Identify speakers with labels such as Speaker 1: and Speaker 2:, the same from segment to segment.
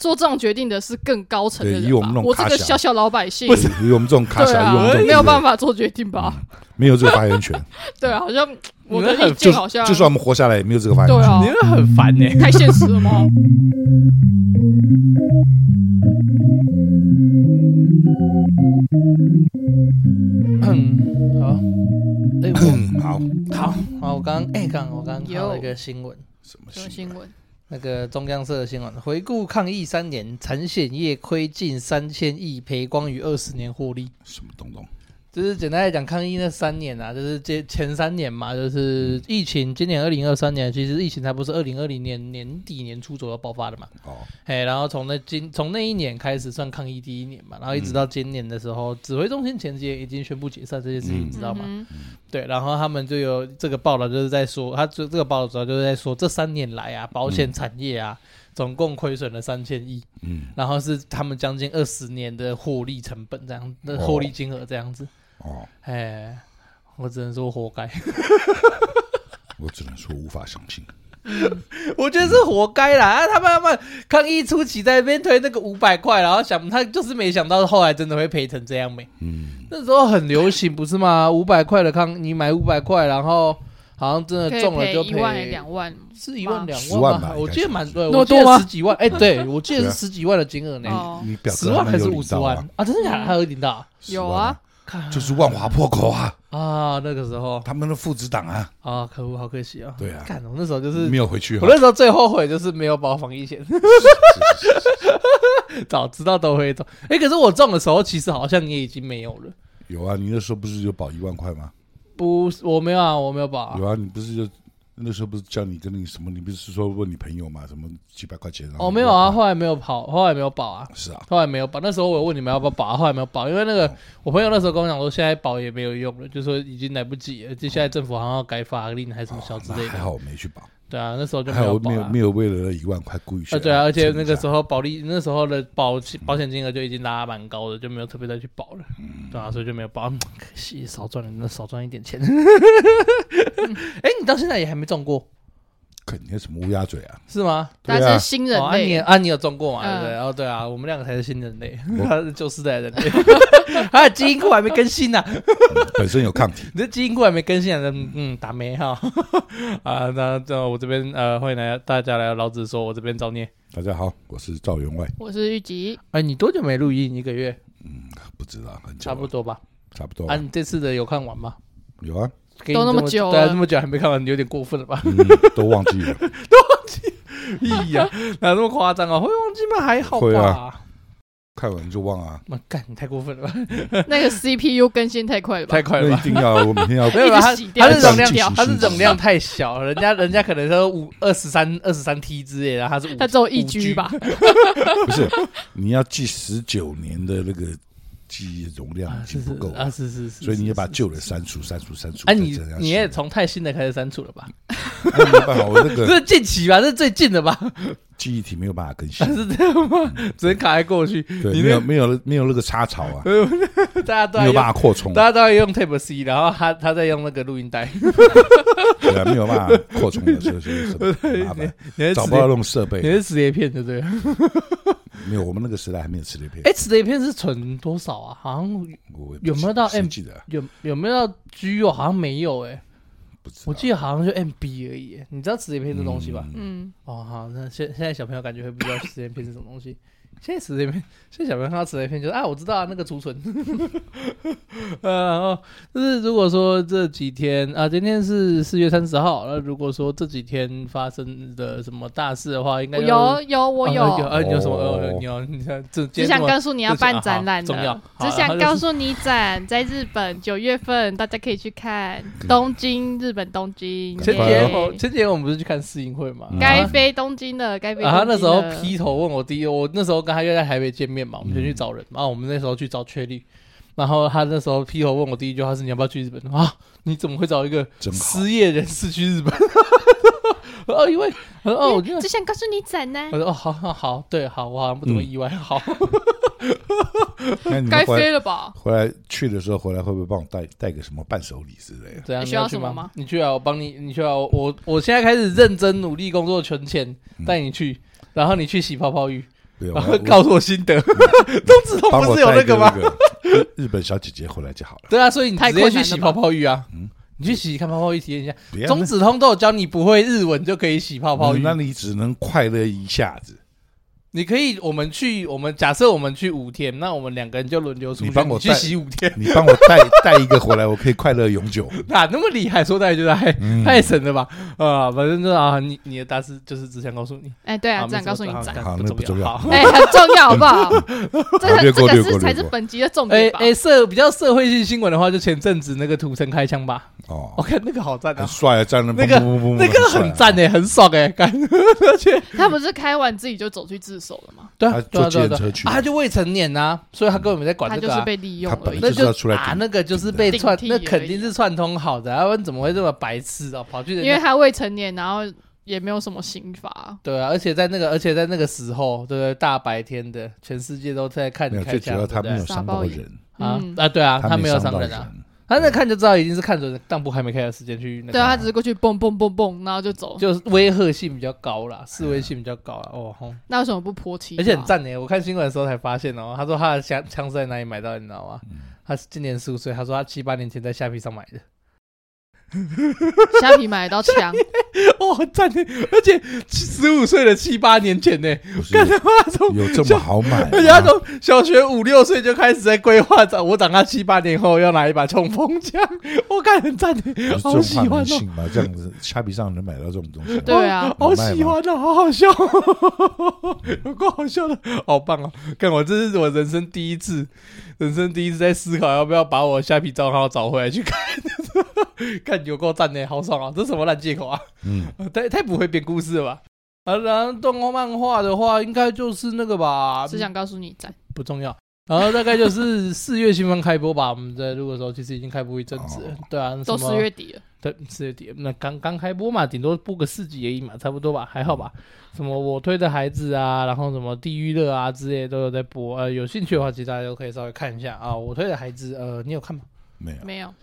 Speaker 1: 做这种决定的是更高层的
Speaker 2: 对
Speaker 1: 人吧，
Speaker 2: 以我们那种
Speaker 1: 我这
Speaker 2: 卡
Speaker 1: 个
Speaker 2: 小
Speaker 1: 小小老百姓，
Speaker 2: 不是因为我们这种卡
Speaker 1: 对
Speaker 2: 小，嗯
Speaker 1: 啊
Speaker 2: 因为我们这，种
Speaker 1: 没有办法做决定吧？
Speaker 2: 没有这个发言权，
Speaker 1: 对啊，好像我
Speaker 3: 你们
Speaker 1: 的
Speaker 3: 很
Speaker 1: 意
Speaker 2: 嗯就
Speaker 1: 见好像
Speaker 2: 就算我们活下来，也没有这个发言
Speaker 1: 对
Speaker 2: 权。
Speaker 1: 啊
Speaker 3: 你，们很烦呢、
Speaker 1: 太现实了 吗？
Speaker 3: 嗯好，哎、
Speaker 2: 嗯，好，
Speaker 3: 我好好，我刚哎，刚、我刚看到一个新闻，
Speaker 2: 什么啊
Speaker 1: 什么
Speaker 2: 新
Speaker 1: 新闻？
Speaker 3: 那个中央社的新闻，回顾抗疫三年，产险业亏近三千亿，赔光于二十年获利。
Speaker 2: 什么东东？
Speaker 3: 就是简单来讲，抗疫那三年啊，就是这前三年嘛，就是疫情，今年二零二三年，其实疫情才不是二零二零年年底年初左右爆发的嘛，
Speaker 2: 哦，
Speaker 3: 哎，然后从那今从那一年开始算抗疫第一年嘛，然后一直嗯到今年的时候，指挥中心前几天已经宣布解散这件事情，
Speaker 2: 嗯
Speaker 3: 你知道吗？
Speaker 1: 嗯
Speaker 3: 对，然后他们就有这个报道，就是在说，他这这个报道主要就是在说，这三年来
Speaker 2: 嗯
Speaker 3: 啊，保险产业啊，总共亏损了三千亿，
Speaker 2: 嗯，
Speaker 3: 然后是他们将近二十年的获利成本这样，的
Speaker 2: 哦
Speaker 3: 获利金额这样子，
Speaker 2: 哦，
Speaker 3: 哎，我只能说活 该，
Speaker 2: 我只能说无法相信。
Speaker 3: 我觉得是活该啦。啊、他们他们抗疫初期在那边推那个五百块，然后想他就是没想到后来真的会赔成这样没。
Speaker 2: 嗯，
Speaker 3: 那时候很流行，不是吗？五百块的康，你买五百块，然后好像真
Speaker 1: 可
Speaker 3: 的
Speaker 1: 以
Speaker 3: 中了就
Speaker 1: 赔一万还两万，
Speaker 3: 是一万
Speaker 1: 吗
Speaker 3: 两
Speaker 2: 十
Speaker 3: 万
Speaker 2: 万
Speaker 3: 吗
Speaker 2: 吧
Speaker 3: 我
Speaker 2: 应该
Speaker 3: 记得
Speaker 2: 是
Speaker 3: 蛮
Speaker 1: 那
Speaker 3: 对，我
Speaker 1: 么
Speaker 3: 记
Speaker 1: 多
Speaker 3: 得
Speaker 1: 吗
Speaker 3: 十几 万，哎，对我记得
Speaker 2: 对
Speaker 3: 是
Speaker 2: 啊
Speaker 3: 十几万的金额呢，
Speaker 1: 哦，
Speaker 2: 你表
Speaker 3: 十
Speaker 2: 哥他
Speaker 3: 万
Speaker 2: 们
Speaker 3: 还是
Speaker 2: 有领
Speaker 3: 五十
Speaker 2: 到啊
Speaker 3: 万？啊？真的假
Speaker 1: 嗯
Speaker 3: 的？还有领到
Speaker 1: 有
Speaker 2: 10万
Speaker 1: 啊，
Speaker 3: 看
Speaker 2: 就是万华破口啊，
Speaker 3: 啊？那个时候
Speaker 2: 他们的父子党啊，
Speaker 3: 啊，可恶，好可惜啊！
Speaker 2: 对啊
Speaker 3: 干我那时候就是
Speaker 2: 没有回去啊
Speaker 3: 我。那时候最后悔就是没有保防疫险，
Speaker 2: 是是是
Speaker 3: 早知道都会中。哎，可是我中的时候，其实好像也已经没有了。
Speaker 2: 有啊，你那时候不是有保一万块吗？
Speaker 3: 不，我没有啊，我没有保啊
Speaker 2: 有。啊，你不是就那时候不是叫你跟你什么？你不是说问你朋友嘛？什么几百块钱？然后
Speaker 3: 哦，没有啊，后来没有跑，后来没有保啊。
Speaker 2: 是啊，
Speaker 3: 后来没有保，那时候我有问你们要不要保啊，后来没有保，因为那
Speaker 2: 嗯
Speaker 3: 个我朋友那时候跟我讲说，现在保也没有用了，就说已经来不及了，就现在政府好像要改法令还是什么小之
Speaker 2: 那
Speaker 3: 类
Speaker 2: 还
Speaker 3: 的。
Speaker 2: 好我没去保，
Speaker 3: 对啊，那时候就没
Speaker 2: 还好
Speaker 3: 有
Speaker 2: 哎我
Speaker 3: 保
Speaker 2: 没有
Speaker 3: 啊
Speaker 2: 没。有为了那一万块故意去
Speaker 3: 啊，对啊，而且那个时
Speaker 2: 候
Speaker 3: 候保利那时候的保保险金额就已经拉蛮高的，就没有特别再去保了，对啊，所以就没有保，嗯可惜少赚了，那少赚一点 钱。哎，你到现在也还没中过
Speaker 2: 肯定什么乌鸦嘴啊，
Speaker 3: 是吗？
Speaker 2: 对
Speaker 1: 他
Speaker 2: 啊
Speaker 1: 是，新人
Speaker 3: 哦，啊你
Speaker 1: 类，
Speaker 3: 啊你有中过嘛？
Speaker 1: 嗯
Speaker 3: 对不对？哦，对啊，我们两个才是新人类
Speaker 2: 我，
Speaker 3: 他 是旧时代人类，他的基因库还没更新啊呢。
Speaker 2: 嗯 本身有抗体，
Speaker 3: 你这基因库还没更新啊？嗯，嗯打没哈 啊？那这我这边呃，欢迎来大家来到老子说，我这边造孽。
Speaker 2: 大家好，我是赵员外，
Speaker 1: 我是玉吉，
Speaker 3: 哎，你多久没录音？一个月
Speaker 2: 不知道很久
Speaker 3: 差
Speaker 2: 了
Speaker 3: 不多吧？
Speaker 2: 差不多
Speaker 3: 啊，你这次的有看完吗？
Speaker 2: 有啊，
Speaker 3: 给你
Speaker 1: 都那
Speaker 3: 这
Speaker 1: 么
Speaker 3: 么
Speaker 1: 久
Speaker 3: 对啊，
Speaker 1: 了
Speaker 3: 这么久还没看完，有点过分 了吧？
Speaker 2: 嗯都忘记了，
Speaker 3: 咦呀，哪那么夸张啊？会忘记吗？还好
Speaker 2: 会
Speaker 3: 吧
Speaker 2: 啊？看完就忘啊，
Speaker 3: 妈干，你太过分 了吧？
Speaker 1: 那个 CPU 更新太快了吧
Speaker 3: 太？快了
Speaker 2: 那
Speaker 3: 吧
Speaker 2: 一？定要我每天要
Speaker 3: 没有吧？
Speaker 1: 一
Speaker 3: 它
Speaker 1: 直洗掉
Speaker 3: 它是容
Speaker 2: 哎一直
Speaker 3: 量，
Speaker 2: 洗
Speaker 3: 它是
Speaker 2: 一直洗
Speaker 3: 容量太小了，人家人家可能说五二十三、二十三 T 之类的，它是五
Speaker 1: 它只有一
Speaker 3: 5G
Speaker 1: G 吧？
Speaker 2: 不是你要记十九年的那个记忆容量
Speaker 3: 啊，
Speaker 2: 已
Speaker 3: 是
Speaker 2: 经
Speaker 3: 是
Speaker 2: 不够了
Speaker 3: 啊，是是是，
Speaker 2: 所以你也把
Speaker 3: 是
Speaker 2: 旧的删除、删除、删除。
Speaker 3: 啊，
Speaker 2: 再
Speaker 3: 你
Speaker 2: 这样
Speaker 3: 你也
Speaker 2: 写
Speaker 3: 从太新的开始删除了吧？
Speaker 2: 那没办法，我那 个
Speaker 3: 这是近期吧？这是最近的吧？，
Speaker 2: 记忆体没有办法更新
Speaker 3: 是这样吗？只能卡在过去。
Speaker 2: 对，
Speaker 3: 你
Speaker 2: 没
Speaker 3: 那
Speaker 2: 有没有没有那个插槽 啊，
Speaker 3: 大家都
Speaker 2: 没有
Speaker 3: 在
Speaker 2: 办
Speaker 3: 用，大
Speaker 2: 法扩充，啊
Speaker 3: 家都在用 Type C，然后他他在用那个录音带，
Speaker 2: 对啊，没有办法扩充的，所以所以很很麻烦，
Speaker 3: 你是
Speaker 2: 找
Speaker 3: 磁
Speaker 2: 不到那
Speaker 3: 碟，
Speaker 2: 种设备
Speaker 3: 你。是磁碟片对不对？
Speaker 2: 没有，我们那个时代还没有磁碟片，
Speaker 3: 哎，磁碟片是存多少啊？好像
Speaker 2: 我也不
Speaker 3: 有没有到
Speaker 2: 记谁
Speaker 3: M
Speaker 2: 记得
Speaker 3: 有有没有到 G 哦？好像没有哎，
Speaker 2: 不知道，
Speaker 3: 我记得好像就 MB 而已欸。你知道磁碟片这东西吧？
Speaker 2: 嗯
Speaker 1: 嗯，
Speaker 3: 哦，好，那现现在小朋友感觉会不知道磁碟片是什么东西。现在磁碟片，现在小朋友看到磁碟片就啊，我知道啊，那个储存。呃，然后就是如果说这几天啊，今天是四月三十号，那如果说这几天发生的什么大事的话，应该就
Speaker 1: 有有我
Speaker 3: 哦有
Speaker 1: 有，
Speaker 3: 啊，你有什么？
Speaker 2: 哦
Speaker 3: 呃，你有你看这今
Speaker 1: 只
Speaker 3: 天
Speaker 1: 想
Speaker 3: 这么
Speaker 1: 告诉你要办展览
Speaker 3: 这是啊
Speaker 1: 的
Speaker 3: 好重要，
Speaker 1: 只想告诉你展在日本九月份，大家可以去看东京，日本东京。
Speaker 3: 前几
Speaker 2: 快
Speaker 3: 天
Speaker 1: 耶
Speaker 3: 我前几天我们不是去看试映会嘛？
Speaker 2: 嗯
Speaker 1: 该
Speaker 3: 然后
Speaker 1: 飞东京的，该飞东
Speaker 3: 然
Speaker 1: 京
Speaker 3: 后
Speaker 1: 了。
Speaker 3: 啊那时候劈头问我弟，我那时候跟他约在台北见面嘛，
Speaker 2: 嗯
Speaker 3: 我们先去找人，啊然后我们那时候去找确立，然后他那时候劈头问我第一句话是你要不要去日本啊？你怎么会找一个
Speaker 2: 真好
Speaker 3: 失业人士去日本？ 哦，因为我说哦，我就
Speaker 1: 只想告诉你展啊呢
Speaker 3: 我，说哦，好好好，对，好，我好像不怎么
Speaker 2: 嗯
Speaker 3: 意外，好，
Speaker 2: 那你
Speaker 1: 该
Speaker 2: 们回
Speaker 1: 飞
Speaker 2: 来
Speaker 1: 了吧？
Speaker 2: 回来去的时候，回来会不会帮我带带个什么伴手礼之类的？
Speaker 3: 怎样？
Speaker 1: 你
Speaker 3: 你
Speaker 1: 需要
Speaker 3: 去
Speaker 1: 什么
Speaker 3: 吗
Speaker 1: 吗？
Speaker 3: 你去啊，我帮你，你去啊，我我我现在开始认真努力工作存钱，带你去，然后你去洗泡泡浴，
Speaker 2: 没有，
Speaker 3: 然
Speaker 2: 嗯啊我嗯
Speaker 3: 后
Speaker 2: 我
Speaker 3: 告诉我心得。钟子 通
Speaker 2: 帮
Speaker 3: 啊不
Speaker 2: 我
Speaker 3: 是有
Speaker 2: 带
Speaker 3: 那
Speaker 2: 一个
Speaker 3: 个吗？
Speaker 2: 那个日本小姐姐回来就好了。
Speaker 3: 对啊，所以你直
Speaker 1: 太
Speaker 3: 接
Speaker 1: 困
Speaker 3: 去
Speaker 1: 难
Speaker 3: 洗
Speaker 1: 了吧
Speaker 3: 泡泡浴啊
Speaker 2: 嗯。
Speaker 3: 你去洗看泡泡浴体验一下，
Speaker 2: 别啊嗯
Speaker 3: 钟子通都有教你不会日文就可以洗泡泡浴。
Speaker 2: 那你只能快乐一下子。
Speaker 3: 你可以，我们去，我们假设我们去五天，那我们两个人就轮流出去，
Speaker 2: 你帮我
Speaker 3: 去
Speaker 2: 带
Speaker 3: 洗五天，
Speaker 2: 你帮我带带一个回来，我可以快乐永久。
Speaker 3: 哪那么厉害？说带就带，
Speaker 2: 嗯
Speaker 3: 太神了吧！啊，反正就是啊，你你的大师就是只想告诉你，
Speaker 1: 哎，对啊，
Speaker 3: 好
Speaker 1: 这样
Speaker 3: 没什么
Speaker 1: 告诉你
Speaker 3: 好
Speaker 1: 展，
Speaker 2: 好
Speaker 3: 不
Speaker 2: 那不
Speaker 3: 重
Speaker 2: 重
Speaker 3: 要
Speaker 2: 要
Speaker 3: 好
Speaker 1: 哎，很重要，好不 好？这
Speaker 2: 略
Speaker 1: 个这
Speaker 2: 过
Speaker 1: 个
Speaker 2: 略
Speaker 1: 是
Speaker 2: 过
Speaker 1: 才
Speaker 2: 略
Speaker 1: 是
Speaker 2: 过
Speaker 1: 本集的重
Speaker 3: 哎
Speaker 1: 点吧？
Speaker 3: 哎，社比较社会性新闻的话，就前阵子那个土城开枪吧，我
Speaker 2: 哦，
Speaker 3: 看那个好赞
Speaker 2: 很
Speaker 3: 啊，
Speaker 2: 帅啊，站那
Speaker 3: 那个
Speaker 2: 砰砰砰砰
Speaker 3: 那个很赞
Speaker 2: 的。
Speaker 3: 哎，很爽哎，感觉 而且
Speaker 1: 他不是开完自己就走去自首了吗？
Speaker 3: 对啊
Speaker 2: 他
Speaker 3: 对
Speaker 2: 坐
Speaker 3: 啊对啊
Speaker 2: 电
Speaker 3: 对啊，
Speaker 2: 车去
Speaker 3: 啊，他就未成年呐，所以他根本没在管
Speaker 1: 他
Speaker 3: 这
Speaker 1: 就
Speaker 3: 个
Speaker 1: 是
Speaker 3: 啊。
Speaker 1: 被利用
Speaker 2: 他
Speaker 1: 而
Speaker 2: 本
Speaker 1: 已
Speaker 2: 来。就
Speaker 3: 那
Speaker 2: 是要出来
Speaker 3: 啊，
Speaker 2: 顶
Speaker 3: 那个就是被
Speaker 1: 顶
Speaker 3: 串，
Speaker 1: 替
Speaker 3: 那
Speaker 1: 而
Speaker 2: 啊
Speaker 1: 已
Speaker 3: 肯定是串通好的，要不然怎么会这么白痴哦？跑去人家
Speaker 1: 因为他未成年，然后也没有什么刑罚。
Speaker 3: 对啊，而且在那个，而且在那个时候，对不对？大白天的，全世界都在看
Speaker 2: 没
Speaker 3: 你
Speaker 2: 有，
Speaker 3: 开
Speaker 2: 最主
Speaker 3: 枪，
Speaker 2: 要他
Speaker 3: 对不
Speaker 2: 没有
Speaker 3: 对
Speaker 2: 伤到人，
Speaker 3: 啊
Speaker 1: 嗯
Speaker 3: 啊，对啊，他
Speaker 2: 没
Speaker 3: 有
Speaker 2: 伤
Speaker 3: 伤
Speaker 2: 到
Speaker 3: 人啊，。他那看就知道一定是看准当铺还没开的时间去那
Speaker 1: 对
Speaker 3: 个，
Speaker 1: 啊，他只是过去蹦蹦蹦蹦，然后就走。
Speaker 3: 就是威吓性比较高啦，示威性比较高啦。哦吼，
Speaker 1: 那为什么不泼漆？
Speaker 3: 而且很。赞欸呢，我看新闻的时候才发现哦，他说他的枪枪是在哪里买到的，你知道吗？
Speaker 2: 嗯
Speaker 3: 他今年十五岁，他说他七八年前在虾皮上买的，
Speaker 1: 虾皮买得到枪，
Speaker 3: 哦，很赞呢，而且十五岁的七八年前呢，
Speaker 2: 不是
Speaker 3: 干他妈从
Speaker 2: 有这么好买吗？
Speaker 3: 而且他从小学五六岁就开始在规划，长我长大七八年后要拿一把冲锋枪，我看很赞的，
Speaker 2: 不是
Speaker 3: 好喜
Speaker 2: 这种话
Speaker 3: 欢
Speaker 2: 能
Speaker 3: 哦。
Speaker 2: 信吗？这样子虾皮上能买到这种东西吗？
Speaker 1: 对啊
Speaker 3: 哦好喜欢哦，好好笑，有 够好笑的，好棒哦！看我这是我人生第一次，人生第一次在思考要不要把我虾皮账号找回来去看， 看有够赞的，好爽啊！这什么烂借口啊？
Speaker 2: 嗯，
Speaker 3: 太太不会编故事了吧？啊，然后动画漫画的话，应该就是那个吧，
Speaker 1: 只想告诉你赞。
Speaker 3: 不重要。然后大概就是四月新番开播吧，我们在录的时候其实已经开播一阵子了
Speaker 2: 哦，
Speaker 3: 对啊，
Speaker 1: 都
Speaker 3: 什么
Speaker 1: 四月底了，
Speaker 3: 对四月底，那刚刚开播嘛，顶多播个四集而已嘛，差不多吧，还好吧。什么我推的孩子啊，然后什么地狱乐啊之类都有在播，呃，有兴趣的话其实大家都可以稍微看一下啊。我推的孩子，呃，你有看吗？
Speaker 2: 没有，
Speaker 1: 没有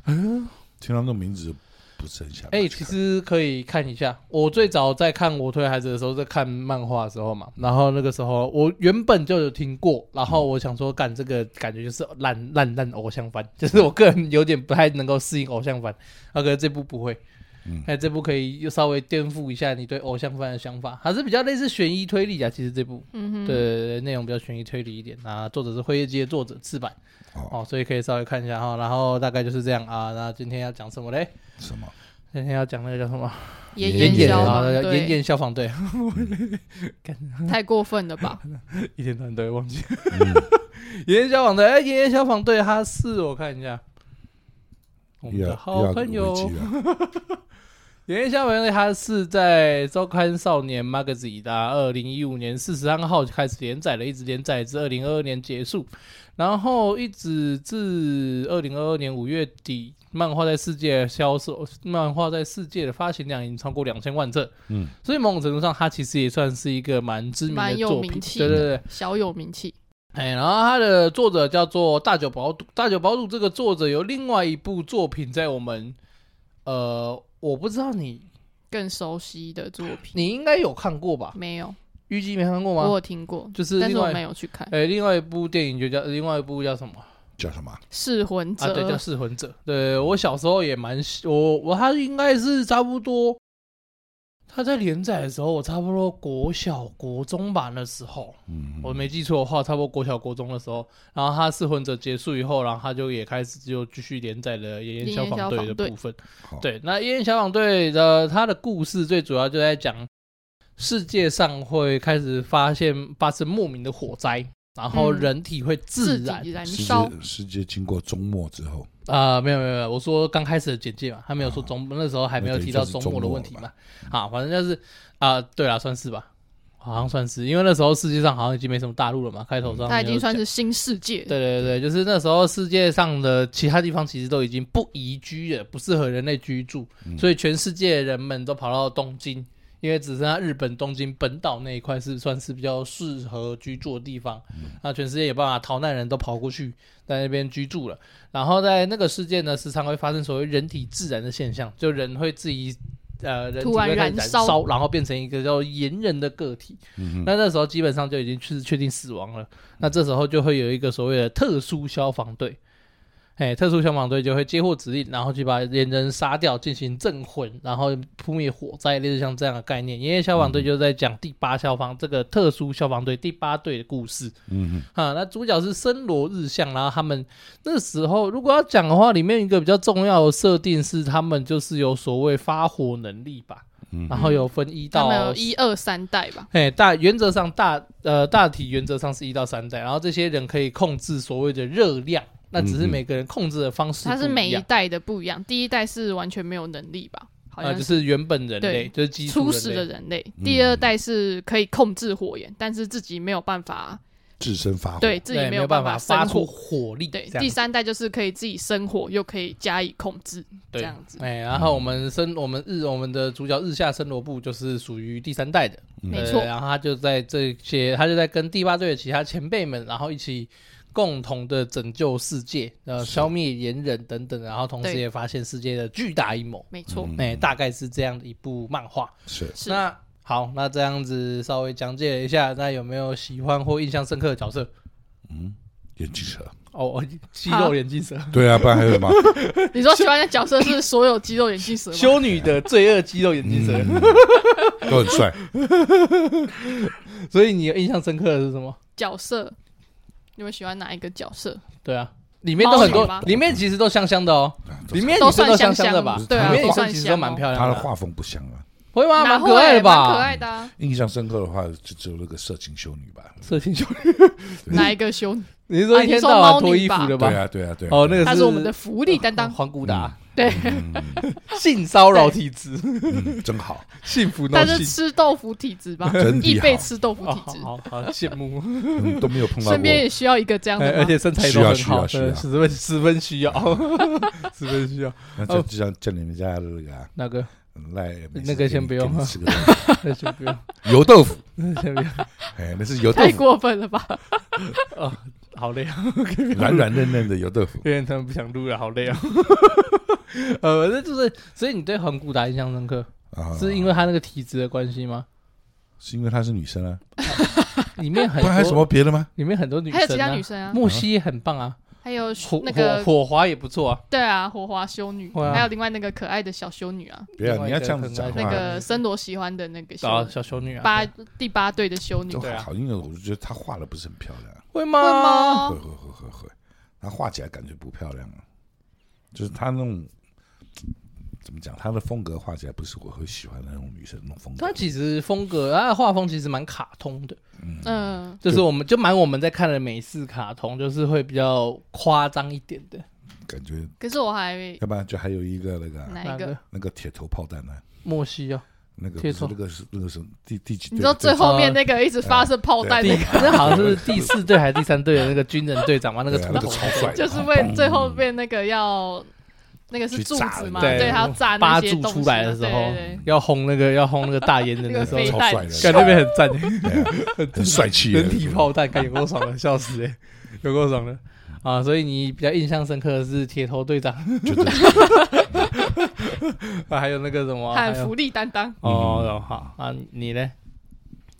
Speaker 2: 听到那个名字不是很想买。
Speaker 3: 哎、其实可以看一下。我最早在看我推孩子的时候，在看漫画的时候嘛，然后那个时候我原本就有听过，然后我想说，干这个感觉就是烂烂烂偶像番， 就是我个人有点不太能够适应偶像番，那、啊、可是这部不会。
Speaker 2: 嗯
Speaker 3: 哎，这部可以又稍微颠覆一下你对偶像番的想法，还是比较类似悬疑推理啊。其实这部，
Speaker 1: 嗯哼，
Speaker 3: 对，对对内容比较悬疑推理一点啊。作者是《辉夜姬》的作者赤坂
Speaker 2: 哦，
Speaker 3: 哦，所以可以稍微看一下哈。然后大概就是这样啊。那今天要讲什么嘞？
Speaker 2: 什么？
Speaker 3: 今天要讲那个叫什么？
Speaker 1: 炎
Speaker 2: 炎
Speaker 1: 炎
Speaker 2: 炎
Speaker 1: 消
Speaker 2: 消
Speaker 1: 防
Speaker 3: 啊，炎
Speaker 1: 对，
Speaker 3: 炎消防队，
Speaker 1: 太过分了吧？
Speaker 3: 一天到晚都会忘记。
Speaker 2: 嗯
Speaker 3: 炎炎消防队，哎，炎炎消防队，他是我看一下，我们
Speaker 2: 又要
Speaker 3: 的好朋
Speaker 2: 又要
Speaker 3: 友
Speaker 2: 危机了
Speaker 3: 炎炎消防队，他是在《周刊少年 Magazine》的二零一五年四十三号开始连载的，一直连载至二零二二年结束，然后一直至二零二二年五月底，漫画在世界销售，漫画在世界的发行量已经超过两千万册，
Speaker 2: 嗯，
Speaker 3: 所以某种程度上，它其实也算是一个蛮知名的
Speaker 1: 蛮有
Speaker 3: 作
Speaker 1: 名
Speaker 3: 品，
Speaker 1: 气
Speaker 3: 对
Speaker 1: 的
Speaker 3: 对对。
Speaker 1: 小有名气，
Speaker 3: 哎，然后他的作者叫做大久保笃，大久保笃这个作者有另外一部作品在我们，呃，我不知道你
Speaker 1: 更熟悉的作品
Speaker 3: 你应该有看过吧？
Speaker 1: 没有，
Speaker 3: 虞姬没看过
Speaker 1: 我
Speaker 3: 吗？
Speaker 1: 有听过，
Speaker 3: 就是
Speaker 1: 但是
Speaker 3: 另
Speaker 1: 我
Speaker 3: 外
Speaker 1: 没有去看《
Speaker 3: 哎，另外一部电影就叫另外一部叫什么
Speaker 2: 叫什么？
Speaker 1: 噬魂者
Speaker 3: 啊？》对，叫《噬魂者》。对我小时候也蛮喜我我他应该是差不多，他在连载的时候，我差不多国小国中吧那时候，
Speaker 2: 嗯，
Speaker 3: 我没记错的话，差不多国小国中的时候，然后他《噬魂者》结束以后，然后他就也开始就继续连载了《炎炎
Speaker 1: 炎
Speaker 3: 消
Speaker 1: 炎
Speaker 3: 防
Speaker 1: 消
Speaker 3: 队》
Speaker 1: 防
Speaker 3: 的
Speaker 1: 队
Speaker 3: 部分。
Speaker 2: 好，
Speaker 3: 对，那《炎炎消防队》的他的故事最主要就在讲世界上会开始发现发生莫名的火灾，然后
Speaker 1: 嗯
Speaker 3: 人体会自
Speaker 1: 自
Speaker 3: 燃
Speaker 1: 己燃
Speaker 2: 世
Speaker 1: 烧，
Speaker 2: 界世界经过周末之后，
Speaker 3: 啊、没有没有没有，我说刚开始的简介嘛，他没有说中、那时候还没哦有提到中国的问题嘛。啊，反正就是啊、对啦，算是吧，好像算是，因为那时候世界上好像已经没什么大陆了嘛，开头上
Speaker 1: 它已
Speaker 3: 面
Speaker 1: 经
Speaker 3: 有
Speaker 1: 算
Speaker 3: 讲
Speaker 1: 是新世界了。
Speaker 3: 对对对，就是那时候世界上的其他地方其实都已经不宜居了，不适合人类居住，
Speaker 2: 嗯
Speaker 3: 所以全世界的人们都跑到东京，因为只剩下日本东京本岛那一块是算是比较适合居住的地方。那全世界有办法逃难人都跑过去，在那边居住了。然后在那个世界呢，时常会发生所谓人体自燃的现象，就人会自己呃人体
Speaker 1: 突然
Speaker 3: 会开始
Speaker 1: 燃烧
Speaker 3: 烧，然后变成一个叫炎人的个体。
Speaker 2: 嗯哼，嗯
Speaker 3: 那那时候基本上就已经确确定死亡了。那这时候就会有一个所谓的特殊消防队，哎，特殊消防队就会接获指令，然后去把连人杀掉，进行镇魂，然后扑灭火灾，类似像这样的概念。因为消
Speaker 2: 嗯
Speaker 3: 防队就是在讲第八消防这个特殊消防队第八队的故事
Speaker 2: 嗯哼，
Speaker 3: 啊。那主角是森罗日向，然后他们那时候如果要讲的话，里面一个比较重要的设定是他们就是有所谓发火能力吧。
Speaker 2: 嗯
Speaker 3: 然后有分一
Speaker 1: 他
Speaker 3: 到
Speaker 1: 们有一二三代吧，
Speaker 3: 哎，大原则上大呃大体原则上是一到三代，然后这些人可以控制所谓的热量，那只
Speaker 2: 嗯
Speaker 3: 是
Speaker 2: 哼
Speaker 3: 每个人控制的方式不一
Speaker 1: 它
Speaker 3: 样。
Speaker 1: 是每一代的不一样。第一代是完全没有能力吧，好
Speaker 3: 呃
Speaker 1: 像
Speaker 3: 就是原本人
Speaker 1: 对
Speaker 3: 类就是基础
Speaker 1: 初始的
Speaker 3: 人类，嗯
Speaker 1: 人类。第二代是可以控制火焰，但是自己没有办法，
Speaker 2: 自身发火，
Speaker 1: 对自己
Speaker 3: 对，没
Speaker 1: 有
Speaker 3: 办
Speaker 1: 法
Speaker 3: 发
Speaker 1: 生
Speaker 3: 出
Speaker 1: 火。
Speaker 3: 火力。
Speaker 1: 对，
Speaker 3: 这
Speaker 1: 第
Speaker 3: 样
Speaker 1: 三代就是可以自己生火，又可以加以控制，这
Speaker 3: 对
Speaker 1: 样子。
Speaker 3: 哎，然后我们生我们日我们的主角日下生罗布就是属于第三代的，
Speaker 2: 嗯
Speaker 1: 没
Speaker 3: 对
Speaker 1: 错
Speaker 3: 然后他就在这些，他就在跟第八队的其他前辈们，然后一起共同的拯救世界，呃，
Speaker 2: 是
Speaker 3: 消灭炎人等等，然后同时
Speaker 1: 对
Speaker 3: 也发现世界的巨大阴谋。
Speaker 1: 没错，
Speaker 2: 嗯
Speaker 3: 哎、大概是这样的一部漫画。
Speaker 2: 是，
Speaker 1: 是
Speaker 3: 那好，那这样子稍微讲解了一下，那有没有喜欢或印象深刻的角色？
Speaker 2: 嗯，眼镜蛇，
Speaker 3: 哦，肌肉眼镜蛇，
Speaker 2: 对啊，不然还有什么？
Speaker 1: 你说喜欢的角色是所有肌肉眼镜蛇吗？
Speaker 3: 修女的罪恶肌肉 眼镜蛇。
Speaker 2: 嗯都很帅，
Speaker 3: 所以你有印象深刻的是什么？
Speaker 1: 角色，你们喜欢哪一个角色？
Speaker 3: 对啊，里面都很
Speaker 1: 猫女吗
Speaker 3: 多，里面其实都香香的哦，
Speaker 2: 啊
Speaker 3: 里面
Speaker 1: 都
Speaker 3: 女生
Speaker 1: 算
Speaker 3: 都
Speaker 1: 香
Speaker 3: 香的吧
Speaker 1: 香？对啊
Speaker 3: 里面女
Speaker 1: 都算
Speaker 3: 生其实都蛮
Speaker 1: 香哦
Speaker 3: 漂亮
Speaker 2: 他的
Speaker 3: 的
Speaker 2: 画风不像啊。
Speaker 3: 会吗？
Speaker 1: 哪
Speaker 3: 蛮
Speaker 1: 会
Speaker 3: 可爱
Speaker 1: 蛮可
Speaker 3: 的吧？
Speaker 1: 爱的啊，
Speaker 2: 印象深刻的话，就只有那个色情修女吧。
Speaker 3: 色情修 女，
Speaker 1: 哪一个修女？
Speaker 3: 你是说
Speaker 1: 啊
Speaker 3: 一
Speaker 1: 你
Speaker 3: 天
Speaker 1: 说
Speaker 3: 到晚
Speaker 1: 猫
Speaker 3: 脱
Speaker 1: 女
Speaker 3: 衣服
Speaker 1: 吧
Speaker 3: 的吧
Speaker 2: 对？啊，对啊，对啊。
Speaker 3: 哦，那个哦
Speaker 1: 她是我们的福利担 当。
Speaker 3: 黄古达，
Speaker 1: 对，
Speaker 2: 嗯，嗯
Speaker 3: 性骚扰体质，
Speaker 2: 嗯真 好，
Speaker 3: 幸福
Speaker 1: 她
Speaker 3: 闹
Speaker 1: 是
Speaker 3: 性。
Speaker 1: 吃豆腐体质吧
Speaker 2: 真？
Speaker 1: 易
Speaker 2: 厉害
Speaker 1: 被吃豆腐
Speaker 3: 哦，
Speaker 1: 体质，
Speaker 3: 好好好羡慕，
Speaker 2: 嗯都没有碰到
Speaker 1: 身边
Speaker 2: 过。
Speaker 1: 也需要一个这样的
Speaker 3: 哎而
Speaker 1: 吗。
Speaker 3: 且身材
Speaker 2: 需
Speaker 3: 都
Speaker 2: 要
Speaker 3: 很
Speaker 2: 需要
Speaker 3: 好，
Speaker 2: 需
Speaker 3: 对
Speaker 2: 要
Speaker 3: 十分十分 需要， 十分需要。
Speaker 2: 那就就像叫你们家的那个啊
Speaker 3: 那个，
Speaker 2: 赖没事
Speaker 3: 哦那个先不用啊
Speaker 2: 给你吃个
Speaker 3: 那就不用，
Speaker 2: 油豆腐，
Speaker 3: 那就不用。
Speaker 2: 哎，那是油豆
Speaker 1: 太
Speaker 2: 腐，
Speaker 1: 过分了吧？
Speaker 3: 哦，好累啊，
Speaker 2: 软软嫩嫩的油豆腐。
Speaker 3: 有点他们不想录了，好累啊。 呃，那就是，所以你对黄古达印象深刻，
Speaker 2: 啊，
Speaker 3: 是因为他那个体质的关系吗？
Speaker 2: 是因为她是女生啊，
Speaker 3: 里面很
Speaker 2: 不然还有什
Speaker 3: 多，
Speaker 2: 么别的吗？
Speaker 3: 里面很多女
Speaker 1: 还有其
Speaker 3: 生
Speaker 1: 他女
Speaker 3: 啊，
Speaker 1: 生啊，
Speaker 3: 莫西也很棒啊，
Speaker 1: 还有
Speaker 3: 火
Speaker 1: 那
Speaker 3: 火
Speaker 1: 个
Speaker 3: 火华也不错啊。
Speaker 1: 对啊，火花修女，
Speaker 3: 对啊
Speaker 1: 还有另外那个可爱的小修女啊，
Speaker 2: 不要，
Speaker 3: 另外
Speaker 2: 你
Speaker 3: 一
Speaker 2: 要
Speaker 3: 个
Speaker 2: 这样子
Speaker 3: 很
Speaker 2: 讲
Speaker 3: 爱
Speaker 2: 话
Speaker 1: 那
Speaker 3: 哇，
Speaker 1: 个森罗喜欢的那个修
Speaker 3: 啊，
Speaker 1: 女
Speaker 3: 小修女啊，
Speaker 1: 八
Speaker 3: 对
Speaker 1: 第八队的修女
Speaker 2: 都，
Speaker 3: 对啊
Speaker 2: 好，因为我就觉得她画的不是很漂亮，
Speaker 3: 会
Speaker 1: 会
Speaker 3: 吗？
Speaker 2: 会
Speaker 1: 吗？
Speaker 2: 会会会会，她画起来感觉不漂亮啊，就是她那种怎么讲，她的风格画起来不是我会喜欢的那种女生那种风格
Speaker 3: 他。其实风格，他的画风其实蛮卡通的，
Speaker 1: 嗯，
Speaker 3: 就是我们就蛮我们在看的美式卡通，就是会比较夸张一点的。
Speaker 2: 感觉，
Speaker 1: 可是我还
Speaker 2: 要不然就还有一个那个啊
Speaker 1: 哪一个？
Speaker 2: 那个铁头炮弹呢、
Speaker 3: 莫西哦，
Speaker 2: 那个不
Speaker 3: 铁
Speaker 2: 是
Speaker 3: 头
Speaker 2: 那个是那个什么第第几队？
Speaker 1: 你知道最后面那个一直发射炮弹
Speaker 3: 第
Speaker 1: 那个，
Speaker 3: 那好像是第四队还是第三队的那个军人队长嘛，那个
Speaker 2: 对啊
Speaker 3: 秃
Speaker 2: 那
Speaker 3: 头
Speaker 2: 个超帅的
Speaker 1: 就是为最后面那个要那个是
Speaker 2: 去
Speaker 1: 柱
Speaker 2: 炸
Speaker 1: 子
Speaker 2: 人
Speaker 1: 嘛，
Speaker 3: 对
Speaker 1: 对，他要炸啊那
Speaker 3: 八
Speaker 1: 些
Speaker 3: 柱
Speaker 1: 东西
Speaker 3: 出来的
Speaker 1: 嘛
Speaker 3: 时候
Speaker 1: 对对
Speaker 3: 要轰那个要轰那个大炎
Speaker 1: 对，
Speaker 3: 人
Speaker 1: 那个
Speaker 3: 的时候，
Speaker 1: 飞啊
Speaker 2: 超
Speaker 1: 弹
Speaker 2: 帅的
Speaker 3: 感觉那边很赞，
Speaker 2: 对啊 很帅气耶，
Speaker 3: 人体炮弹，看有够爽的，笑死哎、有够爽的啊！所以你比较印象深刻的是铁头队长，
Speaker 2: 就这样，
Speaker 3: 啊还有那个什么，还
Speaker 1: 喊
Speaker 3: 有
Speaker 1: 福利担当，
Speaker 3: 哦，好啊，你呢？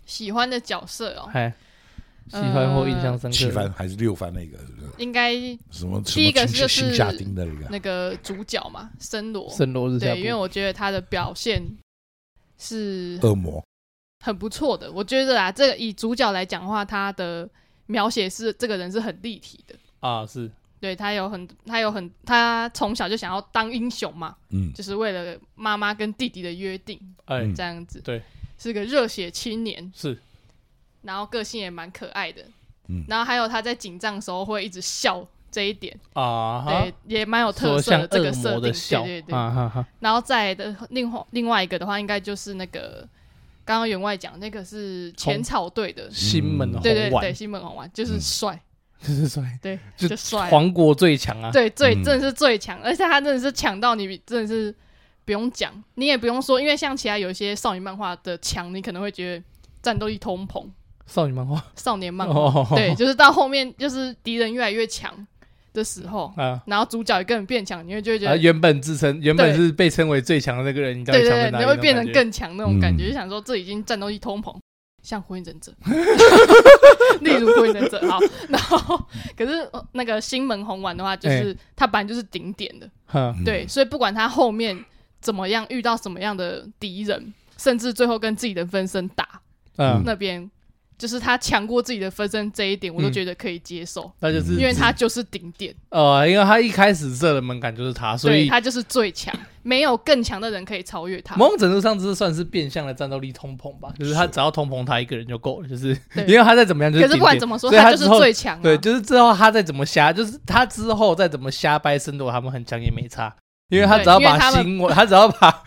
Speaker 1: 喜欢的角色哦，呃
Speaker 3: 嗨，喜欢或印象深刻的？
Speaker 2: 七番还是六番那个是不是？
Speaker 1: 应该
Speaker 2: 什么什
Speaker 1: 第
Speaker 2: 么
Speaker 1: 一个
Speaker 2: 亲
Speaker 1: 就是
Speaker 2: 新家丁的那个？
Speaker 1: 那个主角嘛，森罗，
Speaker 3: 圣罗日下
Speaker 1: 对，
Speaker 3: 部
Speaker 1: 因为我觉得他的表现是
Speaker 2: 恶魔，
Speaker 1: 很不错的。我觉得啊，这个以主角来讲的话，他的描写是这个人是很立体的。
Speaker 3: 啊是
Speaker 1: 对他有很，他有很，他从小就想要当英雄嘛，
Speaker 2: 嗯，
Speaker 1: 就是为了妈妈跟弟弟的约定
Speaker 3: 哎、
Speaker 2: 嗯
Speaker 1: 这样子。
Speaker 3: 对，
Speaker 1: 是个热血青年，
Speaker 3: 是
Speaker 1: 然后个性也蛮可爱的。
Speaker 2: 嗯
Speaker 1: 然后还有他在紧张的时候会一直笑这一点，
Speaker 3: 啊哈，
Speaker 1: 对，也蛮有特
Speaker 3: 说
Speaker 1: 色
Speaker 3: 像
Speaker 1: 的这个
Speaker 3: 恶
Speaker 1: 设
Speaker 3: 魔
Speaker 1: 定。
Speaker 3: 的笑，
Speaker 1: 对对对。
Speaker 3: 啊哈哈，
Speaker 1: 然后再来的另外另外一个的话，应该就是那个刚刚员外讲那个是前草队的，
Speaker 3: 心门红
Speaker 1: 对对对，
Speaker 3: 丸，
Speaker 1: 西门红丸就是帅，
Speaker 3: 就是帅，
Speaker 1: 对，
Speaker 3: 嗯 就
Speaker 1: 就帅，
Speaker 3: 黄国最强啊，
Speaker 1: 对最
Speaker 2: 嗯
Speaker 1: 真的是最强，而且他真的是强到你真的是不用讲，你也不用说，因为像其他有一些少女漫画的强，你可能会觉得战斗力通膨，
Speaker 3: 少女漫画，
Speaker 1: 少年漫画，
Speaker 3: 哦，
Speaker 1: 对，，就是到后面就是敌人越来越强，的时候，
Speaker 3: 啊。
Speaker 1: 然后主角也跟人变强，你会就会觉
Speaker 3: 啊，
Speaker 1: 得，
Speaker 3: 原本自称原本是被称为最强的那个人，你到
Speaker 1: 对
Speaker 3: 底
Speaker 1: 对
Speaker 3: 强在
Speaker 1: 对，
Speaker 3: 哪
Speaker 1: 你
Speaker 3: 里？
Speaker 1: 会变成
Speaker 3: 那种感
Speaker 1: 更强那种感觉，
Speaker 2: 嗯
Speaker 1: 就想说这已经战斗力通膨，像火影忍者， 例如火影忍者好，然后 可是呃那个新门红丸的话，就是
Speaker 3: 嗯
Speaker 1: 它本来就是顶点的，
Speaker 3: 觉哈，
Speaker 1: 对，
Speaker 2: 嗯
Speaker 1: 所以不管他后面怎么样遇到什么样的敌人，甚至最后跟自己的分身打
Speaker 3: 嗯，
Speaker 1: 那边。就是他强过自己的分身这一点，我都
Speaker 3: 嗯
Speaker 1: 觉得可以接受，
Speaker 3: 那就是
Speaker 1: 因为他就是顶点。
Speaker 3: 呃，因为他一开始设的门槛就是他，所
Speaker 1: 对
Speaker 3: 以
Speaker 1: 他就是最强，没有更强的人可以超越他。
Speaker 3: 某种程度上这算是变相的战斗力通膨吧，就是他
Speaker 2: 是
Speaker 3: 只要通膨他一个人就够了，就是
Speaker 1: 对
Speaker 3: 因为他再怎么样就
Speaker 1: 可是不管
Speaker 3: 顶点
Speaker 1: 怎么说，
Speaker 3: 所以他
Speaker 1: 就是
Speaker 3: 之后
Speaker 1: 最强、啊。
Speaker 3: 对，就是之后他再怎么瞎，就是他之后再怎么瞎掰深度，他们很强也没差，因为他
Speaker 1: 对
Speaker 3: 只要
Speaker 1: 因为
Speaker 3: 把
Speaker 1: 他们
Speaker 3: 新闻，他只要 把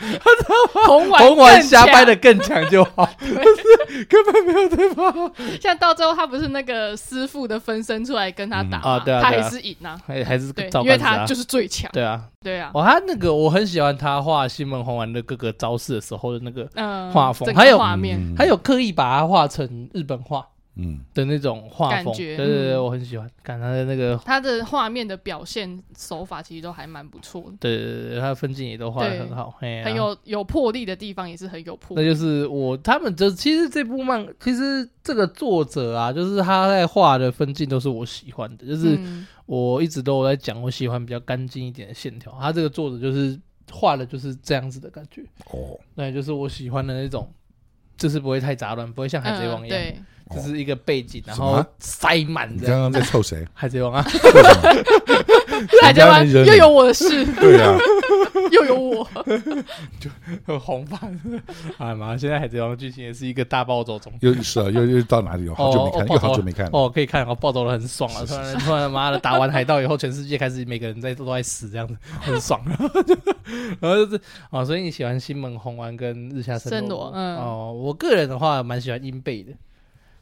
Speaker 1: 红丸
Speaker 3: 红丸
Speaker 1: 更
Speaker 3: 瞎掰
Speaker 1: 强
Speaker 3: 的更强就好，就是根本没有对方，
Speaker 1: 像到最后他不是那个师傅的分身出来跟他打
Speaker 3: 嗯啊
Speaker 1: 吗
Speaker 3: 对啊
Speaker 1: 他
Speaker 3: 对
Speaker 1: 还
Speaker 3: 啊
Speaker 1: 是赢啊。
Speaker 3: 还还是
Speaker 1: 对，
Speaker 3: 照
Speaker 1: 因为
Speaker 3: 搬着
Speaker 1: 他
Speaker 3: 啊
Speaker 1: 就是最强。
Speaker 3: 对啊，
Speaker 1: 对啊，
Speaker 3: 哦，他那个我很喜欢他画西门红丸的各个招式的时候的那个，
Speaker 1: 嗯，
Speaker 3: 画风
Speaker 1: 整个
Speaker 3: 还有
Speaker 1: 画面，
Speaker 2: 嗯
Speaker 3: 他有刻意把它画成日本画
Speaker 2: 嗯，
Speaker 3: 的那种画风，
Speaker 1: 感
Speaker 3: 对
Speaker 1: 觉
Speaker 3: 对对，
Speaker 1: 嗯
Speaker 3: 我很喜欢，看他的那个，
Speaker 1: 他的画面的表现手法其实都还蛮不错的，
Speaker 3: 对对对对，他的分镜也都画的
Speaker 1: 对
Speaker 3: 很好，哎呀
Speaker 1: 嗯很有有魄力的地方也是很有魄
Speaker 3: 那
Speaker 1: 力。
Speaker 3: 就是我他们这其实这部漫，其实这个作者啊，就是他在画的分镜都是我喜欢的，就是
Speaker 1: 嗯
Speaker 3: 我一直都有在讲，我喜欢比较干净一点的线条。他这个作者就是画的就是这样子的感觉，
Speaker 2: 哦，
Speaker 3: 对，就是我喜欢的那种，就是不会太杂乱，不会 像海贼王
Speaker 1: 嗯
Speaker 3: 一样，
Speaker 1: 对，
Speaker 3: 就是一个背景，然
Speaker 2: 什
Speaker 3: 后
Speaker 2: 么
Speaker 3: 塞满
Speaker 2: 你
Speaker 3: 这样。
Speaker 2: 刚刚在凑谁？
Speaker 3: 海贼王啊，
Speaker 1: 海贼王
Speaker 2: 人家人
Speaker 1: 又有我的事，
Speaker 2: 对啊，
Speaker 1: 又有我，
Speaker 3: 很红番啊妈！现在海贼王剧情也是一个大暴走中。
Speaker 2: 又是啊，又又到哪里了？好久没
Speaker 3: 哦
Speaker 2: 看，
Speaker 3: 哦
Speaker 2: 又好久没看了。
Speaker 3: 哦，可以看，我暴走的很爽啊！
Speaker 2: 是
Speaker 3: 突
Speaker 2: 是
Speaker 3: 然突然妈的打完海盗以后，全世界开始每个人在都在死这样子，很爽。 然后就然后就是哦，所以你喜欢新门红丸跟日下
Speaker 1: 森
Speaker 3: 罗
Speaker 1: 罗？嗯
Speaker 3: 哦，我个人的话蛮喜欢英贝的，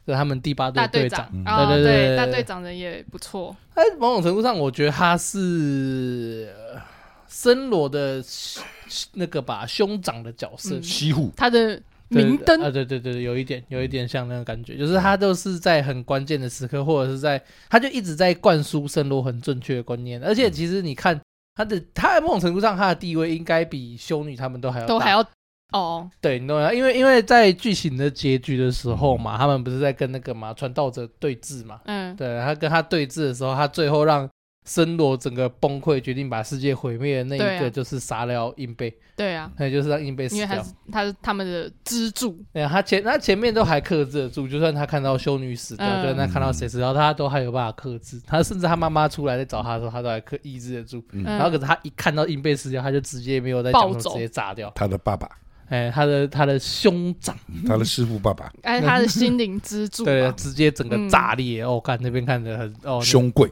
Speaker 3: 就是他们第八队
Speaker 1: 大
Speaker 3: 的队
Speaker 1: 队
Speaker 3: 长
Speaker 1: 长。
Speaker 2: 嗯
Speaker 1: 啊，
Speaker 3: 对对对对对
Speaker 1: 大队长人也不错，
Speaker 3: 他 某种程度上，我觉得他是呃森罗的那个吧兄长的角色，
Speaker 1: 嗯
Speaker 2: 西户，
Speaker 1: 他的
Speaker 3: 对
Speaker 1: 明灯
Speaker 3: 啊，对对对，有一点有一点像那个感觉，就是他都是在很关键的时刻，或者是在他就一直在灌输圣罗很正确的观念，而且其实你看他的，他在某种程度上他的地位应该比修女他们都还要
Speaker 1: 都
Speaker 3: 大
Speaker 1: 还要哦，
Speaker 3: 对，你懂吗？因为因为在剧情的结局的时候嘛，他们不是在跟那个嘛传道者对峙嘛，
Speaker 1: 嗯，
Speaker 3: 对他跟他对峙的时候，他最后让森罗整个崩溃，决定把世界毁灭的那一
Speaker 1: 对
Speaker 3: 个
Speaker 1: 啊
Speaker 3: 就是杀了硬贝，
Speaker 1: 对啊，
Speaker 3: 那就是让硬贝死
Speaker 1: 因为
Speaker 3: 掉
Speaker 1: 他。是他是他们的支柱，
Speaker 3: 对，他前他前面都还克制得住，就算他看到修女死掉，
Speaker 1: 嗯
Speaker 3: 就算他看到谁死掉，他都还有办法克制。他甚至他妈妈出来在找他的时候，他都还克抑制得住。
Speaker 1: 嗯
Speaker 3: 然后可是他一看到硬被死掉，他就直接没有再讲什么，
Speaker 1: 暴走
Speaker 3: 直接炸掉。
Speaker 2: 他的爸爸，
Speaker 3: 哎，他的他的兄长，
Speaker 2: 他的师傅爸爸，
Speaker 1: 哎， 他的心灵支柱
Speaker 3: 对，
Speaker 1: 吧，
Speaker 3: 直接整个炸裂。
Speaker 1: 嗯
Speaker 3: 哦，看那边看着很哦，
Speaker 2: 兄贵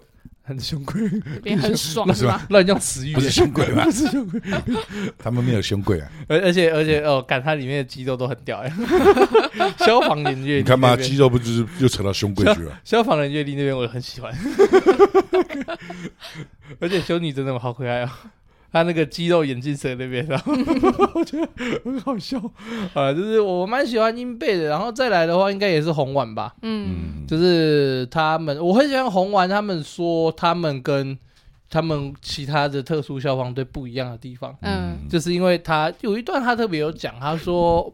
Speaker 3: 那 很凶贵，
Speaker 1: 这边很爽
Speaker 2: 不
Speaker 1: 是
Speaker 2: 是
Speaker 1: 吧？
Speaker 3: 乱用词语
Speaker 2: 不。是兄贵吧
Speaker 3: 不？是凶贵，
Speaker 2: 他们没有兄贵啊，
Speaker 3: 而而且而且哦，感它里面的肌肉都很屌哎， 消防人阅
Speaker 2: 你
Speaker 3: 历
Speaker 2: 看嘛，
Speaker 3: 那边
Speaker 2: 肌肉不就是又扯到兄贵去 了？
Speaker 3: 消防人阅历那边我 很喜欢，而且修女真的好可爱哦。她那个肌肉眼镜蛇那边，然 后我觉得很好笑啊，就是我蛮喜欢英贝的，然后再来的话应该也是红丸吧，
Speaker 1: 嗯，
Speaker 2: 嗯，
Speaker 3: 就是他们我很喜欢红丸，他们说他们跟他们其他的特殊消防队不一样的地方，
Speaker 1: 嗯
Speaker 3: 就是因为他有一段他特别有讲，他说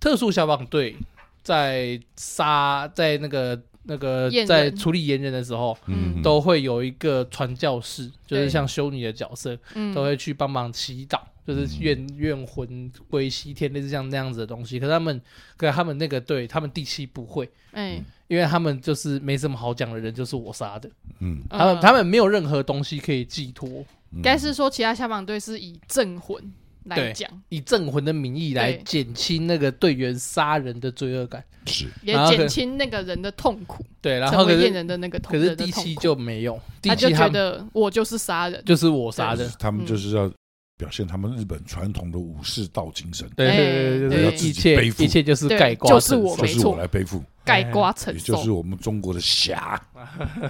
Speaker 3: 特殊消防队在杀在那个那个
Speaker 1: 验人
Speaker 3: 在处理盐人的时候，
Speaker 1: 嗯
Speaker 3: 都会有一个传教士，就是
Speaker 1: 对
Speaker 3: 像修女的角色，
Speaker 1: 嗯
Speaker 3: 都会去帮忙祈祷，就是愿愿魂归西天，类似像那样子的东西。可他们可他们那个队，他们第七不会。
Speaker 1: 哎，
Speaker 3: 因为他们就是没什么好讲的人，就是我杀的。
Speaker 2: 嗯，
Speaker 1: 呃
Speaker 3: 他们他们没有任何东西可以寄托，
Speaker 2: 嗯
Speaker 1: 该是说其他消防队是以镇魂来
Speaker 3: 对
Speaker 1: 讲，
Speaker 3: 以镇魂的名义来
Speaker 1: 对
Speaker 3: 减轻那个队员杀人的罪恶感。
Speaker 2: 是
Speaker 1: 也
Speaker 3: 然后可
Speaker 1: 减轻那个人的痛苦，
Speaker 3: 对，然后
Speaker 1: 成
Speaker 3: 可
Speaker 1: 为验
Speaker 3: 是
Speaker 1: 人的那个痛
Speaker 3: 可是
Speaker 1: 人的
Speaker 3: 第
Speaker 1: 痛
Speaker 3: 七
Speaker 1: 苦
Speaker 3: 就没有，第
Speaker 1: 他就
Speaker 3: 七
Speaker 1: 觉
Speaker 3: 他们
Speaker 1: 得我就是杀人，
Speaker 3: 就是我杀的
Speaker 2: 就。是他们
Speaker 1: 嗯
Speaker 2: 就是要表现他们日本传统的武士道精神，
Speaker 3: 对对对
Speaker 1: 对
Speaker 3: 对，
Speaker 1: 要自
Speaker 3: 就是
Speaker 2: 己
Speaker 3: 一切
Speaker 2: 背负
Speaker 3: 一切就是
Speaker 1: 对
Speaker 3: 盖瓜
Speaker 1: 就
Speaker 3: 承
Speaker 1: 是
Speaker 3: 受，
Speaker 1: 我
Speaker 2: 就
Speaker 1: 没
Speaker 2: 是
Speaker 1: 错
Speaker 2: 我来背负，
Speaker 3: 哎
Speaker 1: 盖瓜承
Speaker 2: 也
Speaker 1: 受
Speaker 2: 就，是我们中国的侠，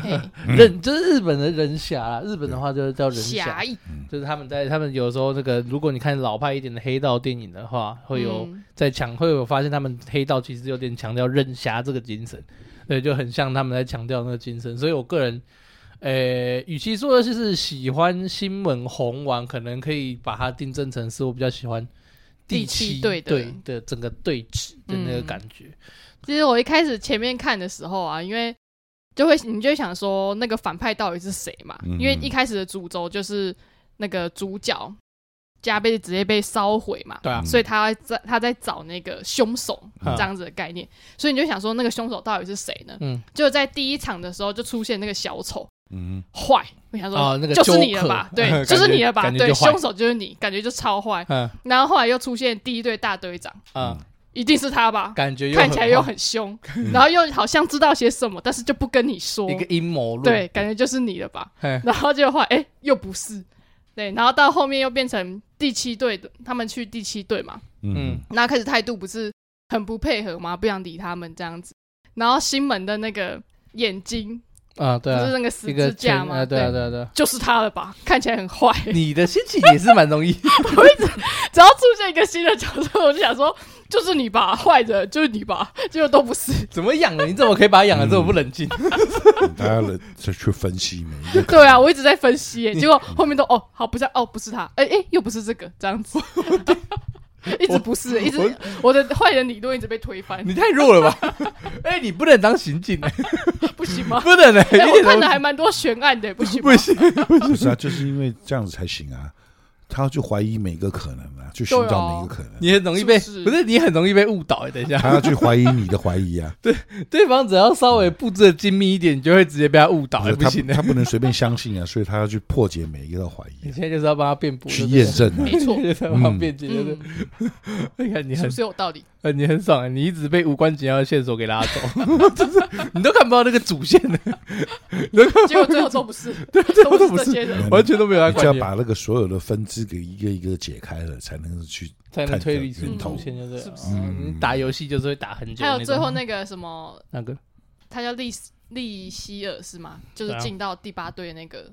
Speaker 1: 嘿
Speaker 3: 人就是日本的人侠啦，日本的话就是叫人侠
Speaker 1: 侠，义
Speaker 3: 就是他们在他们有时候那个，如果你看老派一点的黑道电影的话，会有
Speaker 1: 嗯
Speaker 3: 在强会有发现他们黑道其实有点强调任侠这个精神，对，就很像他们在强调那个精神，所以我个人。呃，与其说就是喜欢新闻红丸，可能可以把它定正成是我比较喜欢
Speaker 1: 地
Speaker 3: 气
Speaker 1: 气队的
Speaker 3: 对的整个对峙的那个
Speaker 1: 嗯
Speaker 3: 感觉。
Speaker 1: 其实我一开始前面看的时候啊，因为就会你就会想说那个反派到底是谁嘛？
Speaker 2: 嗯
Speaker 1: 因为一开始的主轴就是那个主角家被直接被烧毁嘛，
Speaker 3: 对啊，
Speaker 1: 所以他在他在找那个凶手
Speaker 3: 嗯
Speaker 1: 这样子的概念，所以你就想说那个凶手到底是谁呢？
Speaker 3: 嗯，
Speaker 1: 就在第一场的时候就出现那个小丑
Speaker 2: 嗯
Speaker 1: 坏，我想说、
Speaker 3: 哦，那个
Speaker 1: 就是你了吧？
Speaker 3: Joker，
Speaker 1: 对，
Speaker 3: 感觉
Speaker 1: 就是你了吧？
Speaker 3: 感觉
Speaker 1: 对，
Speaker 3: 就坏
Speaker 1: 凶手就是你，感觉就超坏。
Speaker 3: 嗯
Speaker 1: 然后后来又出现第一队大队长，
Speaker 3: 啊，
Speaker 1: 一定是他吧？
Speaker 3: 感觉又
Speaker 1: 看起来又
Speaker 3: 坏
Speaker 1: 很 凶，然后又好像知道些什么，但是就不跟你说
Speaker 3: 一。个阴谋论，
Speaker 1: 对，感觉就是你了吧？
Speaker 3: 嘿，
Speaker 1: 然后就话，哎、又不是。对，然后到后面又变成第七队的，他们去第七队嘛，
Speaker 2: 嗯
Speaker 1: 然后开始态度不是很不配合嘛，不想理他们这样子。然后新门的那个眼睛，
Speaker 3: 啊，对
Speaker 1: 不是
Speaker 3: 啊，
Speaker 1: 那个十字
Speaker 3: 一个
Speaker 1: 架
Speaker 3: 圈
Speaker 1: 嘛，
Speaker 3: 啊，对啊，对啊，对啊。
Speaker 1: 就是他了吧？看起来很坏。
Speaker 3: 你的心情也是蛮容易，
Speaker 1: 只要出现一个新的角色，我就想说，就是你吧，坏人就是你吧，结果都不是。
Speaker 3: 怎么养的？你怎么可以把它养的这么不冷静？
Speaker 2: 嗯，大家来再去分析每一个可能。
Speaker 1: 对啊，我一直在分析耶，结果后面都哦，好不是哦，不是他，哎、哎、又不是这个，这样子， 一直不是，一直
Speaker 3: 我
Speaker 1: 我的坏人理论一直被推 翻，
Speaker 3: 你太弱了吧？哎，你不能当刑警，欸
Speaker 1: 不行 吗？
Speaker 3: 不能哎，
Speaker 1: 哎、
Speaker 3: 一
Speaker 1: 我
Speaker 3: 点
Speaker 1: 看了
Speaker 3: 都
Speaker 1: 还蛮多悬案的，不行吗
Speaker 3: 不？行。
Speaker 2: 不是啊，就是因为这样子才行啊。他要去怀疑每一个可能啊，去寻找每一个可能，
Speaker 3: 你很容易被，
Speaker 1: 是不是
Speaker 3: 不是你很容易被误导哎。等一下，
Speaker 2: 他要去怀疑你的怀疑啊。
Speaker 3: 对方只要稍微布置的精密一点，你就会直接被他误导，
Speaker 2: 不是
Speaker 3: 哎不
Speaker 2: 他
Speaker 3: 行的。
Speaker 2: 他不能随便相信啊，所以他要去破解每一个的怀疑
Speaker 3: 你
Speaker 2: 啊，
Speaker 3: 现在就是要帮他辩驳，
Speaker 2: 去
Speaker 3: 对
Speaker 2: 验
Speaker 3: 不
Speaker 2: 证啊。
Speaker 1: 没错
Speaker 3: 对， 就是要帮他辩解，对不
Speaker 1: 嗯
Speaker 3: 对？，你哎看你
Speaker 1: 是
Speaker 3: 很
Speaker 1: 不是有道 理？
Speaker 3: 呃，你很爽、啊，你一直被无关紧要的线索给拉走， 就是你都看不到那个主线的，
Speaker 1: 结果最后都不 是，都
Speaker 3: 都
Speaker 1: 不
Speaker 3: 不
Speaker 1: 是这
Speaker 3: 是
Speaker 1: 些人，
Speaker 3: 完全都没有他
Speaker 2: 你就要
Speaker 3: 关联，
Speaker 2: 把那个所有的分支给一个一个解开了，才能去
Speaker 3: 才能推理出
Speaker 1: 源头
Speaker 3: 主线，就对了。
Speaker 1: 是不是
Speaker 3: 哦你打游戏就是会打很久
Speaker 1: 还
Speaker 3: 那种，
Speaker 1: 有最后那个什么，
Speaker 3: 那个
Speaker 1: 他叫利斯利希尔是吗？就是
Speaker 3: 对啊
Speaker 1: 进到第八队那个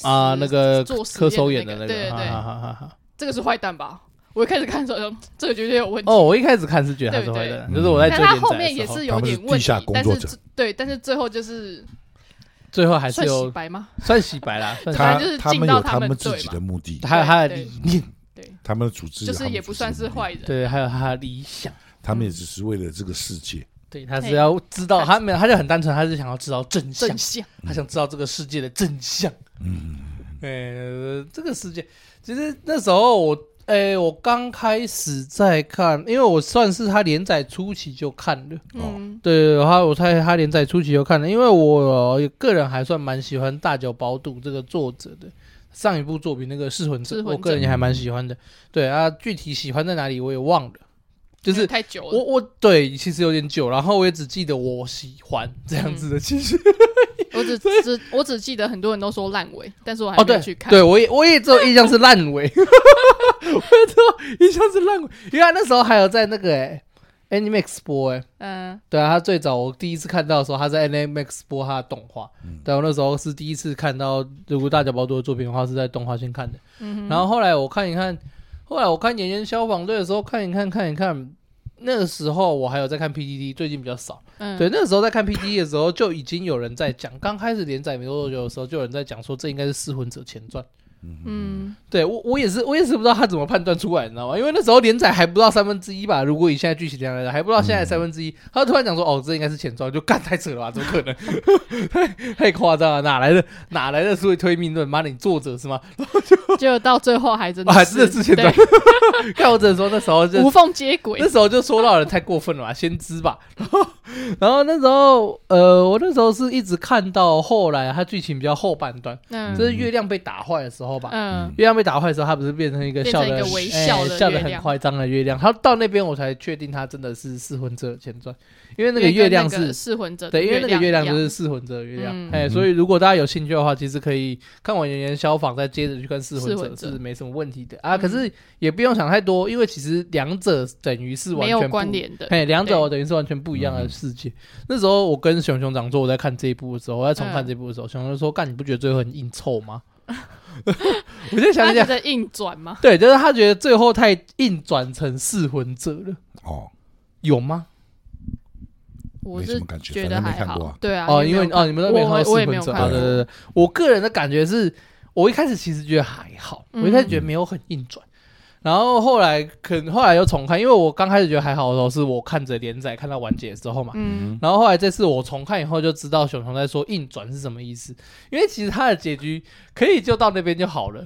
Speaker 3: 啊，那个
Speaker 1: 做实
Speaker 3: 科
Speaker 1: 验
Speaker 3: 手眼
Speaker 1: 的
Speaker 3: 的
Speaker 1: 那
Speaker 3: 那
Speaker 1: 个
Speaker 3: 个，啊
Speaker 1: 对对对
Speaker 3: 哈哈哈哈
Speaker 1: 这个是坏蛋吧？我一开始看的时候说，这个绝对有问题。
Speaker 3: 哦，我一开始看是觉得他是
Speaker 1: 对
Speaker 3: 坏
Speaker 1: 对
Speaker 3: 的，
Speaker 2: 嗯
Speaker 3: 就是我在
Speaker 1: 但
Speaker 3: 追
Speaker 1: 他
Speaker 3: 连
Speaker 1: 后
Speaker 3: 载
Speaker 1: 面
Speaker 3: 的
Speaker 1: 也
Speaker 3: 时候
Speaker 1: 是，有点
Speaker 2: 他们是
Speaker 1: 问
Speaker 2: 地下
Speaker 1: 题，
Speaker 2: 工
Speaker 1: 但
Speaker 2: 作
Speaker 1: 是
Speaker 2: 者
Speaker 1: 最对，但是最后就是
Speaker 3: 最后还是
Speaker 1: 算洗
Speaker 3: 有
Speaker 1: 白吗？
Speaker 3: 算洗白啦，算洗白
Speaker 1: 反
Speaker 2: 他
Speaker 1: 正就是
Speaker 2: 他
Speaker 1: 进
Speaker 2: 们
Speaker 1: 到
Speaker 2: 有
Speaker 1: 他
Speaker 2: 他
Speaker 1: 们
Speaker 2: 们
Speaker 1: 队
Speaker 2: 自己
Speaker 1: 嘛
Speaker 2: 的目的，
Speaker 3: 还有他的
Speaker 1: 对
Speaker 3: 理念，
Speaker 2: 他们的组织
Speaker 1: 就
Speaker 2: 有他
Speaker 1: 是
Speaker 2: 们
Speaker 1: 也
Speaker 2: 组
Speaker 1: 不
Speaker 2: 织
Speaker 1: 算
Speaker 2: 的
Speaker 1: 是嗯
Speaker 2: 目的
Speaker 1: 坏人，
Speaker 3: 对，还有他的理想。
Speaker 2: 他们也只是为了这个世界，
Speaker 3: 对，他
Speaker 1: 嘿
Speaker 3: 是要知道，他没有，他就很单纯，他是想要知道真相
Speaker 1: 正，向。
Speaker 3: 他想知道这个世界的真相。
Speaker 2: 嗯，
Speaker 3: 呃，这个世界其实那时候我，诶，我刚开始在看，因为我算是他连载初期就看了。
Speaker 2: 哦
Speaker 1: 嗯，
Speaker 3: 对，然后我猜他连载初期就看了，因为我个人还算蛮喜欢大久保笃这个作者的。上一部作品那个《噬魂者
Speaker 1: 噬》，魂
Speaker 3: 我
Speaker 1: 者
Speaker 3: 个人也还蛮喜欢的。对啊，具体喜欢在哪里我也忘了，就是
Speaker 1: 因为太久了。
Speaker 3: 我我对其实有点久，然后我也只记得我喜欢这样子
Speaker 1: 嗯
Speaker 3: 的，其实
Speaker 1: 我 只只我只记得很多人都说烂尾，但是我还
Speaker 3: 哦，
Speaker 1: 没
Speaker 3: 对
Speaker 1: 有去，看。
Speaker 3: 对我也我也只有印象是烂尾， 我也只有印象是烂尾，因为他那时候还有在那个哎、Animax 播哎、
Speaker 1: 嗯，
Speaker 3: 对啊，他最早我第一次看到的时候，他在 Animax 播他的动画，
Speaker 2: 嗯
Speaker 3: 对、我那时候是第一次看到，如果大脚包多的作品的话是在动画先看的，
Speaker 1: 嗯
Speaker 3: 然后后来我看一看，后来我看《演员消防队》的时候看一看看一看，那个时候我还有在看 PDD，最近比较少。
Speaker 1: 嗯，
Speaker 3: 对，那个时候在看 PDE 的时候，就已经有人在讲，刚开始连载没多久的时候，就有人在讲说这应该是《噬魂者前传》。
Speaker 1: 嗯，
Speaker 3: 对我，我也是，我也是不知道他怎么判断出来，你知道吗？因为那时候连载还不到三分之一吧，如果以现在剧情量来讲，还不到
Speaker 1: 嗯
Speaker 3: 现在三分之一，他突然讲说，哦，这应该是前传，就干太扯了吧，怎么可能？ 太太夸张了，哪来的哪来的所以推命论？妈的，你作者是吗？
Speaker 1: 结果到最后还真的
Speaker 3: 啊，真的是前传
Speaker 1: 对，
Speaker 3: 看我只能说那时候就
Speaker 1: 无缝接轨
Speaker 3: 那。时候就说到了太过分了吧，先知吧。 然后，然后那时候，呃，我那时候是一直看到后来它剧情比较后半段，
Speaker 1: 嗯
Speaker 3: 就是月亮被打坏的时候吧。
Speaker 1: 嗯，
Speaker 3: 月亮被打坏的时候，它不是变成一个笑的
Speaker 1: 变成一个微笑的
Speaker 3: 哎笑的
Speaker 1: 月
Speaker 3: 很
Speaker 1: 亮
Speaker 3: 夸张的月亮。它到那边我才确定它真的是噬魂者的前传，因为那个
Speaker 1: 因为
Speaker 3: 月
Speaker 1: 跟
Speaker 3: 亮
Speaker 1: 那个
Speaker 3: 是。
Speaker 1: 噬魂者的
Speaker 3: 对，因为那个月亮
Speaker 1: 一
Speaker 3: 就
Speaker 1: 样
Speaker 3: 是噬魂者的月亮，
Speaker 1: 嗯
Speaker 3: 哎、所以如果大家有兴趣的话，其实可以看完《炎炎消防》，再接着去看《噬
Speaker 1: 噬
Speaker 3: 魂者
Speaker 1: 魂》，者
Speaker 3: 是没什么问题的啊。
Speaker 1: 嗯
Speaker 3: 可是也不用想太多，因为其实两者等于是完
Speaker 1: 没
Speaker 3: 全
Speaker 1: 有
Speaker 3: 不
Speaker 1: 关联的。
Speaker 3: 嘿，两
Speaker 1: 对
Speaker 3: 者我等于是完全不一样的世界。那时候我跟熊熊长说我在看这一部的时候，我在
Speaker 1: 嗯
Speaker 3: 重看这一部的时候，熊熊就说：“干，你不觉得最后很硬 凑吗？”我就想
Speaker 1: 他
Speaker 3: 一
Speaker 1: 是
Speaker 3: 想，
Speaker 1: 在硬转吗？
Speaker 3: 对，就是他觉得最后太硬转成噬魂者了，
Speaker 2: 哦，
Speaker 3: 有吗？
Speaker 1: 我
Speaker 2: 没什
Speaker 1: 是
Speaker 2: 么感觉
Speaker 1: 觉
Speaker 2: 反
Speaker 1: 得
Speaker 2: 正没
Speaker 1: 还
Speaker 2: 看
Speaker 1: 好，
Speaker 2: 过啊
Speaker 1: 对啊，
Speaker 3: 哦，
Speaker 1: 也
Speaker 3: 因
Speaker 1: 没
Speaker 3: 为
Speaker 1: 有
Speaker 3: 哦，你们都没看
Speaker 1: 我
Speaker 3: 到
Speaker 1: 我
Speaker 3: 四
Speaker 1: 也没
Speaker 3: 魂
Speaker 1: 有
Speaker 3: 者
Speaker 1: 看
Speaker 3: 嘛，
Speaker 1: 过
Speaker 3: 对对对。我个人的感觉是，我一开始其实觉得还好，
Speaker 1: 嗯
Speaker 3: 我一开始觉得没有很硬转，然后后来可能后来又重看，因为我刚开始觉得还好的时候，是我看着连载看到完结之后嘛。
Speaker 1: 嗯，
Speaker 3: 然后后来这次我重看以后就知道熊熊在说硬转是什么意思，因为其实他的结局可以就到那边就好了，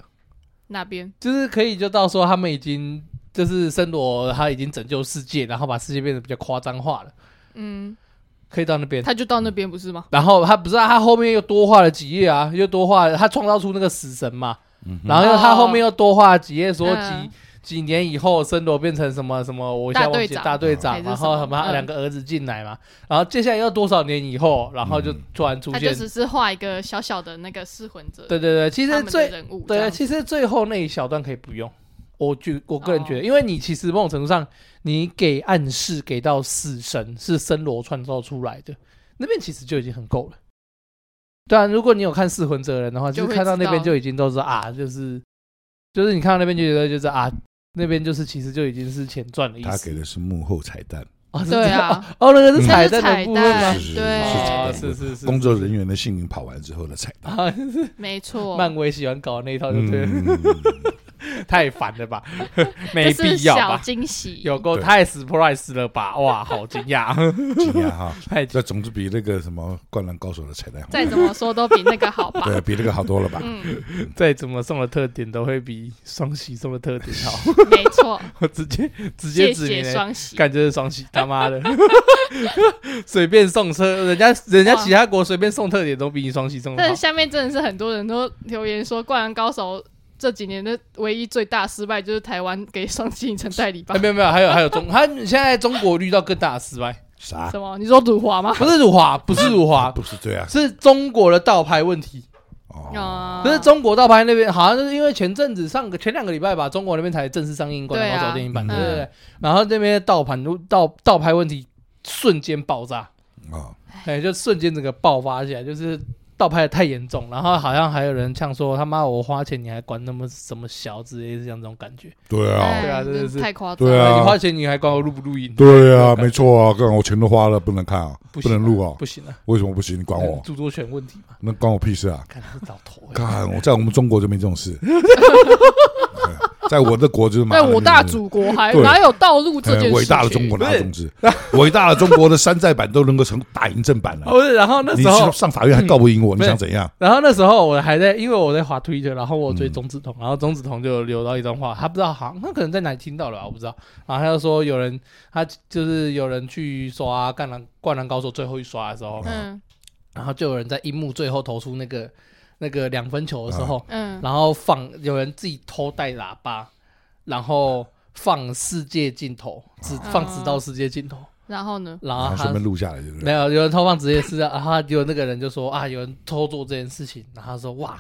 Speaker 1: 那边
Speaker 3: 就是可以就到说他们已经就是森罗他已经拯救世界，然后把世界变得比较夸张化了，
Speaker 1: 嗯，
Speaker 3: 可以到那边。
Speaker 1: 他就到那边不是吗？
Speaker 3: 然后他不是、啊、他后面又多画了几页啊，又多画了，他创造出那个死神嘛，
Speaker 2: 嗯哼
Speaker 3: 然后又
Speaker 1: 哦
Speaker 3: 他后面又多画了几页，说几、
Speaker 1: 嗯
Speaker 3: 几年以后，森罗变成什么什么，我现在忘
Speaker 1: 大队
Speaker 3: 记
Speaker 1: 长
Speaker 3: 大队
Speaker 1: 还
Speaker 3: 长，
Speaker 1: 是
Speaker 3: 然后
Speaker 1: 什
Speaker 3: 什
Speaker 1: 么
Speaker 3: 么
Speaker 1: 嗯
Speaker 3: 两个儿子进来嘛，然后接下来要多少年以后，然后就突然出
Speaker 1: 他
Speaker 3: 现，
Speaker 1: 就只是画一个小小的那个噬魂者，
Speaker 3: 对对对，其
Speaker 1: 他
Speaker 3: 实
Speaker 1: 们的
Speaker 3: 最
Speaker 1: 人物这
Speaker 3: 对，
Speaker 1: 样，
Speaker 3: 其实最后那一小段可以不用。我觉我个人觉得，
Speaker 1: 哦
Speaker 3: 因为你其实某种程度上，你给暗示给到死神是森罗创造出来的，那边其实就已经很够了。对啊，如果你有看《噬魂者》的人的话，
Speaker 1: 就
Speaker 3: 就
Speaker 1: 会
Speaker 3: 是看到那边
Speaker 1: 知道
Speaker 3: 就已经都是啊，就是就是你看到那边就觉得就是啊，那边就是其实就已经是钱赚的意
Speaker 2: 他
Speaker 3: 思
Speaker 2: 给的是幕后彩蛋，
Speaker 3: 啊。是
Speaker 1: 对啊
Speaker 3: 这样哦，那个是
Speaker 1: 那
Speaker 3: 彩
Speaker 1: 是
Speaker 3: 蛋的
Speaker 1: 彩
Speaker 3: 部分吗
Speaker 1: 蛋？
Speaker 2: 是，是彩
Speaker 3: 哦
Speaker 2: 蛋
Speaker 1: 对，
Speaker 3: 是是是，
Speaker 2: 工作人员的姓名跑完之后的彩蛋。
Speaker 3: 啊，是
Speaker 1: 没错，
Speaker 3: 漫威喜欢搞的那一套就啊对了，
Speaker 2: 嗯，
Speaker 3: 太烦 了吧，
Speaker 1: 这
Speaker 3: 没
Speaker 1: 是
Speaker 3: 必要
Speaker 1: 小
Speaker 3: 吧。
Speaker 1: 惊喜，
Speaker 3: 有够
Speaker 2: 对
Speaker 3: 太 surprise 了吧！哇，好惊讶，
Speaker 2: 惊讶 哈，
Speaker 3: 太
Speaker 2: 这总之比那个什么《灌篮高手》的彩蛋好，
Speaker 1: 再怎么说都比那个好 吧？
Speaker 2: 对比那个好多了吧？
Speaker 1: 嗯，
Speaker 3: 再怎么送的特点都会比双喜送的特点 好。
Speaker 1: 没错，
Speaker 3: 我直接直接
Speaker 1: 谢
Speaker 3: 指
Speaker 1: 谢
Speaker 3: 明了，
Speaker 1: 双喜，
Speaker 3: 感觉是双喜，他妈的， 随便送车，人家人家其他国随便送特点都比你双喜送的
Speaker 1: 但
Speaker 3: 好
Speaker 1: 是。下面真的是很多人都留言说，《灌篮高手》这几年的唯一最大失败就是台湾给双麒影城代理吧
Speaker 3: 哎，？没有没有，还有还有 中，他现在中国遇到更大的失败，
Speaker 2: 啥？
Speaker 1: 什么？你说辱华吗？
Speaker 3: 不是辱华，不是 辱华，
Speaker 2: 不是对啊，
Speaker 3: 是中国的倒拍问题。
Speaker 2: 哦，
Speaker 1: 啊，
Speaker 3: 可是中国盗拍那边好像就是因为前阵子上个前两个礼拜吧，中国那边才正式上映《灌篮高手》电
Speaker 2: 嗯
Speaker 3: 影版，
Speaker 1: 对
Speaker 3: 对
Speaker 1: 啊
Speaker 3: 对对。然后这边盗盘盗盗拍问题瞬间爆炸，
Speaker 2: 哦，
Speaker 3: 哎，就瞬间整个爆发起来，就是盗拍的太严重。然后好像还有人呛说：“他妈，我花钱你还管那么什么小之类的，像这种感觉。
Speaker 2: 对啊，
Speaker 1: 哎
Speaker 3: 对啊真的
Speaker 1: 真
Speaker 3: 是
Speaker 1: 太夸张
Speaker 2: 对
Speaker 1: 了。
Speaker 2: 啊
Speaker 3: 你花钱你还管我录不录音？
Speaker 2: 对啊，
Speaker 3: 这种感觉
Speaker 2: 没错啊，刚刚我钱都花了，不能看啊，不
Speaker 3: 不行啊
Speaker 2: 能录啊，哦
Speaker 3: 不行嗯啊，
Speaker 2: 为什么不行？你管我？
Speaker 3: 著作权问题嘛，
Speaker 2: 那关我屁事啊！
Speaker 3: 看这老 头哎。
Speaker 2: 看我在我们中国就没这 种事，对在我的国就是麻
Speaker 1: 在
Speaker 2: 烦
Speaker 1: 我
Speaker 2: 你
Speaker 1: 大
Speaker 2: 们
Speaker 1: 祖国还
Speaker 2: 对
Speaker 1: 哪有道路这件事
Speaker 2: 呃
Speaker 1: 情？哦
Speaker 2: 伟大的中国哪
Speaker 3: 不
Speaker 2: 有
Speaker 3: 是
Speaker 2: 政治？伟大的中国的山寨版都能够成打赢正版了，
Speaker 3: 不哦是，然后那
Speaker 2: 你
Speaker 3: 时候
Speaker 2: 上上法院还告不赢我，
Speaker 3: 嗯
Speaker 2: 你想怎样？
Speaker 3: 然后那时候我还在，因为我在滑推特，然后我追钟梓桐，然后钟梓桐就留到一段话，他不知道好像他可能在哪里听到了吧，我不知道。然后他就说有人，他就是有人去刷《灌篮灌篮高手》最后一刷的时候，
Speaker 1: 嗯
Speaker 3: 然后就有人在樱木最后投出那个那个两分球的时候，
Speaker 1: 嗯，
Speaker 3: 然后放有人自己偷带喇叭，然后放世界镜头，只
Speaker 1: 啊
Speaker 3: 放直到世界镜头，
Speaker 1: 然后呢？
Speaker 3: 然
Speaker 2: 然
Speaker 3: 后
Speaker 2: 后
Speaker 3: 他
Speaker 2: 顺便录下来，对不
Speaker 3: 没
Speaker 2: 对？
Speaker 3: 有，有人偷放职业私钥，然后有那个人就说啊，有人偷做这件事情，然后他说哇，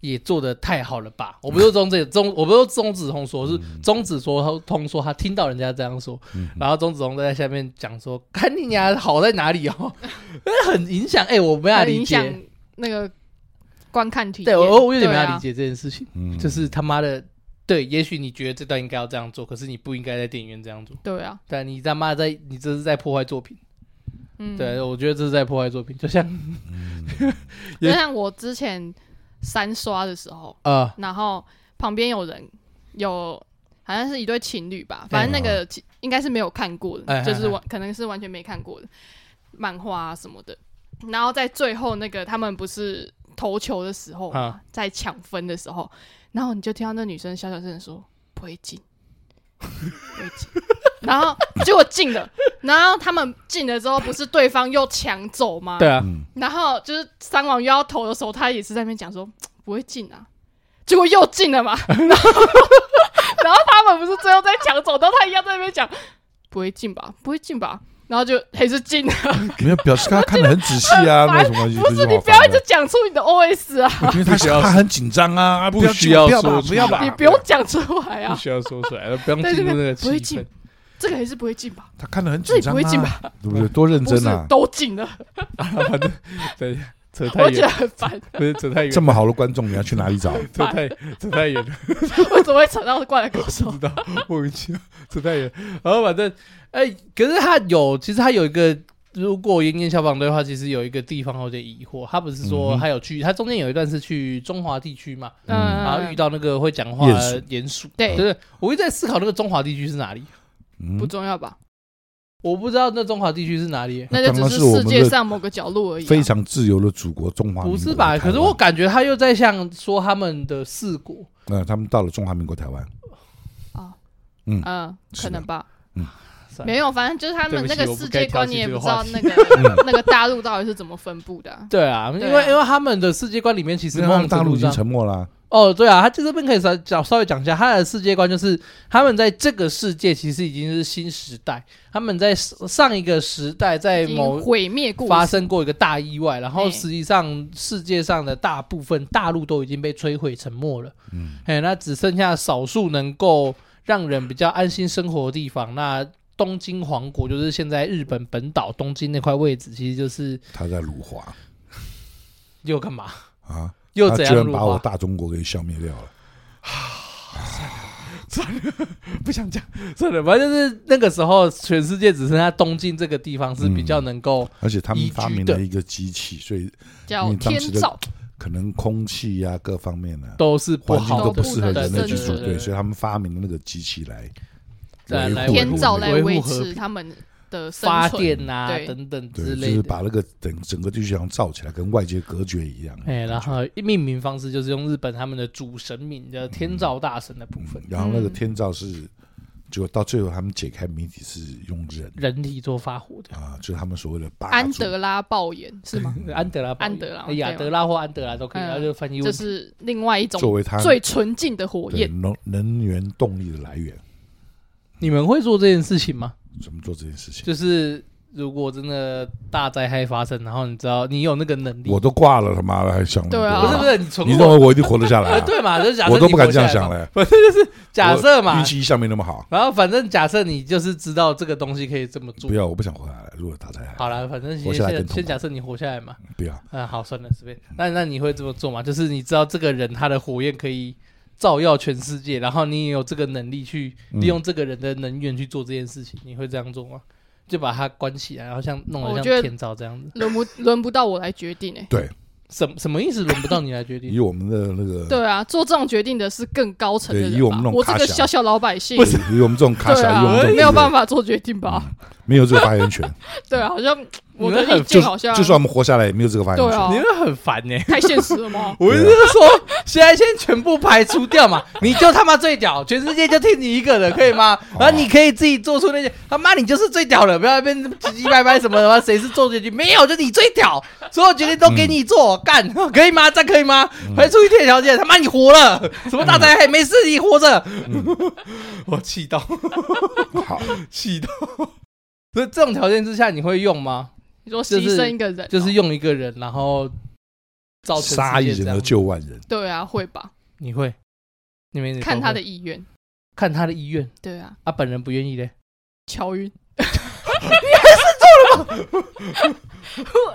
Speaker 3: 也做的太好了吧？我不是钟子钟，我不是钟子通说，是钟子说通说他听到人家这样说，
Speaker 2: 嗯
Speaker 3: 然后钟子通在下面讲说，看你俩好在哪里哦， 那很影响，哎、我没法
Speaker 1: 很
Speaker 3: 理
Speaker 1: 影响
Speaker 3: 解，
Speaker 1: 那个观看体验。
Speaker 3: 对我我有点没
Speaker 1: 对
Speaker 3: 法
Speaker 1: 啊
Speaker 3: 理解这件事情，
Speaker 2: 嗯
Speaker 3: 就是他妈的。对，也许你觉得这段应该要这样做，可是你不应该在电影院这样做。
Speaker 1: 对啊，
Speaker 3: 但你他妈在，你这是在破坏作品。
Speaker 1: 嗯，
Speaker 3: 对，我觉得这是在破坏作品，就像
Speaker 1: 就像我之前三刷的时候，
Speaker 3: 呃，
Speaker 1: 然后旁边有人有好像是一对情侣吧，反正那个其应该是没有看过的，
Speaker 3: 哎
Speaker 1: 就是完可能是完全没看过的漫画啊什么的。然后在最后那个他们不是投球的时候嘛，
Speaker 3: 啊
Speaker 1: 在抢分的时候，然后你就听到那女生小小声地说不会 进，不会进。然后结果进了，然后他们进了之后，不是对方又抢走吗？
Speaker 3: 对啊，
Speaker 1: 然后就是三网又要投的时候，他也是在那边讲说嘖不会进啊，结果又进了嘛。 然后然后他们不是最后在抢走，然后他一样在那边讲不会进吧，不会进吧，然后就还是进了。
Speaker 2: 没有表示他看的很仔细啊， 那有什么关系？
Speaker 1: 不
Speaker 2: 这
Speaker 1: 是
Speaker 2: 句
Speaker 1: 你
Speaker 2: 话
Speaker 1: 不要一
Speaker 2: 反
Speaker 1: 直
Speaker 2: 正
Speaker 1: 讲出你的 OS 啊，
Speaker 2: 因为他
Speaker 3: 不需要
Speaker 2: 他很紧张啊，
Speaker 3: 不
Speaker 2: 要
Speaker 3: 需要
Speaker 2: 不要吧，
Speaker 3: 说
Speaker 2: 不要
Speaker 1: 你
Speaker 2: 吧，
Speaker 1: 不用讲出来
Speaker 3: 不
Speaker 1: 啊，
Speaker 3: 需要说出来， 不用
Speaker 1: 但是
Speaker 3: 进入那个
Speaker 1: 不会
Speaker 3: 气
Speaker 1: 进
Speaker 3: 氛。
Speaker 1: 这个还是不会进吧？
Speaker 2: 他看的很
Speaker 1: 这
Speaker 2: 紧
Speaker 1: 里不
Speaker 2: 张
Speaker 1: 会进
Speaker 2: 啊，
Speaker 1: 吧？
Speaker 2: 对不对？多认
Speaker 1: 不
Speaker 2: 真
Speaker 1: 是
Speaker 2: 啊，！
Speaker 1: 都进了，
Speaker 3: 对，扯太
Speaker 1: 我觉得
Speaker 3: 远，
Speaker 1: 很烦，
Speaker 3: 不是扯太远，
Speaker 2: 这么好的观众，你要去哪里找？
Speaker 3: 扯太扯 太远了，
Speaker 1: 为什么会扯到灌篮高
Speaker 3: 不
Speaker 1: 手？
Speaker 3: 知道莫名其妙扯太远。然后反正，哎，可是他有，其实他有一个如果炎炎消防队的话，其实有一个地方有点疑惑，他不是
Speaker 2: 嗯
Speaker 3: 说
Speaker 2: 哼
Speaker 3: 他有去，他中间有一段是去中华地区嘛，
Speaker 1: 嗯，
Speaker 3: 然后遇到那个会讲话
Speaker 2: 鼹鼠
Speaker 3: 的鼹鼠，
Speaker 1: 对
Speaker 3: 对，我一直在思考那个中华地区是哪里，
Speaker 2: 嗯
Speaker 1: 不，重要吧？
Speaker 3: 我不知道那中华地区是哪里，
Speaker 1: 那就
Speaker 2: 刚刚
Speaker 1: 只
Speaker 2: 嗯是我
Speaker 1: 世
Speaker 2: 们
Speaker 1: 界
Speaker 2: 的
Speaker 1: 上某个角落而已啊、
Speaker 2: 非常自由的祖国中华民
Speaker 3: 不
Speaker 2: 国
Speaker 3: 是吧？
Speaker 2: 台湾
Speaker 3: 可是我，感觉他又在像说他们的四国，
Speaker 2: 那他们到了中华民国台 湾，
Speaker 1: 啊，
Speaker 2: 嗯
Speaker 1: 嗯，
Speaker 2: 是
Speaker 1: 可
Speaker 2: 的
Speaker 1: 能吧
Speaker 2: 嗯。
Speaker 1: 没有，反正就是他们
Speaker 3: 对不
Speaker 1: 那
Speaker 3: 起
Speaker 1: 个
Speaker 3: 我不
Speaker 1: 世
Speaker 3: 该
Speaker 1: 界
Speaker 3: 挑
Speaker 1: 观，
Speaker 3: 起
Speaker 1: 你也
Speaker 3: 这
Speaker 1: 不
Speaker 3: 个
Speaker 1: 知
Speaker 3: 话
Speaker 1: 道
Speaker 3: 题
Speaker 1: 那个
Speaker 2: 嗯
Speaker 1: 那个大陆到底是怎么分布的啊、
Speaker 3: 对啊，因
Speaker 1: 对啊
Speaker 3: 为因为他们的世界观里面其实
Speaker 2: 因为
Speaker 3: 某
Speaker 2: 他
Speaker 3: 种
Speaker 2: 们大
Speaker 3: 程
Speaker 2: 陆
Speaker 3: 度
Speaker 2: 已经
Speaker 3: 上
Speaker 2: 沉没啦，
Speaker 3: 哦，对啊，他这边可以稍稍稍微讲一下他的世界观，就是他们在这个世界其实已经是新时代，他们在上一个时代在
Speaker 1: 已经
Speaker 3: 某
Speaker 1: 毁灭过
Speaker 3: 发生过一个大意外，然后
Speaker 1: 哎
Speaker 3: 实际上世界上的大部分大陆都已经被摧毁沉没了，
Speaker 2: 嗯，
Speaker 3: 哎，那只剩下少数能够让人比较安心生活的地方，那。东京皇国就是现在日本本岛东京那块位置，其实就是
Speaker 2: 他在辱华
Speaker 3: 又干嘛
Speaker 2: 啊，
Speaker 3: 又
Speaker 2: 他
Speaker 3: 怎
Speaker 2: 居
Speaker 3: 样
Speaker 2: 然
Speaker 3: 辱
Speaker 2: 把我
Speaker 3: 华？
Speaker 2: 大中国给消灭掉了，
Speaker 3: 不想讲，算了，反正就是那个时候，全世界只剩下东京这个地方是比较能够，
Speaker 2: 而且他们发明
Speaker 3: 宜居
Speaker 2: 了
Speaker 3: 的
Speaker 2: 一个机器，所以
Speaker 1: 叫
Speaker 2: 你当
Speaker 1: 天
Speaker 2: 时的
Speaker 1: 照，
Speaker 2: 可能空气呀、各方面呢、
Speaker 3: 都是不
Speaker 2: 环境
Speaker 3: 好
Speaker 2: 都
Speaker 3: 的，
Speaker 2: 不适合人类居住，
Speaker 1: 都不能
Speaker 2: 对，所以他们发明了那个机器来
Speaker 3: 再
Speaker 2: 维
Speaker 3: 来
Speaker 2: 护
Speaker 3: 维
Speaker 1: 天
Speaker 3: 护
Speaker 1: 照来
Speaker 3: 维护
Speaker 1: 维
Speaker 3: 和
Speaker 1: 持
Speaker 3: 平
Speaker 1: 他们的生
Speaker 3: 发
Speaker 1: 存。
Speaker 3: 电啊
Speaker 1: 对
Speaker 3: 等等之
Speaker 2: 对，就
Speaker 3: 类
Speaker 2: 是
Speaker 3: 的。
Speaker 2: 把那个整整个地球上造起来，跟外界隔绝一样。
Speaker 3: 哎，然后命名方式就是用日本他们的主神明叫天照大神的部分
Speaker 2: 嗯，然后那个
Speaker 1: 嗯
Speaker 2: 天照是，结果到最后他们解开谜底是用人
Speaker 3: 人体做发火的。
Speaker 2: 啊，就是他们所谓的八
Speaker 1: 安
Speaker 2: 祖
Speaker 1: 德拉爆眼是吗？
Speaker 3: 安德拉吧、
Speaker 1: 安德拉
Speaker 3: 哎亚
Speaker 1: 对
Speaker 3: 德拉或安德拉都可以，
Speaker 1: 嗯
Speaker 3: 然后就翻译
Speaker 1: 这
Speaker 3: 问题。
Speaker 1: 是另外一种
Speaker 2: 作为他
Speaker 1: 最纯净的火
Speaker 2: 对
Speaker 1: 焰。
Speaker 2: 能能源动力的来源，
Speaker 3: 你们会做这件事情吗？
Speaker 2: 怎么做这件事情？
Speaker 3: 就是如果真的大灾害发生，然后你知道你有那个能力，
Speaker 2: 我都挂了，他妈的还想
Speaker 1: 对啊
Speaker 3: 不是不
Speaker 2: 我
Speaker 3: 是你存
Speaker 2: 你
Speaker 3: 过
Speaker 2: 认为我一定活得下来
Speaker 3: 啊，
Speaker 2: 啊？
Speaker 3: 对嘛？就是假设
Speaker 2: 我都不敢
Speaker 3: 你活
Speaker 2: 这
Speaker 3: 下
Speaker 2: 样
Speaker 3: 来
Speaker 2: 想
Speaker 3: 嘛。
Speaker 2: 嘞，
Speaker 3: 假设
Speaker 2: 我
Speaker 3: 嘛
Speaker 2: 运，气一向没那么好。
Speaker 3: 然后反正假设你就是知道这个东西可以这么做
Speaker 2: 不。要，我不想活下来。如果打灾害，
Speaker 3: 好了，反正
Speaker 2: 活
Speaker 3: 先
Speaker 2: 下来更
Speaker 3: 先
Speaker 2: 痛苦
Speaker 3: 先假设你活下来嘛。
Speaker 2: 不要。
Speaker 3: 嗯，好，算了，随便。那那你会这么做吗？就是你知道这个人他的火焰可以照耀全世界，然后你也有这个能力去
Speaker 2: 嗯
Speaker 3: 利用这个人的能源去做这件事情，你会这样做吗？就把它关起来，然后像弄
Speaker 1: 我
Speaker 3: 得
Speaker 1: 觉得
Speaker 3: 像天照这样子，
Speaker 1: 轮不轮不到我来决定哎、
Speaker 2: 对，
Speaker 3: 什什么意思？轮不到你 来决定
Speaker 2: 以。我们的那个，
Speaker 1: 对啊，做这种决定的是更高层的
Speaker 2: 对
Speaker 1: 人
Speaker 2: 以我
Speaker 1: 吧
Speaker 2: 们那种
Speaker 1: 我这
Speaker 2: 卡
Speaker 1: 个
Speaker 2: 小
Speaker 1: 小小老百姓，
Speaker 2: 对，以我们这种卡
Speaker 1: 对
Speaker 2: 小，以我们
Speaker 1: 啊
Speaker 2: 这，种
Speaker 1: 没有办
Speaker 2: 法，
Speaker 1: 法做决定吧？
Speaker 2: 没有这个发言 权。
Speaker 1: 对啊，好像我
Speaker 3: 你们
Speaker 1: 的
Speaker 3: 很
Speaker 1: 意
Speaker 2: 就
Speaker 1: 见好像
Speaker 2: 就算我们活下来，也没有这个发言
Speaker 1: 啊对
Speaker 2: 权。
Speaker 1: 啊
Speaker 3: 你，会很烦
Speaker 2: 欸
Speaker 3: 呢、？
Speaker 1: 太现实了吗
Speaker 3: 我是说，现在先全部排除掉嘛，你就他妈最屌，全世界就听你一个人，可以吗？
Speaker 2: 哦
Speaker 3: 然后你可以自己做出那些，他妈你就是最屌了，不要在那边唧唧歪歪什么的，谁是做决定？没有，就你最屌，所有决定都给你做，干可以吗？这样可以吗？
Speaker 2: 嗯
Speaker 3: 排除一切条件，他妈你活了，什么大灾害没事，你活着，我气到
Speaker 2: 嗯 好，
Speaker 3: 气到。所以这种条件之下，你会用吗？
Speaker 1: 你说
Speaker 3: 就
Speaker 1: 牺
Speaker 3: 是
Speaker 1: 牲一个人哦，
Speaker 3: 就是用一个人，然后造成
Speaker 2: 杀一
Speaker 3: 这
Speaker 2: 人
Speaker 3: 样
Speaker 2: 而，救万人，
Speaker 1: 对啊，会吧？
Speaker 3: 你会？你们也都
Speaker 1: 看
Speaker 3: 会
Speaker 1: 他的意愿，
Speaker 3: 看他的意愿，
Speaker 1: 对啊，
Speaker 3: 他、本人不愿意嘞。
Speaker 1: 乔晕，你还是做了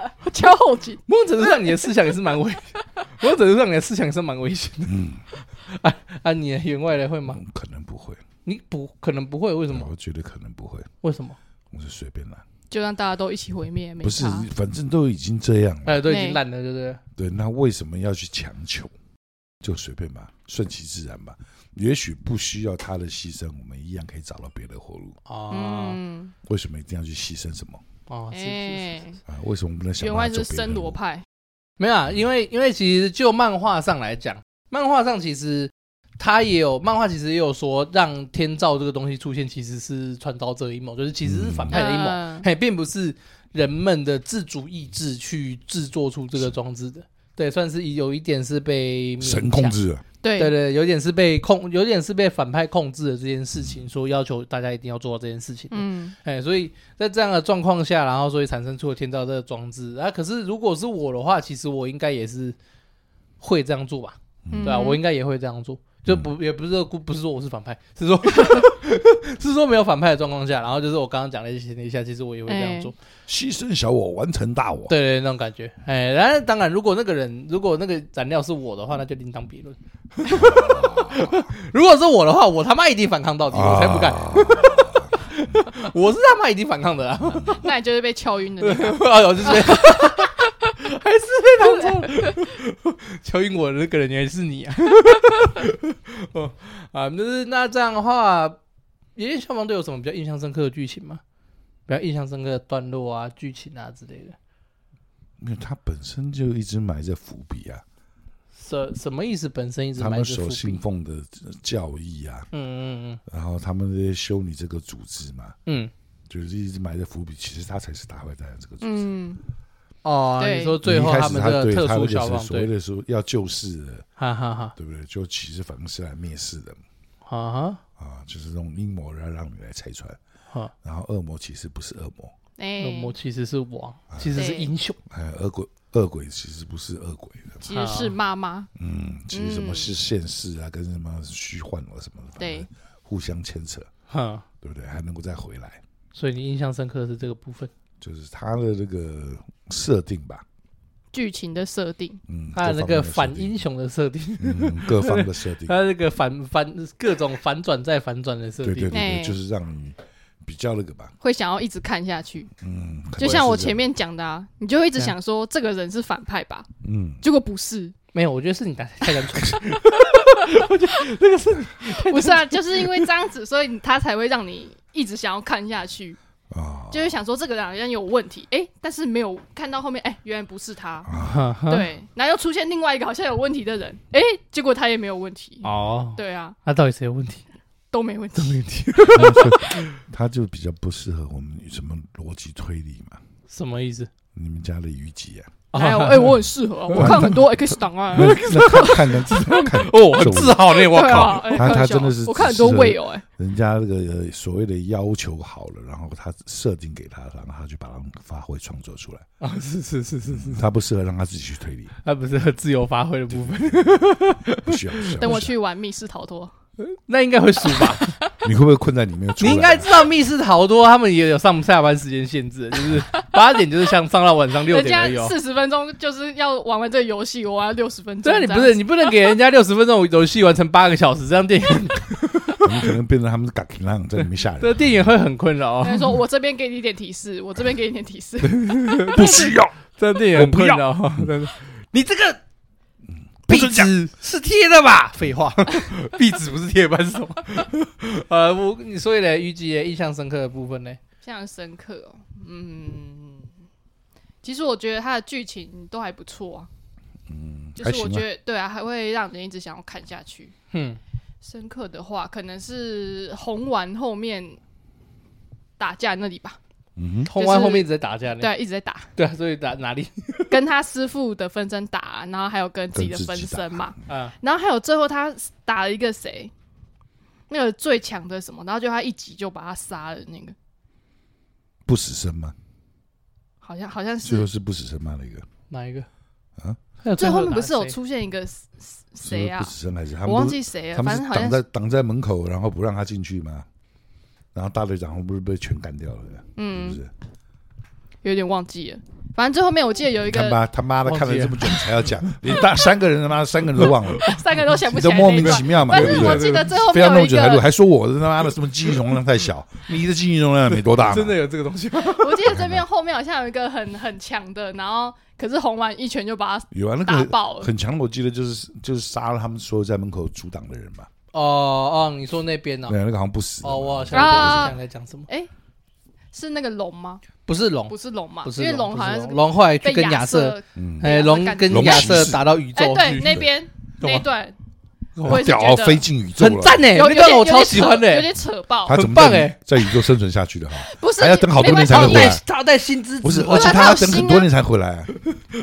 Speaker 1: 吗？敲后颈，
Speaker 3: 某种程度上，你的思想也是蛮危，某种程度上，你的思想也是蛮危险的
Speaker 2: 嗯，
Speaker 3: 啊！你的员外的会吗？
Speaker 2: 可能不会，
Speaker 3: 你不可能不会，为什么？
Speaker 2: 我觉得可能不会，
Speaker 3: 为什么？
Speaker 2: 我是随便来，
Speaker 1: 就让大家都一起毁灭，没
Speaker 2: 不是
Speaker 1: 差，
Speaker 2: 反正都已经这样了，
Speaker 3: 哎，都已经烂了，对不对？
Speaker 2: 对，那为什么要去强求？就随便吧，顺其自然吧。也许不需要他的牺牲，我们一样可以找到别的活路。
Speaker 3: 哦
Speaker 1: 嗯，
Speaker 2: 为什么一定要去牺牲什么
Speaker 3: 哦，是是是
Speaker 1: 哎，
Speaker 2: 啊？为什么不能想
Speaker 1: 员
Speaker 2: 办
Speaker 1: 外
Speaker 2: 法
Speaker 1: 是
Speaker 2: 走别的
Speaker 1: 森罗
Speaker 2: 路？
Speaker 1: 派，
Speaker 3: 没有啊，因为因为其实就漫画上来讲，漫画上其实他也有漫画，其实也有说让天照这个东西出现，其实是穿刀这一谋，就是其实是反派的阴谋，
Speaker 1: 嗯
Speaker 3: 嘿，并不是人们的自主意志去制作出这个装置的。
Speaker 1: 嗯
Speaker 3: 对，算是有一点是被勉
Speaker 2: 神
Speaker 3: 强
Speaker 2: 控，制啊了，
Speaker 3: 对
Speaker 1: 对，
Speaker 3: 对，有点是被控，有点是被反派控制的这件事情，所以要求大家一定要做到这件事情。嗯，
Speaker 1: 嗯，
Speaker 3: 哎，所以在这样的状况下，然后所以产生出了天照这个装置。啊，可是如果是我的话，其实我应该也是会这样做吧？对啊，
Speaker 1: 嗯
Speaker 3: 我应该也会这样做，就不、也不是说不是说我是反派， 是说是说没有反派的状况下，然后就是我刚刚讲了一些一下，其实我也会这样做，
Speaker 2: 牺牲小我，完成大我。
Speaker 3: 对对，那种感觉。哎，然后当然，如果那个人如果那个燃料是我的话，那就另当别论。 如果是我的话，我他妈一定反抗到底，我才不干。
Speaker 2: 啊
Speaker 3: 我是他妈已经反抗的啦，
Speaker 1: 那你就是被敲晕的 那 个。
Speaker 3: 哎呦，就是还是被当中敲晕我的那个人原来是你啊！ 哦啊，就是那这样的话，《爷爷消防队》有什么比较印象深刻的剧情吗？比较印象深刻的段落啊、剧情啊之类的，
Speaker 2: 因为他本身就一直埋着伏笔啊，
Speaker 3: 什什么意思？本身一直
Speaker 2: 他
Speaker 3: 埋
Speaker 2: 们
Speaker 3: 着伏
Speaker 2: 所信
Speaker 3: 笔。
Speaker 2: 奉的教义啊，
Speaker 3: 嗯嗯
Speaker 2: 然后他们这些修女这个组织嘛，
Speaker 3: 嗯嗯，
Speaker 2: 就是一直埋着伏笔，其实他才是大坏蛋这个组织。
Speaker 1: 嗯，
Speaker 3: 哦，
Speaker 1: 对
Speaker 3: 你说最后
Speaker 2: 一开
Speaker 3: 他
Speaker 2: 始
Speaker 3: 们
Speaker 2: 他
Speaker 3: 的
Speaker 2: 对
Speaker 3: 特
Speaker 2: 他
Speaker 3: 殊
Speaker 2: 那个
Speaker 3: 消
Speaker 2: 是
Speaker 3: 防
Speaker 2: 所谓
Speaker 3: 队，
Speaker 2: 的说要救世的，
Speaker 3: 哈哈哈，
Speaker 2: 对不对？就其实反正是来蔑视的
Speaker 3: 哈哈
Speaker 2: 啊，就是那种阴谋要让你来拆穿，
Speaker 3: 哈，
Speaker 2: 然后恶魔其实不是恶魔，
Speaker 1: 哎
Speaker 3: 恶，魔其实是王，
Speaker 2: 哎
Speaker 3: 其实是
Speaker 1: 对
Speaker 3: 英雄。
Speaker 2: 还有恶鬼恶鬼其实不是恶鬼的，
Speaker 1: 其实是妈妈，
Speaker 2: 嗯，其实什么
Speaker 1: 嗯
Speaker 2: 是现世啊，跟什么虚幻啊什么的，反
Speaker 1: 对
Speaker 2: 正互相牵扯，
Speaker 3: 哈，
Speaker 2: 对不对？还能够再回来，
Speaker 3: 所以你印象深刻的是这个部分。
Speaker 2: 就是他的这个设定吧，
Speaker 1: 剧情的设定，
Speaker 2: 嗯，
Speaker 3: 他的
Speaker 2: 各方面的
Speaker 3: 那个反
Speaker 2: 设定
Speaker 3: 英雄的设定，
Speaker 2: 嗯，各方的 设定，
Speaker 3: 他那个反反各种反转再反转的设
Speaker 2: 对
Speaker 3: 定，
Speaker 2: 对对
Speaker 1: 哎
Speaker 2: 对，就是让你比较那个吧，
Speaker 1: 会想要一直看下去。
Speaker 2: 嗯，可
Speaker 1: 就
Speaker 2: 能
Speaker 1: 像
Speaker 2: 是
Speaker 1: 我
Speaker 2: 这
Speaker 1: 前
Speaker 2: 样，
Speaker 1: 面讲的啊，你就会一直
Speaker 3: 对啊
Speaker 1: 想说这个人是反派吧，
Speaker 2: 嗯，
Speaker 1: 结果不是，
Speaker 3: 没有，我觉得是你太太单 纯。
Speaker 1: 不是啊，就是因为这样子，所以他才会让你一直想要看下去，
Speaker 3: 哦
Speaker 2: 啊，
Speaker 1: 就会想说这个人好像有问题，哎、但是没有看到后面，哎、原来不是他，
Speaker 3: 哈哈，
Speaker 1: 对，然后又出现另外一个好像有问题的人，哎、结果他也没有问题，
Speaker 3: 哦，
Speaker 1: 对啊，
Speaker 3: 那到底谁有问题？
Speaker 1: 都没问题，
Speaker 2: 他就比较不适合我们什么逻辑推理嘛。
Speaker 3: 什么意思？
Speaker 2: 你们家的虞姬啊，
Speaker 3: 哦
Speaker 1: 还有哎、我很适 合啊、我看很多 X 档案啊，
Speaker 2: 那那看看人看看
Speaker 3: 哦，很自豪 呢，我
Speaker 1: 对
Speaker 3: 靠，
Speaker 1: 啊，哎
Speaker 2: 他
Speaker 1: 开玩
Speaker 2: 他
Speaker 1: 笑
Speaker 2: 真的是
Speaker 1: 我看很多
Speaker 2: 只是
Speaker 1: 位友哎、
Speaker 2: 人家这个呃所谓的要求好了，然后他设定给他，然后他就把它发挥创作 出来。
Speaker 3: 啊，是是是是是，
Speaker 2: 他不适合让他自己去推理，
Speaker 3: 他不是很自由发挥的 部分，
Speaker 2: 不需要。不需要
Speaker 1: 等我，
Speaker 2: 不需
Speaker 1: 去玩密室逃脱，
Speaker 3: 那应该会输吧？
Speaker 2: 要你会不会困在里面出
Speaker 3: 你
Speaker 2: 来？
Speaker 3: 应该知道密室逃脱他们也有上下班时间限制， 就是八点就是像上到晚上六
Speaker 1: 人
Speaker 3: 点
Speaker 1: 家
Speaker 3: 而已哦。
Speaker 1: 四十分钟就是要玩完这个游戏，我玩六十分钟，
Speaker 3: 对啊，你不是你不能给人家六十分钟游戏完成八个小时，这样电影
Speaker 2: 我们可能变成他们嘎克浪在里面吓
Speaker 3: 这
Speaker 2: 人。
Speaker 3: 电影会很困扰哦。
Speaker 1: 跟他说我这边给你一点提示，我这边给你一点提示，
Speaker 2: 不需要，
Speaker 3: 真的也很困扰，真的。你这个
Speaker 2: 不
Speaker 3: 壁
Speaker 2: 准讲
Speaker 3: 纸是贴的吧？废话， 壁纸不是贴吧是什么？ 呃，我你所以呢，虞姬的印象深刻的部分呢？
Speaker 1: 非常深刻哦。嗯，其实我觉得它的剧情都还不错啊，
Speaker 2: 嗯，
Speaker 1: 就
Speaker 2: 还
Speaker 1: 是我
Speaker 2: 行
Speaker 1: 觉
Speaker 2: 啊。
Speaker 1: 得对啊，还会让人一直想要看下去。
Speaker 3: 嗯，
Speaker 1: 深刻的话，可能是红丸后面打架那里吧，
Speaker 2: 嗯哼，
Speaker 3: 红丸后面一直在打架呢。
Speaker 1: 对啊，一直在打，
Speaker 3: 对啊，所以打哪里
Speaker 1: 跟他师傅的分身打，啊然后还有跟自己的分身嘛，
Speaker 2: 嗯
Speaker 3: 啊？
Speaker 1: 然后还有最后他打了一个谁，那个最强的什么，然后就他一集就把他杀了那个。
Speaker 2: 不死身嘛，
Speaker 1: 好像好像
Speaker 2: 最后
Speaker 1: 是
Speaker 2: 是不死身嘛那个，
Speaker 3: 哪一个
Speaker 2: 啊？
Speaker 3: 还有
Speaker 1: 最后面
Speaker 3: 打
Speaker 1: 不是有
Speaker 3: 谁？
Speaker 1: 出现一个谁谁
Speaker 2: 是不
Speaker 1: 啊
Speaker 2: 是不？死身还是他们
Speaker 1: 我
Speaker 2: 不是
Speaker 1: 忘记谁了，
Speaker 2: 他们
Speaker 1: 反正
Speaker 2: 是
Speaker 1: 好像
Speaker 2: 挡在挡在门口，然后不让他进去嘛。然后大队长不是被全干掉了，是不
Speaker 1: 嗯，
Speaker 2: 是？
Speaker 1: 有点忘记了。反正最后面我记得有一
Speaker 2: 看
Speaker 1: 个
Speaker 2: 吧，他妈的
Speaker 3: 忘记
Speaker 2: 看
Speaker 3: 了
Speaker 2: 了这么久才要讲， 连大三个人他妈三个人 都忘了，
Speaker 1: 三个都想不
Speaker 2: 你
Speaker 1: 起
Speaker 2: 都
Speaker 1: 来
Speaker 2: 莫
Speaker 1: 那一
Speaker 2: 名
Speaker 1: 段
Speaker 2: 其，妙嘛，
Speaker 1: 但
Speaker 2: 对
Speaker 1: 是
Speaker 2: 不
Speaker 1: 我
Speaker 2: 对？
Speaker 1: 记得最后
Speaker 2: 非
Speaker 1: 面
Speaker 2: 要
Speaker 1: 有
Speaker 2: 弄
Speaker 1: 一
Speaker 2: 久才录，
Speaker 1: 个，
Speaker 2: 还说我的他妈的什么记忆容量太小，你的记忆容量没多大嘛，
Speaker 3: 真的有这个东西吗？
Speaker 1: 我记得这边后面好像有一个很很强的，然后可是红丸一拳就把他
Speaker 2: 有啊，那
Speaker 1: 打
Speaker 2: 个
Speaker 1: 爆了。
Speaker 2: 很强，我记得就是就是杀了他们所有在门口阻挡的人嘛，
Speaker 3: 哦哦，你说那边呢
Speaker 2: 对？啊，那个好像不死的嘛
Speaker 3: 哦，我好像
Speaker 1: 啊
Speaker 3: 我想在讲什么？
Speaker 1: 是那个龙吗？
Speaker 3: 不是龙
Speaker 1: 不，是龙嘛
Speaker 3: 不，是
Speaker 1: 因为
Speaker 3: 龙，
Speaker 1: 龙
Speaker 3: 不
Speaker 1: 好
Speaker 3: 是
Speaker 1: 像是
Speaker 3: 龙，龙后来去
Speaker 1: 被
Speaker 3: 跟亚瑟，
Speaker 1: 瑟。
Speaker 2: 嗯，
Speaker 3: 哎，龙跟
Speaker 2: 龙
Speaker 3: 亚
Speaker 2: 骑
Speaker 3: 瑟
Speaker 2: 士
Speaker 3: 打到宇宙
Speaker 1: 哎，对
Speaker 3: 去，，
Speaker 1: 那边
Speaker 3: 干
Speaker 1: 那
Speaker 3: 嘛
Speaker 1: 一段
Speaker 3: 哇
Speaker 1: 我也是
Speaker 2: 屌
Speaker 1: 觉得哦
Speaker 2: 飞进宇宙
Speaker 3: 很
Speaker 2: 了，
Speaker 3: 赞呢，
Speaker 1: 有有
Speaker 3: 那
Speaker 1: 点
Speaker 3: 段我
Speaker 1: 有点
Speaker 3: 超喜欢
Speaker 1: 扯有
Speaker 3: 的。
Speaker 1: 点扯爆，
Speaker 2: 他怎么
Speaker 3: 很棒
Speaker 2: 在
Speaker 3: 哎
Speaker 2: 在宇宙生存下 去的哈？
Speaker 1: 不是
Speaker 2: 还要等好多
Speaker 1: 没
Speaker 2: 年才啊
Speaker 1: 关
Speaker 2: 能
Speaker 1: 系
Speaker 2: 回来
Speaker 1: 对
Speaker 3: 他要带薪资，
Speaker 2: 不是，
Speaker 1: 我
Speaker 2: 而且
Speaker 1: 他
Speaker 2: 他要
Speaker 1: 有
Speaker 2: 等
Speaker 1: 心
Speaker 2: 很
Speaker 1: 啊
Speaker 2: 多年才回来啊，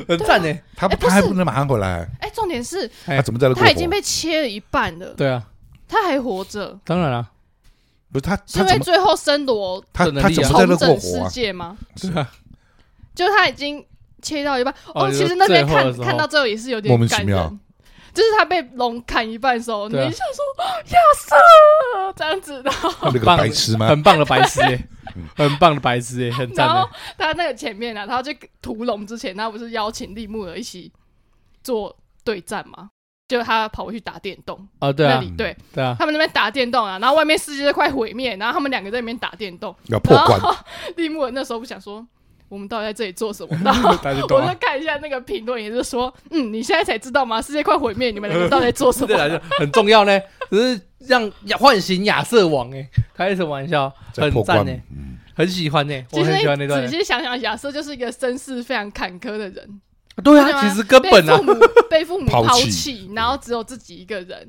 Speaker 3: 很赞呢。
Speaker 2: 他
Speaker 1: 哎不
Speaker 2: 他还
Speaker 1: 是
Speaker 2: 不能马上回来，
Speaker 1: 哎，重点是
Speaker 3: 哎
Speaker 2: 他怎么啊在那过
Speaker 1: 他
Speaker 2: 活？
Speaker 1: 已经被切了一半了，
Speaker 3: 对啊，
Speaker 1: 他还活着。
Speaker 3: 当然了，
Speaker 2: 不是他，
Speaker 1: 是
Speaker 2: 他
Speaker 1: 因为
Speaker 2: 怎么
Speaker 1: 最后森罗
Speaker 2: 他
Speaker 3: 的能
Speaker 2: 他
Speaker 3: 力
Speaker 2: 怎
Speaker 3: 啊
Speaker 2: 么在那
Speaker 1: 重整
Speaker 2: 过活
Speaker 1: 世
Speaker 2: 啊？
Speaker 1: 界吗？
Speaker 3: 对啊，
Speaker 1: 就是他已经切到一半，
Speaker 3: 哦
Speaker 1: 哦，
Speaker 3: 就是
Speaker 1: 其实那边
Speaker 3: 最后的
Speaker 1: 看
Speaker 3: 时候
Speaker 1: 看到最后也是有点
Speaker 2: 莫名其
Speaker 1: 感
Speaker 2: 妙
Speaker 1: 人，就是他被龙砍一半的时候，你
Speaker 3: 对啊
Speaker 1: 想说哦亚瑟这样子，然后
Speaker 2: 那个
Speaker 3: 棒
Speaker 2: 白痴 吗？
Speaker 3: 很棒的白痴耶，很棒的白痴耶，很赞
Speaker 1: 然后
Speaker 3: 的。
Speaker 1: 他那个前面啊，他去屠龙之前，他不是邀请利木尔一起做对战吗？就他跑回去打电动，
Speaker 3: 哦，对啊
Speaker 1: 那，里对
Speaker 3: 对啊，
Speaker 1: 他们那边打电动啊，然后外面世界都快毁灭，然后他们两个在那边打电动，
Speaker 2: 要破关
Speaker 1: 然，
Speaker 3: 哦
Speaker 1: 后利木文那时候不想说，我们到底在这里做什么？然后
Speaker 2: 大家懂
Speaker 1: 我
Speaker 2: 啊
Speaker 1: 就看一下那个评论，也就是说，嗯，你现在才知道吗？世界快毁灭，你们两个到底在做 什
Speaker 3: 对来
Speaker 1: 么？
Speaker 3: 说很重要呢，只是让唤醒亚瑟王哎，开什么玩笑，
Speaker 2: 在
Speaker 3: 很
Speaker 2: 破
Speaker 3: 赞欸
Speaker 2: 关
Speaker 3: 呢，，
Speaker 2: 嗯，
Speaker 3: 很喜欢呢，
Speaker 1: 其
Speaker 3: 我
Speaker 1: 实
Speaker 3: 很喜欢那
Speaker 1: 你
Speaker 3: 段
Speaker 1: 仔。细想想，亚瑟就是一个身世非常坎坷的人，
Speaker 3: 对
Speaker 1: 对啊
Speaker 3: 啊，其实根本
Speaker 1: 被
Speaker 3: 啊
Speaker 1: 父，母被父母
Speaker 2: 抛
Speaker 1: 抛
Speaker 2: 弃
Speaker 1: 弃，然后只有自己一个人，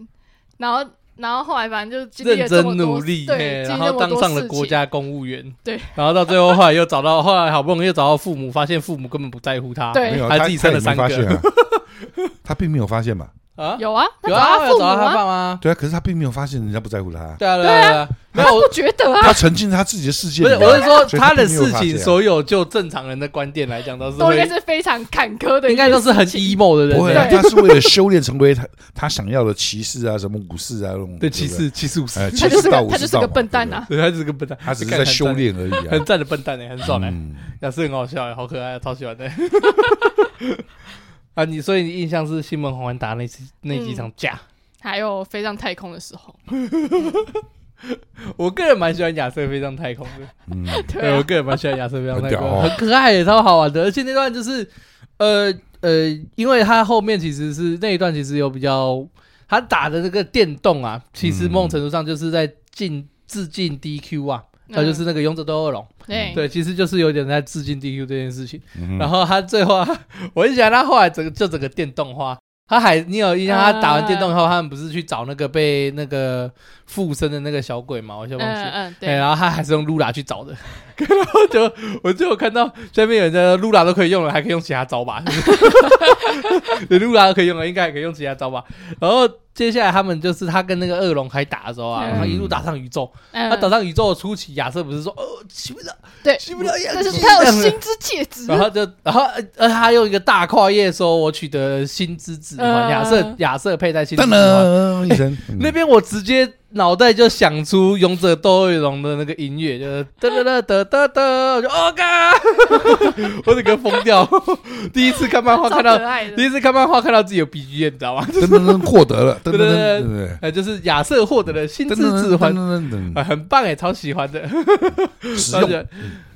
Speaker 1: 然后然后后来反正就经历
Speaker 3: 认
Speaker 1: 了这
Speaker 3: 真
Speaker 1: 么多
Speaker 3: 努力，嘿
Speaker 1: 对，经
Speaker 3: 然
Speaker 1: 历这
Speaker 3: 后
Speaker 1: 么
Speaker 3: 当
Speaker 1: 多
Speaker 3: 上了
Speaker 1: 事
Speaker 3: 国
Speaker 1: 情
Speaker 3: 家公务员，
Speaker 1: 对，
Speaker 3: 然后到最后后来又找到，后来好不容易又找到父母，发现父母根本不在乎他，
Speaker 1: 对
Speaker 2: 没有
Speaker 3: 他
Speaker 2: 他
Speaker 3: 自己生了三
Speaker 2: 他也没发现
Speaker 3: 个
Speaker 2: 啊，他并没有发现嘛，
Speaker 3: 啊，
Speaker 1: 有啊，他
Speaker 3: 有
Speaker 1: 找
Speaker 3: 啊，
Speaker 1: 他
Speaker 3: 有
Speaker 1: 父母
Speaker 3: 找到他
Speaker 1: 啊，
Speaker 3: 爸妈，
Speaker 2: 对啊，可是他并没有发现人家不在乎他，
Speaker 3: 对啊，对啊，对啊，没有，我
Speaker 1: 不觉得啊，
Speaker 2: 他沉浸在他自己的世界
Speaker 3: 不
Speaker 2: 里
Speaker 3: 是，
Speaker 2: 啊，
Speaker 3: 我是说
Speaker 2: 所以
Speaker 3: 他的
Speaker 2: 并没有
Speaker 3: 事
Speaker 2: 发
Speaker 3: 情，
Speaker 2: 现啊
Speaker 3: 所有就正常人的观点来讲，都是
Speaker 1: 都应该
Speaker 3: 会，
Speaker 1: 是非常坎坷的一件事情，
Speaker 3: 应该都是很 emo 的人，
Speaker 2: 不会啊，
Speaker 1: 对
Speaker 2: 他是为了修炼成为他他想要的骑士啊，什么武士啊那种，对不对
Speaker 3: 对，七，四七四五十
Speaker 2: 哎，
Speaker 1: 他就是
Speaker 2: 70到
Speaker 1: 个
Speaker 2: 50
Speaker 1: 他就是个
Speaker 2: 到嘛
Speaker 1: 笨蛋啊
Speaker 2: 对不对
Speaker 1: 呐。
Speaker 3: 对，他只是个笨蛋，啊
Speaker 2: 他只是
Speaker 3: 干
Speaker 2: 在修，炼而已
Speaker 3: 很赞
Speaker 2: 啊，
Speaker 3: 很赞的笨蛋欸呢，很爽呢，
Speaker 2: 嗯
Speaker 3: 也是很好笑欸，好可爱啊，超喜欢的。 啊，你所以你印象是西门红安打那次那几场架，
Speaker 1: 还有飞上太空的时候，
Speaker 3: 嗯我个人蛮喜欢亚瑟飞上太空的，
Speaker 2: 嗯，
Speaker 1: 对
Speaker 3: 我
Speaker 1: 啊，
Speaker 3: 个人蛮喜欢亚瑟飞上太
Speaker 2: 很屌
Speaker 3: 空，
Speaker 2: 哦
Speaker 3: 很可爱耶，超好玩的。而且那段就是，呃呃，因为他后面其实是那一段其实有比较，他打的那个电动啊，其
Speaker 2: 嗯
Speaker 3: 实某种程度上就是在进致敬 DQ 啊，那、就是那个勇者斗恶龙，
Speaker 1: 对
Speaker 3: 对，其实就是有点在致敬 DQ 这件事情。
Speaker 2: 嗯
Speaker 3: 然后他最后啊，我很喜欢他后来整个就整个电动化。他还，你有印象？他打完电动后，他们不是去找那个被那个附身的那个小鬼嘛？我先忘记
Speaker 1: 嗯，嗯，
Speaker 3: 哎
Speaker 1: 对，
Speaker 3: 然后他还是用露娜去找的， 然后就我就有看到下面有人在露娜都可以用了，还可以用其他招吧， 露娜都可以用了，应该还可以用其他招吧。然后接下来他们就是他跟那个恶龙开打的时候啊，
Speaker 1: 嗯
Speaker 3: 然后一路打上宇宙，他
Speaker 1: 他
Speaker 3: 打上宇宙的初期，亚瑟不是说哦起不了，
Speaker 1: 对，
Speaker 3: 起不了呀，
Speaker 1: 但是
Speaker 3: 起不
Speaker 1: 他有
Speaker 3: 了
Speaker 1: 心之戒指，
Speaker 3: 然后就，然后呃呃，他用一个大跨页说：“我取得新之指环，
Speaker 1: 嗯
Speaker 3: 亚瑟亚瑟佩戴新之
Speaker 2: 噔
Speaker 3: 指环。
Speaker 2: 噔一声，嗯
Speaker 3: 那边我直接脑袋就想出《勇者斗恶龙》的那个音乐，就是噔噔噔噔噔噔，我就哦嘎， 我整个疯掉。第一次看漫画看
Speaker 1: 超
Speaker 3: 到
Speaker 1: 可，爱
Speaker 3: 第
Speaker 1: 的，
Speaker 3: 一次看漫画看到自己有 BGM，你知道吗？
Speaker 2: 噔噔噔获得了，噔噔噔，
Speaker 3: 对对
Speaker 2: 对不对？
Speaker 3: 呃，就是亚瑟获得了新之
Speaker 2: 噔噔
Speaker 3: 指
Speaker 2: 噔
Speaker 3: 环，
Speaker 2: 噔噔
Speaker 3: 呃，很棒哎，超喜欢的。
Speaker 2: 噔，实
Speaker 3: 而
Speaker 2: 用，
Speaker 3: 且，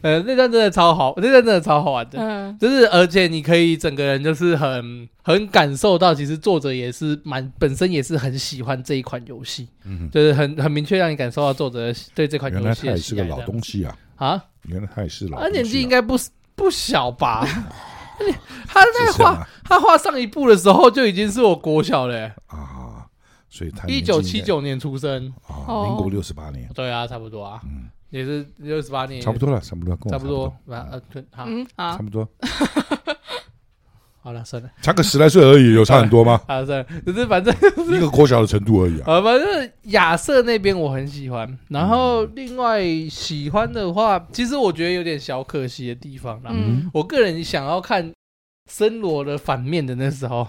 Speaker 3: 呃，那段真的超好，那段真的超好玩的。
Speaker 1: 嗯，
Speaker 3: 就是而且你可以整个人就是很很感受到，其实作者也是蛮本身也是很喜欢这一款游戏，
Speaker 2: 嗯，
Speaker 3: 就是很很明确让你感受到作者对这款
Speaker 2: 原
Speaker 3: 游
Speaker 2: 来
Speaker 3: 戏
Speaker 2: 他也
Speaker 3: 的
Speaker 2: 是
Speaker 3: 喜
Speaker 2: 个
Speaker 3: 爱
Speaker 2: 老
Speaker 3: 这样
Speaker 2: 东西啊，
Speaker 3: 啊，
Speaker 2: 原来他也是老
Speaker 3: 他
Speaker 2: 东西啊，
Speaker 3: 年纪应该不不小 吧？他在
Speaker 2: 是这样
Speaker 3: 画
Speaker 2: 啊
Speaker 3: 他画上一部的时候就已经是我国小了、欸
Speaker 2: 啊，所以他
Speaker 3: 一
Speaker 2: 年纪应
Speaker 3: 九
Speaker 2: 该
Speaker 3: 七九年出生，
Speaker 2: 啊，
Speaker 1: 哦
Speaker 2: 民国六十八年，
Speaker 3: 对啊，差不多啊，
Speaker 2: 嗯，
Speaker 3: 也是六十八年，
Speaker 2: 差不多了，差不多了，跟我
Speaker 3: 嗯差不多
Speaker 2: 多，，
Speaker 3: 啊呃对，好，
Speaker 1: 嗯
Speaker 2: 差
Speaker 1: 啊，
Speaker 2: 不多，
Speaker 3: 好了，算了，？
Speaker 2: 差个十来岁而已，有差很多吗
Speaker 3: 好了，算了，只是反正。
Speaker 2: 一个国小的程度而已 啊。
Speaker 3: 呃，反正亚瑟那边我很喜欢，然后
Speaker 1: 嗯
Speaker 3: 另外喜欢的话，其实我觉得有点小可惜的地方啦。
Speaker 1: 嗯，
Speaker 3: 我个人想要看森罗的反面的那时候，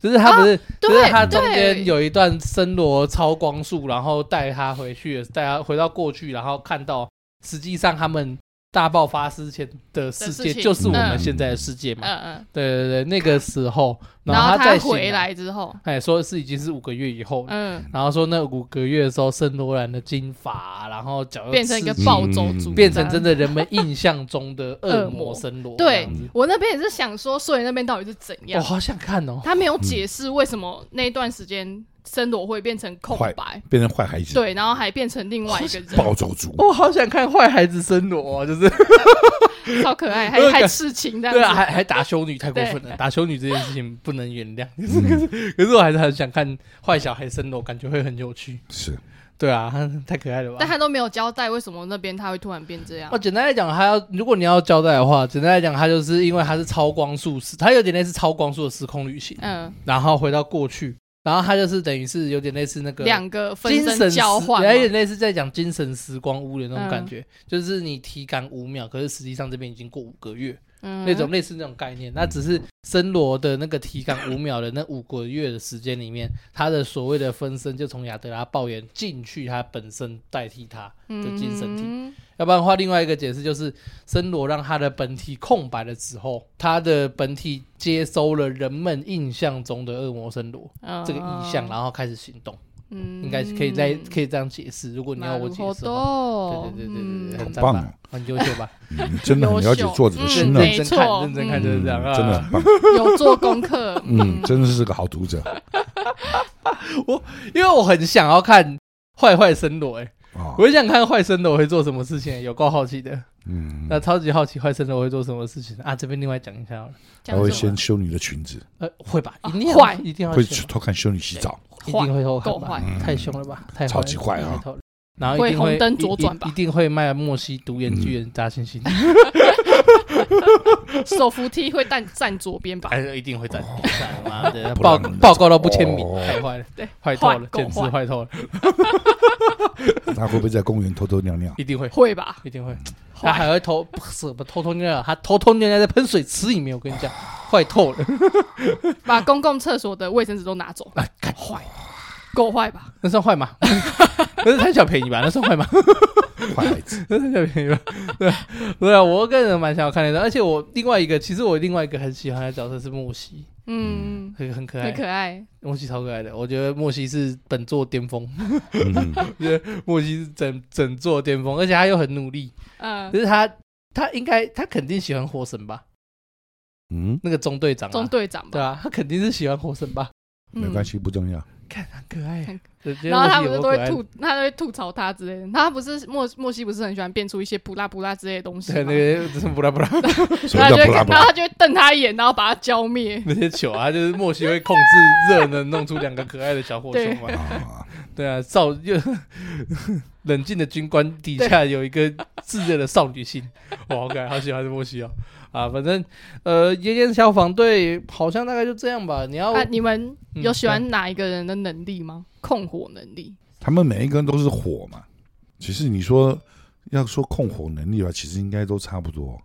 Speaker 3: 就是他不是，就是
Speaker 1: 哦对
Speaker 3: 他中间
Speaker 1: 对嗯
Speaker 3: 有一段森罗超光速，然后带他回去，带他回到过去，然后看到实际上他们大爆发之前的世
Speaker 1: 的
Speaker 3: 界
Speaker 1: 事情
Speaker 3: 就是我们
Speaker 2: 嗯
Speaker 3: 现在的世界嘛。
Speaker 1: 嗯嗯，
Speaker 3: 对对对，那个时候，然
Speaker 1: 然后
Speaker 3: 他再醒
Speaker 1: 回，来之后，
Speaker 3: 哎，说是已经是五个月以后了。
Speaker 1: 嗯，
Speaker 3: 然后说那五个月的时候，圣罗兰的金发，然后脚又
Speaker 1: 变成一个
Speaker 3: 刺
Speaker 1: 暴走族，
Speaker 2: 嗯
Speaker 3: 嗯变成真的人们印象中的恶
Speaker 1: 恶
Speaker 3: 魔
Speaker 1: 魔
Speaker 3: 森罗，这
Speaker 1: 对
Speaker 3: 样子
Speaker 1: 我那边也是想说，所以那边到底是怎
Speaker 3: 我
Speaker 1: 样？
Speaker 3: 好想看哦，
Speaker 1: 他没有解释为什么那段时间森罗会变成空白，
Speaker 2: 变成坏孩子，
Speaker 1: 对，然后还变成另外一个人，
Speaker 2: 暴走族，
Speaker 3: 我好想看坏孩子森罗哦，就是
Speaker 1: 超可爱，
Speaker 3: 我
Speaker 1: 还
Speaker 3: 有感
Speaker 1: 还痴情这
Speaker 3: 对啊，
Speaker 1: 样子。
Speaker 3: 还还打修女太过分了，打修女这件事情不能原 谅。可是可是可是我还是很想看坏小孩森罗，感觉会很有趣。
Speaker 2: 是
Speaker 3: 对啊，他太可爱了
Speaker 1: 但
Speaker 3: 吧。
Speaker 1: 他都没有交代为什么那边他会突然变这样
Speaker 3: 哦，。简单来讲，他要如果你要交代的话，简单来讲，他就是因为他是超光速时，他有点类似超光速的时空旅行。
Speaker 1: 嗯，
Speaker 3: 然后回到过去，然后他就是等于是有点类似那个
Speaker 1: 两个分
Speaker 3: 精神哎
Speaker 1: 身交换
Speaker 3: 有
Speaker 1: 嘛。嗯
Speaker 3: 点类似在讲精神时光屋的那种感觉，就是你体感五秒，可是实际上这边已经过五个月、
Speaker 1: 嗯，
Speaker 3: 那种类似那种概念。那只是森罗的那个体感五秒的那五个月的时间里面，他的所谓的分身就从亚德拉抱怨进去，他本身代替他的精神体。
Speaker 1: 嗯
Speaker 3: 要不然的话，另外一个解释就是森罗让他的本体空白了之后，他的本体接收了人们印象中的恶魔森罗这个意象，然后开始行动，
Speaker 1: 哦嗯
Speaker 3: 应该是可以再可以这样解释。如果你要我解释的话，
Speaker 1: 哦，
Speaker 3: 对对对对对
Speaker 2: 嗯
Speaker 3: 对，很
Speaker 2: 好棒哦
Speaker 3: 赞吧，很优秀吧？
Speaker 2: 你嗯真的很了解作者的心
Speaker 3: 认
Speaker 1: 嗯，
Speaker 2: 呢
Speaker 1: 没
Speaker 3: 真
Speaker 1: 错
Speaker 3: 看，认真看就是这样啊。
Speaker 2: 真的 很棒，
Speaker 1: 对，有做功课，
Speaker 2: 嗯，真的是个好读者
Speaker 3: 因为我很想要看坏坏森罗，哎，
Speaker 2: 啊，
Speaker 3: 我很想看坏森罗会做什么事情，有够好奇的。
Speaker 2: 嗯，
Speaker 3: 那超级好奇坏森罗会做什么事情啊？这边另外讲一下好了，
Speaker 1: 这
Speaker 2: 他
Speaker 1: 样
Speaker 2: 会
Speaker 1: 子
Speaker 2: 先修你的裙子，
Speaker 3: 呃，会吧？
Speaker 1: 啊
Speaker 3: 一定要
Speaker 1: 坏
Speaker 3: 一定要
Speaker 2: 会
Speaker 3: 选
Speaker 2: 去偷看修你洗澡，
Speaker 3: 一
Speaker 1: 坏
Speaker 3: 定会偷
Speaker 1: 够
Speaker 3: 看吧
Speaker 1: 坏，
Speaker 2: 嗯
Speaker 3: 太凶了吧，太
Speaker 2: 超级坏啊
Speaker 3: 了太透了！然后一定
Speaker 1: 会
Speaker 3: 会
Speaker 1: 红灯左转吧
Speaker 3: 一一一定会卖莫西独眼巨人炸星星，
Speaker 2: 嗯
Speaker 1: 手扶梯会站站左边吧？
Speaker 3: 还是一定会炸炸妈的
Speaker 2: 哦不
Speaker 3: 报
Speaker 2: 让人
Speaker 3: 报告都不签名
Speaker 2: 哦，
Speaker 3: 太坏了，
Speaker 1: 对，
Speaker 3: 坏透了，
Speaker 1: 够
Speaker 3: 简直
Speaker 1: 坏，
Speaker 3: 坏透了，
Speaker 2: 他会不会在公园偷偷尿 尿？
Speaker 3: 一定会
Speaker 1: 会吧？
Speaker 3: 一定会，他
Speaker 1: 坏
Speaker 3: 还会偷不是不偷偷尿尿，他偷偷尿尿在喷水池里面，我跟你
Speaker 2: 啊
Speaker 3: 讲，坏透了，
Speaker 1: 把公共厕所的卫生纸都拿走，坏，够坏吧？
Speaker 3: 那算坏吗？ 那是贪小便宜吧？那算坏吗？
Speaker 2: 坏孩子，
Speaker 3: 真的很便宜吧？对对啊，我个人蛮想要看的，而且我另外一个，其实我另外一个很喜欢的角色是莫西，
Speaker 1: 嗯，
Speaker 3: 很很可爱
Speaker 1: 很，可爱，
Speaker 3: 莫西超可爱的，我觉得莫西是本作巅峰，
Speaker 2: 嗯
Speaker 3: 莫西是整整座巅峰，而且他又很努力，
Speaker 1: 嗯
Speaker 3: 可，是他他应该他肯定喜欢火神吧？
Speaker 2: 嗯，
Speaker 3: 那个中队长、啊，
Speaker 1: 中队长
Speaker 3: 对
Speaker 1: 吧，
Speaker 3: 啊，他肯定是喜欢火神吧？
Speaker 1: 嗯
Speaker 2: 没关。系，不 重要，
Speaker 3: 看很可爱
Speaker 1: 很
Speaker 3: 啊，我觉得
Speaker 1: 然后他
Speaker 3: 莫
Speaker 1: 不
Speaker 3: 西有
Speaker 1: 是
Speaker 3: 够
Speaker 1: 都
Speaker 3: 可
Speaker 1: 会
Speaker 3: 爱
Speaker 1: 吐，他都会吐槽他之类的。他不是莫莫西不是很喜欢变出一些不拉不拉之类的东西
Speaker 3: 对
Speaker 1: 吗？
Speaker 3: 那个就是布拉布拉
Speaker 2: 所
Speaker 1: 然
Speaker 2: 以
Speaker 1: 后他
Speaker 2: 叫
Speaker 1: 就
Speaker 2: 不
Speaker 1: 会
Speaker 2: 拉不
Speaker 1: 然后
Speaker 2: 拉
Speaker 1: 他，就会瞪他一眼，然后把他浇灭。
Speaker 3: 那些球啊，就是莫西会控制热能弄出两个可爱的小火球嘛？
Speaker 2: 啊，
Speaker 3: 对啊，少又冷静的军官底下有一个炙热的少女心，哇，好可爱，好喜欢这莫西哦。啊，反正呃，夜间消防队好像大概就这样吧。你
Speaker 2: 哦
Speaker 3: 要、
Speaker 1: 啊，你们
Speaker 3: 嗯
Speaker 1: 有喜欢哪一个人的能力吗？控火能力，
Speaker 2: 他们每一个人都是火嘛，其实你说要说控火能力吧，其实应该都差不多，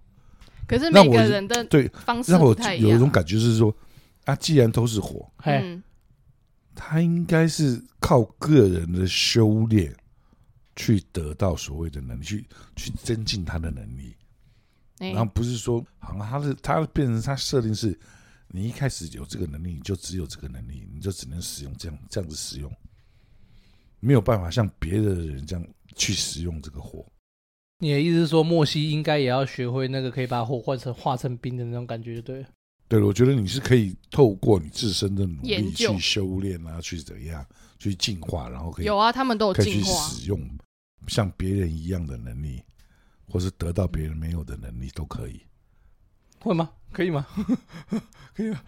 Speaker 1: 可是
Speaker 2: 那
Speaker 1: 每
Speaker 2: 我
Speaker 1: 个
Speaker 2: 是
Speaker 1: 人的
Speaker 2: 对，
Speaker 1: 方式
Speaker 2: 让
Speaker 1: 不
Speaker 2: 我
Speaker 1: 太
Speaker 2: 有一
Speaker 1: 样
Speaker 2: 种感觉是说，啊，既然都是火，
Speaker 3: 嘿、
Speaker 1: 嗯，
Speaker 2: 他应该是靠个人的修炼去得到所谓的能力，去去增进他的能力，
Speaker 1: 哎、
Speaker 2: 然后不是说好像他的他变成他设定是，你一开始有这个能力，你就只有这个能力，你就只能使用这样这样子使用，没有办法像别的人这样去使用这个火。
Speaker 3: 你的意思是说，莫西应该也要学会那个可以把火换成化成冰的那种感觉，就对了。
Speaker 2: 对了，我觉得你是可以透过你自身的努力
Speaker 1: 研究
Speaker 2: 去修炼啊，去怎样去进化，然后可以
Speaker 1: 有啊，他们都有
Speaker 2: 可以去
Speaker 1: 进化，
Speaker 2: 使用像别人一样的能力，或是得到别人没有的能力都可以。
Speaker 3: 会吗？可以吗？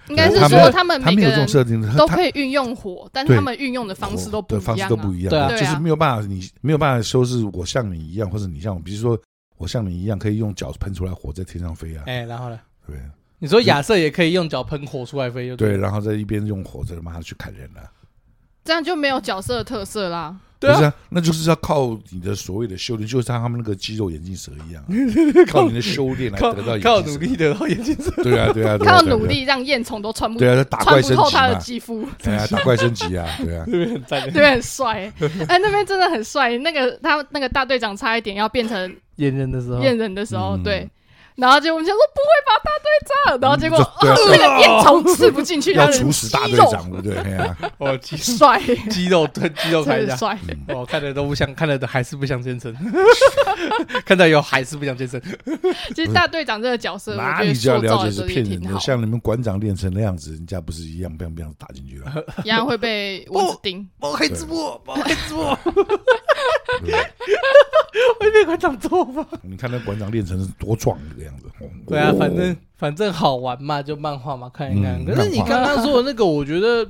Speaker 1: 应该是
Speaker 2: 他们
Speaker 1: 说他们
Speaker 2: 他
Speaker 1: 每
Speaker 2: 们
Speaker 1: 个
Speaker 2: 有这种
Speaker 1: 人
Speaker 2: 设定，他
Speaker 1: 都
Speaker 2: 他
Speaker 1: 可以运用火，但
Speaker 2: 对
Speaker 1: 他们运用的方式都不
Speaker 2: 的
Speaker 1: 一
Speaker 2: 方式
Speaker 1: 样、
Speaker 2: 都不
Speaker 1: 啊。
Speaker 2: 一样，
Speaker 3: 对啊
Speaker 1: 对啊
Speaker 2: 就是没有办法，你没有办法说是我像你一样，或者你像我，比如说我像你一样可以用脚喷出来火在天上飞啊，
Speaker 3: 哎、然后呢？
Speaker 2: 对不
Speaker 3: 你说亚瑟也可以用脚喷火出来飞，就
Speaker 2: 对？对，
Speaker 3: 了。
Speaker 2: 然后在一边用火在妈的去砍人了、啊，
Speaker 1: 这样就没有角色的特色啦。
Speaker 3: 对
Speaker 2: 不是
Speaker 3: 啊，
Speaker 2: 啊，那就是要靠你的所谓的修炼，就像他们那个肌肉眼镜蛇一样啊、靠你的修炼来
Speaker 3: 靠
Speaker 2: 得到眼
Speaker 3: 靠
Speaker 2: 镜
Speaker 3: 努
Speaker 2: 蛇，
Speaker 3: 力得到眼睛蛇。
Speaker 2: 对啊，对啊，对啊
Speaker 1: 靠
Speaker 2: 对啊
Speaker 1: 努力让燕虫都穿不
Speaker 2: 对啊，打
Speaker 1: 穿
Speaker 2: 怪
Speaker 1: 不
Speaker 2: 升
Speaker 1: 透
Speaker 2: 级
Speaker 1: 他的
Speaker 2: 嘛，
Speaker 1: 肌肤，
Speaker 2: 对啊，打怪升 级啊，对啊，
Speaker 3: 这边很赞的，
Speaker 1: 对，很帅、 欸。哎、那边真的很帅。那个他那个大队长差一点要变成
Speaker 3: 验人的时候，
Speaker 1: 验人的时候，
Speaker 2: 嗯
Speaker 1: 对。然后结果我们想说不会吧，大队长，然后结果、
Speaker 2: 嗯对啊
Speaker 1: 哦那个燕虫刺不进去，
Speaker 2: 要
Speaker 1: 他的
Speaker 2: 处死大
Speaker 1: 肌
Speaker 2: 队
Speaker 1: 肉
Speaker 2: 长，对不对？哎呀，
Speaker 3: 哦，肌
Speaker 1: 帅，
Speaker 3: 肌肉对肌肉看
Speaker 1: 真
Speaker 3: 一
Speaker 1: 的
Speaker 3: 下，
Speaker 1: 帅。
Speaker 2: 嗯
Speaker 3: 我看的都不想，看的都还是不想健身， 看到有还是不想健身。
Speaker 1: 其实大队长这个角色，我
Speaker 2: 嗯哪
Speaker 1: 觉
Speaker 2: 里
Speaker 1: 得
Speaker 2: 就要
Speaker 1: 塑
Speaker 2: 了
Speaker 1: 造
Speaker 2: 解
Speaker 1: 的
Speaker 2: 是
Speaker 1: 真
Speaker 2: 骗
Speaker 1: 的
Speaker 2: 人
Speaker 1: 挺
Speaker 2: 的，
Speaker 1: 好，
Speaker 2: 像你们馆长练成那样子，人家不是一样，不样不样打进去了。
Speaker 1: 一样会被蚊子
Speaker 2: 哦
Speaker 1: 叮。
Speaker 3: 我黑
Speaker 2: 直
Speaker 3: 播，我黑直 播，
Speaker 2: 对不对
Speaker 3: 会被馆长揍吗？
Speaker 2: 你看那馆长练成多壮这个样子。哦
Speaker 3: 对啊，反正反正好玩嘛，就漫画嘛，看一看。
Speaker 2: 嗯
Speaker 3: 可是你
Speaker 2: 漫
Speaker 3: 刚刚说的那个，我觉得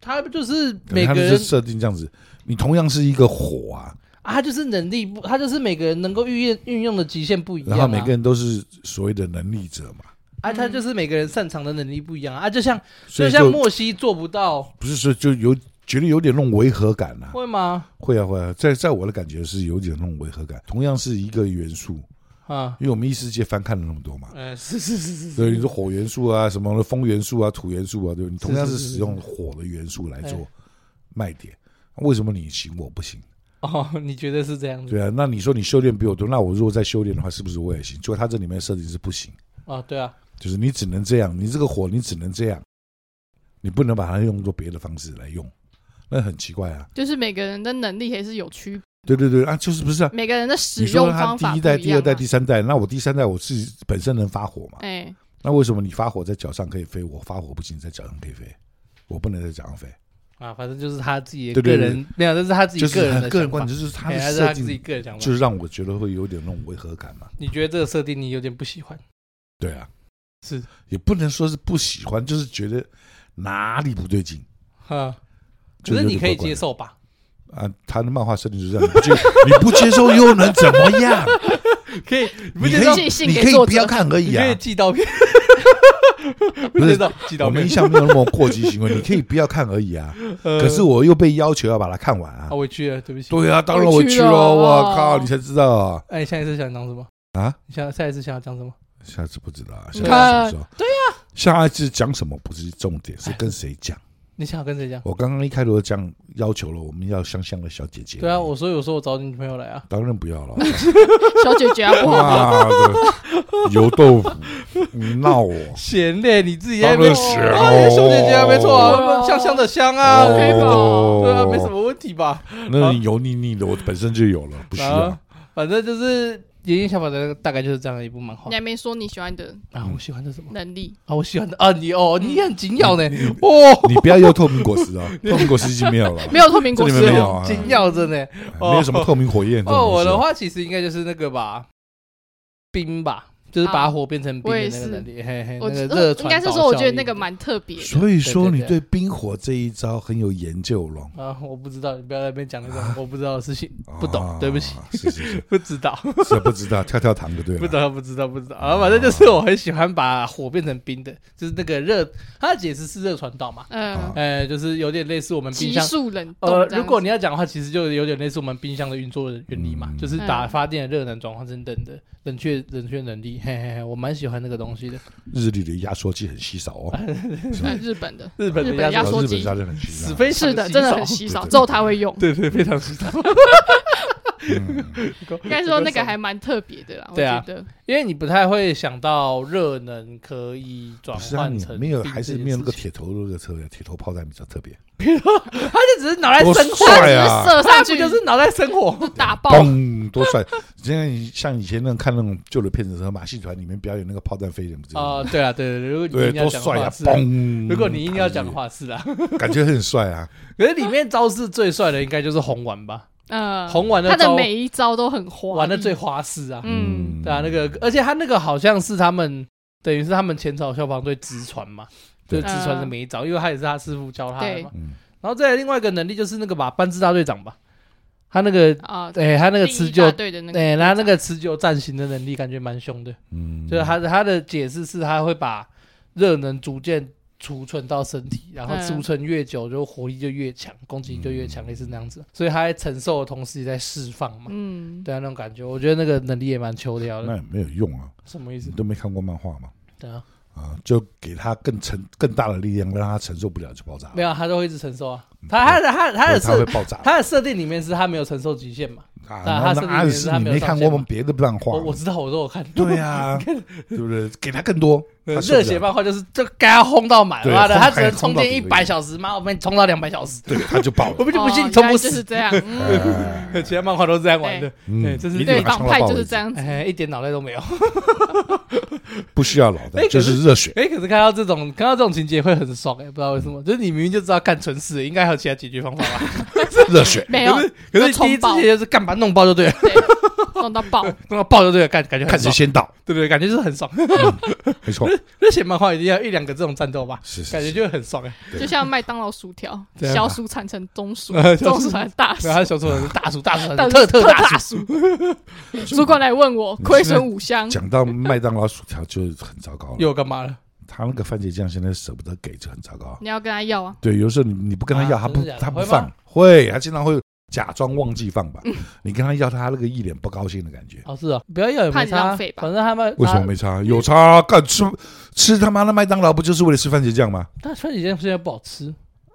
Speaker 3: 他就是每
Speaker 2: 他
Speaker 3: 个
Speaker 2: 就是
Speaker 3: 人
Speaker 2: 设定这样子，你同样是一个火啊，
Speaker 3: 啊，他就是能力不，他就是每个人能够运用运用的极限不一样、
Speaker 2: 然
Speaker 3: 啊。
Speaker 2: 后每个人都是所谓的能力者嘛，
Speaker 3: 啊，他就是每个人擅长的能力不一样啊，啊就像
Speaker 2: 所
Speaker 3: 就
Speaker 2: 以
Speaker 3: 像
Speaker 2: 就
Speaker 3: 莫西做不到，
Speaker 2: 不是说就有觉得有点那种违和感啊。
Speaker 3: 会吗？
Speaker 2: 会啊会啊，在在我的感觉是有点那种违和感。同样是一个元素，
Speaker 3: 啊，
Speaker 2: 因为我们异世界翻看了那么多嘛，
Speaker 3: 呃，是是是是是，
Speaker 2: 对，你说火元素啊，什么的风元素啊，土元素啊，对不对？你同样
Speaker 3: 是
Speaker 2: 是
Speaker 3: 是是
Speaker 2: 使用火的元素来做
Speaker 3: 哎
Speaker 2: 卖点，为什么你行我不行？
Speaker 3: 哦，你觉得是这样子？
Speaker 2: 对啊，那你说你修炼比我多，那我如果再修炼的话，是不是我也行？结果他这里面设定是不行，
Speaker 3: 啊，对啊，
Speaker 2: 就是你只能这样，你这个火你只能这样，你不能把它用作别的方式来用，那很奇怪啊。
Speaker 1: 就是每个人的能力还是有 区，
Speaker 2: 对对对啊，就是不是啊？
Speaker 1: 每个人的使
Speaker 2: 你说
Speaker 1: 用
Speaker 2: 他
Speaker 1: 方法
Speaker 2: 第
Speaker 1: 不
Speaker 2: 一代、第
Speaker 3: 啊
Speaker 2: 二代、
Speaker 1: 样
Speaker 2: 第三代，那我第三代我自己本身能发火嘛
Speaker 1: 啊。？哎，
Speaker 2: 那为什么你发火在脚上可以飞，我发火不行在脚上可以飞？我不能在脚上飞，
Speaker 3: 啊，反正就是他自己的
Speaker 2: 对对
Speaker 3: 个
Speaker 2: 对
Speaker 3: 人，没有，这是他自己
Speaker 2: 就
Speaker 3: 个
Speaker 2: 是
Speaker 3: 人
Speaker 2: 很
Speaker 3: 的
Speaker 2: 个人
Speaker 3: 想
Speaker 2: 观
Speaker 3: 法，
Speaker 2: 点，就是他
Speaker 3: 哎
Speaker 2: 的
Speaker 3: 还是他
Speaker 2: 设
Speaker 3: 自己
Speaker 2: 定，
Speaker 3: 个人想法
Speaker 2: 就。是让我觉得会有点那种违和感嘛。
Speaker 3: 你觉得这个设定你有点不喜欢？
Speaker 2: 对啊，
Speaker 3: 是
Speaker 2: 也不能说是不喜欢，就是觉得哪里不对劲。
Speaker 3: 哈，
Speaker 2: 就
Speaker 3: 可是
Speaker 2: 有
Speaker 3: 你
Speaker 2: 点
Speaker 3: 可以
Speaker 2: 怪怪
Speaker 3: 接
Speaker 2: 的
Speaker 3: 受吧？
Speaker 2: 啊，他的漫画设定就是这样，你不接 你不接受又能怎么样？
Speaker 3: 可以，你 不
Speaker 2: 你
Speaker 3: 接
Speaker 2: 可
Speaker 3: 受
Speaker 1: 接，
Speaker 2: 以
Speaker 1: 寄信
Speaker 2: 你
Speaker 1: 给
Speaker 2: 可以
Speaker 1: 作
Speaker 2: 不要看而
Speaker 3: 你
Speaker 2: 已啊
Speaker 3: 可以。寄刀片，不
Speaker 2: 不是
Speaker 3: 接受寄
Speaker 2: 我
Speaker 3: 刀
Speaker 2: 们
Speaker 3: 片
Speaker 2: 一。向没有那么过激行为，你可以不要看而已啊。
Speaker 3: 可
Speaker 2: 可是我又被要求要把它看完啊
Speaker 3: 呃啊，。委屈了，对不起。
Speaker 2: 对啊，当然我去了，我靠，你才知道啊
Speaker 3: 哎，下一次想讲什么？
Speaker 2: 啊！
Speaker 3: 你想下一次想要讲什么？
Speaker 2: 下次不知道啊，下
Speaker 1: 你
Speaker 2: 次什么
Speaker 1: 看
Speaker 2: 时候？对
Speaker 3: 啊
Speaker 2: 呀，下一次讲什么不是重点，是
Speaker 3: 哎
Speaker 2: 跟谁讲。
Speaker 3: 你想要跟谁讲？
Speaker 2: 我刚刚一开头讲要求了，我们要香香的小姐姐。
Speaker 3: 对啊，我所以我说我找你女朋友来啊。
Speaker 2: 当然不要了。
Speaker 1: 小姐姐啊， 不好吧？
Speaker 2: 妈的，油豆腐，你闹我！
Speaker 3: 贤嘞，你自己在
Speaker 2: 当
Speaker 3: 那边
Speaker 2: 然是
Speaker 3: 啊，你的小姐姐啊没错啊，
Speaker 1: 哦
Speaker 3: 香香的香啊，
Speaker 1: 哦
Speaker 3: 对吧？
Speaker 1: 吧
Speaker 3: 对啊，没什么问题吧？
Speaker 2: 哦那你油腻腻的，我本身就有了，不啊需
Speaker 3: 然后
Speaker 2: 要。
Speaker 3: 反正就是《炎炎小宝》的大概就是这样的一部漫画
Speaker 1: 你还没说你喜欢的
Speaker 3: 啊。我喜欢的什么
Speaker 1: 能力，
Speaker 3: 啊？我喜欢的啊，你哦，你很紧咬呢，
Speaker 2: 嗯
Speaker 3: 哦，
Speaker 2: 你不要用透明果实 啊，透明果实已 经没有了，
Speaker 1: 没有透明果
Speaker 2: 这
Speaker 1: 实
Speaker 2: 里面没有
Speaker 1: 哦，
Speaker 2: 啊，
Speaker 3: 紧咬着呢。
Speaker 2: 没有什么透明火焰这种
Speaker 3: 哦，我
Speaker 2: 东西啊
Speaker 3: 的话其实应该就是那个吧，冰吧，就是
Speaker 1: 啊
Speaker 3: 把火变成冰的那个能力，嘿嘿，
Speaker 1: 我
Speaker 3: 那个
Speaker 1: 呃
Speaker 3: 热
Speaker 1: 应
Speaker 3: 传
Speaker 1: 该是
Speaker 3: 导
Speaker 1: 说，我
Speaker 3: 效
Speaker 1: 觉得
Speaker 3: 应
Speaker 1: 那个蛮特别的。
Speaker 2: 所以说，
Speaker 3: 对对
Speaker 2: 你
Speaker 3: 对
Speaker 2: 对冰火这一招很有研究了。
Speaker 3: 啊，我不知道，你不要在那边讲那 种我不知道的事情，不
Speaker 2: 啊
Speaker 3: 懂，对不起，，
Speaker 2: 是是 是，
Speaker 3: 不知道，
Speaker 2: 是不知道跳跳糖就对
Speaker 3: 不
Speaker 2: 了。
Speaker 3: 知道，不知道，不知道啊，反正就是我很喜欢把火变成冰的，就是那个热，它的解释是热传导嘛，
Speaker 1: 嗯
Speaker 2: 啊，
Speaker 3: 呃，就是有点类似我们冰
Speaker 1: 急
Speaker 3: 箱。
Speaker 1: 速冷冻这
Speaker 3: 呃
Speaker 1: 样，子。
Speaker 3: 如果你要讲的话，其实就有点类似我们冰箱的运作的原理嘛，
Speaker 2: 嗯
Speaker 3: 就是把
Speaker 1: 嗯
Speaker 3: 发电的热能转换成冷的冷却冷却能力。嘿嘿嘿，我蛮喜欢那个东西的。
Speaker 2: 日历的压缩机很稀少哦，是吧
Speaker 1: 哎日本的
Speaker 3: 日本的
Speaker 1: 日本压
Speaker 3: 压缩
Speaker 1: 缩
Speaker 2: 日
Speaker 1: 机
Speaker 2: 本压缩很稀
Speaker 3: 死
Speaker 2: 少。
Speaker 3: 非
Speaker 1: 是
Speaker 3: 常
Speaker 1: 的，
Speaker 3: 稀
Speaker 1: 真的
Speaker 3: 少
Speaker 1: 很稀少，
Speaker 2: 对对对
Speaker 1: 只有他会用。
Speaker 3: 对对，非常 稀少。
Speaker 2: 嗯
Speaker 1: 应该说那个还蛮特别的啦，我
Speaker 3: 对啊
Speaker 1: 觉得。
Speaker 3: 因为你不太会想到热能可以转
Speaker 2: 不是啊，
Speaker 3: 换
Speaker 2: 你
Speaker 3: 成
Speaker 2: 没有
Speaker 3: 冰
Speaker 2: 还是
Speaker 3: 这件
Speaker 2: 没有那个
Speaker 3: 事
Speaker 2: 铁
Speaker 3: 情，
Speaker 2: 头那个车，铁头炮弹比较特别。
Speaker 3: 他就只是脑袋
Speaker 2: 多
Speaker 3: 生火，
Speaker 2: 帅啊！
Speaker 1: 射
Speaker 3: 他
Speaker 1: 上
Speaker 3: 不
Speaker 1: 去
Speaker 3: 就是脑袋生火？
Speaker 1: 打爆，
Speaker 2: 嘣，多帅！现在像以前那种看那种旧的片子，什么马戏团里面表演那个炮弹飞人，不知道
Speaker 3: 啊
Speaker 2: 吗？，
Speaker 3: 对啊，对对，如果你
Speaker 2: 对，
Speaker 3: 硬要
Speaker 2: 多
Speaker 3: 讲
Speaker 2: 帅
Speaker 3: 话
Speaker 2: 啊！
Speaker 3: 是啊，
Speaker 2: 嘣，
Speaker 3: 如果你硬要讲的，话是啊，
Speaker 2: 感觉很帅啊！
Speaker 3: 可是里面招式最帅的应该就是红丸吧？
Speaker 1: 嗯，
Speaker 3: 红丸
Speaker 1: 他的
Speaker 3: 招
Speaker 1: 每一招都很花，
Speaker 3: 玩的最花式啊，
Speaker 1: 嗯
Speaker 3: 对啊，那个而且他那个好像是他们等于是他们前朝消防队直传嘛，就是
Speaker 2: 对
Speaker 3: 直传的每一招，因为他也是他师傅教他的嘛。
Speaker 2: 嗯，
Speaker 3: 然后再来另外一个能力就是那个吧，班智大队长吧，他那个
Speaker 1: 啊，
Speaker 3: 对、他
Speaker 1: 那
Speaker 3: 那个持久，
Speaker 1: 对的那个，
Speaker 3: 对、他那个持久战型的能力感觉蛮凶的，
Speaker 2: 嗯，
Speaker 3: 就是他的他的解释是他会把热能逐渐储存到身体，然后
Speaker 1: 嗯
Speaker 3: 储存越久就活力就越强，攻击力就越强，
Speaker 2: 嗯
Speaker 3: 类似那样子，所以他在承受的同时也在释放嘛，
Speaker 1: 嗯，
Speaker 3: 对啊那种感觉，我觉得那个能力也蛮抽掉
Speaker 2: 那
Speaker 3: 的，
Speaker 2: 也没有用啊，
Speaker 3: 什么意思
Speaker 2: 你？都没看过漫画嘛？
Speaker 3: 对啊，
Speaker 2: 啊，就给他更承更大的力量，让他承受不了就爆炸
Speaker 3: 没。有啊他都会一直承受啊，他他的他他的
Speaker 2: 嗯他会
Speaker 3: 设
Speaker 2: 爆炸
Speaker 3: 他的设定里面是他没有承受极限嘛，
Speaker 2: 啊！
Speaker 3: 他
Speaker 2: 那
Speaker 3: 他
Speaker 2: 那阿尔斯，你没看过我们别的漫画
Speaker 3: 我？我知道我都有看，
Speaker 2: 对呀，对不对？给他更多，他受不
Speaker 3: 热
Speaker 2: 了
Speaker 3: 血漫画就是就给他轰到满，
Speaker 2: 对
Speaker 3: 妈的，
Speaker 2: 轰
Speaker 3: 他只能
Speaker 2: 开
Speaker 3: 充
Speaker 2: 轰到
Speaker 3: 电一
Speaker 2: 底而
Speaker 3: 百
Speaker 2: 已
Speaker 3: 小时，妈，我们充到两百小时，
Speaker 2: 对，他就爆了。
Speaker 3: 我们就不信
Speaker 1: 哦
Speaker 3: 你充
Speaker 1: 原
Speaker 3: 不
Speaker 1: 来就是
Speaker 3: 死。
Speaker 1: 这 样，嗯
Speaker 2: 哎
Speaker 3: 其他漫画都是这样玩的，对
Speaker 2: 嗯
Speaker 3: 这是
Speaker 2: 一定
Speaker 1: 对，
Speaker 2: 把他
Speaker 1: 党
Speaker 2: 冲到
Speaker 1: 派
Speaker 2: 爆
Speaker 1: 就
Speaker 2: 为
Speaker 1: 是
Speaker 2: 止
Speaker 1: 这样子，
Speaker 3: 哎，一点脑袋都没有。
Speaker 2: 不需要脑
Speaker 3: 哎
Speaker 2: 袋，
Speaker 3: 可
Speaker 2: 就是是热血。
Speaker 3: 哎，可是看到这种看到这种情节会很爽，哎，不知道为什么，就是你明明就知道干蠢事，应该还有其他解决方法吧？
Speaker 2: 热血，
Speaker 1: 没有
Speaker 3: 可是可是
Speaker 1: 要冲
Speaker 3: 第一次
Speaker 1: 爆
Speaker 3: 就是干嘛弄爆就对了，
Speaker 1: 弄到爆，
Speaker 3: 弄到爆就对了，感感觉
Speaker 2: 看
Speaker 3: 很
Speaker 2: 谁
Speaker 3: 爽，
Speaker 2: 先到，
Speaker 3: 对不对？感觉就是很爽。
Speaker 2: 没错，
Speaker 3: 热血漫画一定要一两个这种战斗吧，
Speaker 2: 是是
Speaker 3: 感觉
Speaker 2: 是
Speaker 3: 就会很爽哎。
Speaker 2: 对
Speaker 1: 就像麦当劳薯条，
Speaker 3: 对啊，
Speaker 1: 小薯产成中薯
Speaker 3: 小
Speaker 1: 中
Speaker 3: 薯
Speaker 1: 薯产大薯
Speaker 3: 然，后他小丑人是 大叔，大叔
Speaker 1: 大
Speaker 3: 很特特大
Speaker 1: 大
Speaker 3: 叔，
Speaker 1: 薯。主管来问我，亏损五箱，
Speaker 2: 讲到麦当劳薯条就很糟糕了，
Speaker 3: 又干嘛了？
Speaker 2: 他那个番茄酱现在舍不得给就很糟糕。
Speaker 1: 你要跟他要啊，
Speaker 2: 对，有时候你你不跟他要，
Speaker 3: 啊
Speaker 2: 他
Speaker 3: 真
Speaker 2: 不
Speaker 3: 的假的
Speaker 2: 他不
Speaker 3: 会吗
Speaker 2: 放，会他经常会假装忘记放吧。你跟他要，他那个一脸不高兴的感觉。
Speaker 3: 哦，是啊，不要要也
Speaker 1: 怕
Speaker 3: 没
Speaker 1: 你
Speaker 3: 差
Speaker 1: 浪费，吧
Speaker 3: 反正他们
Speaker 2: 为什么？没差？有差啊
Speaker 3: 嗯
Speaker 2: 啊！干吃吃他妈的麦当劳不就是为了吃番茄酱吗？
Speaker 3: 他番茄酱现在不好吃，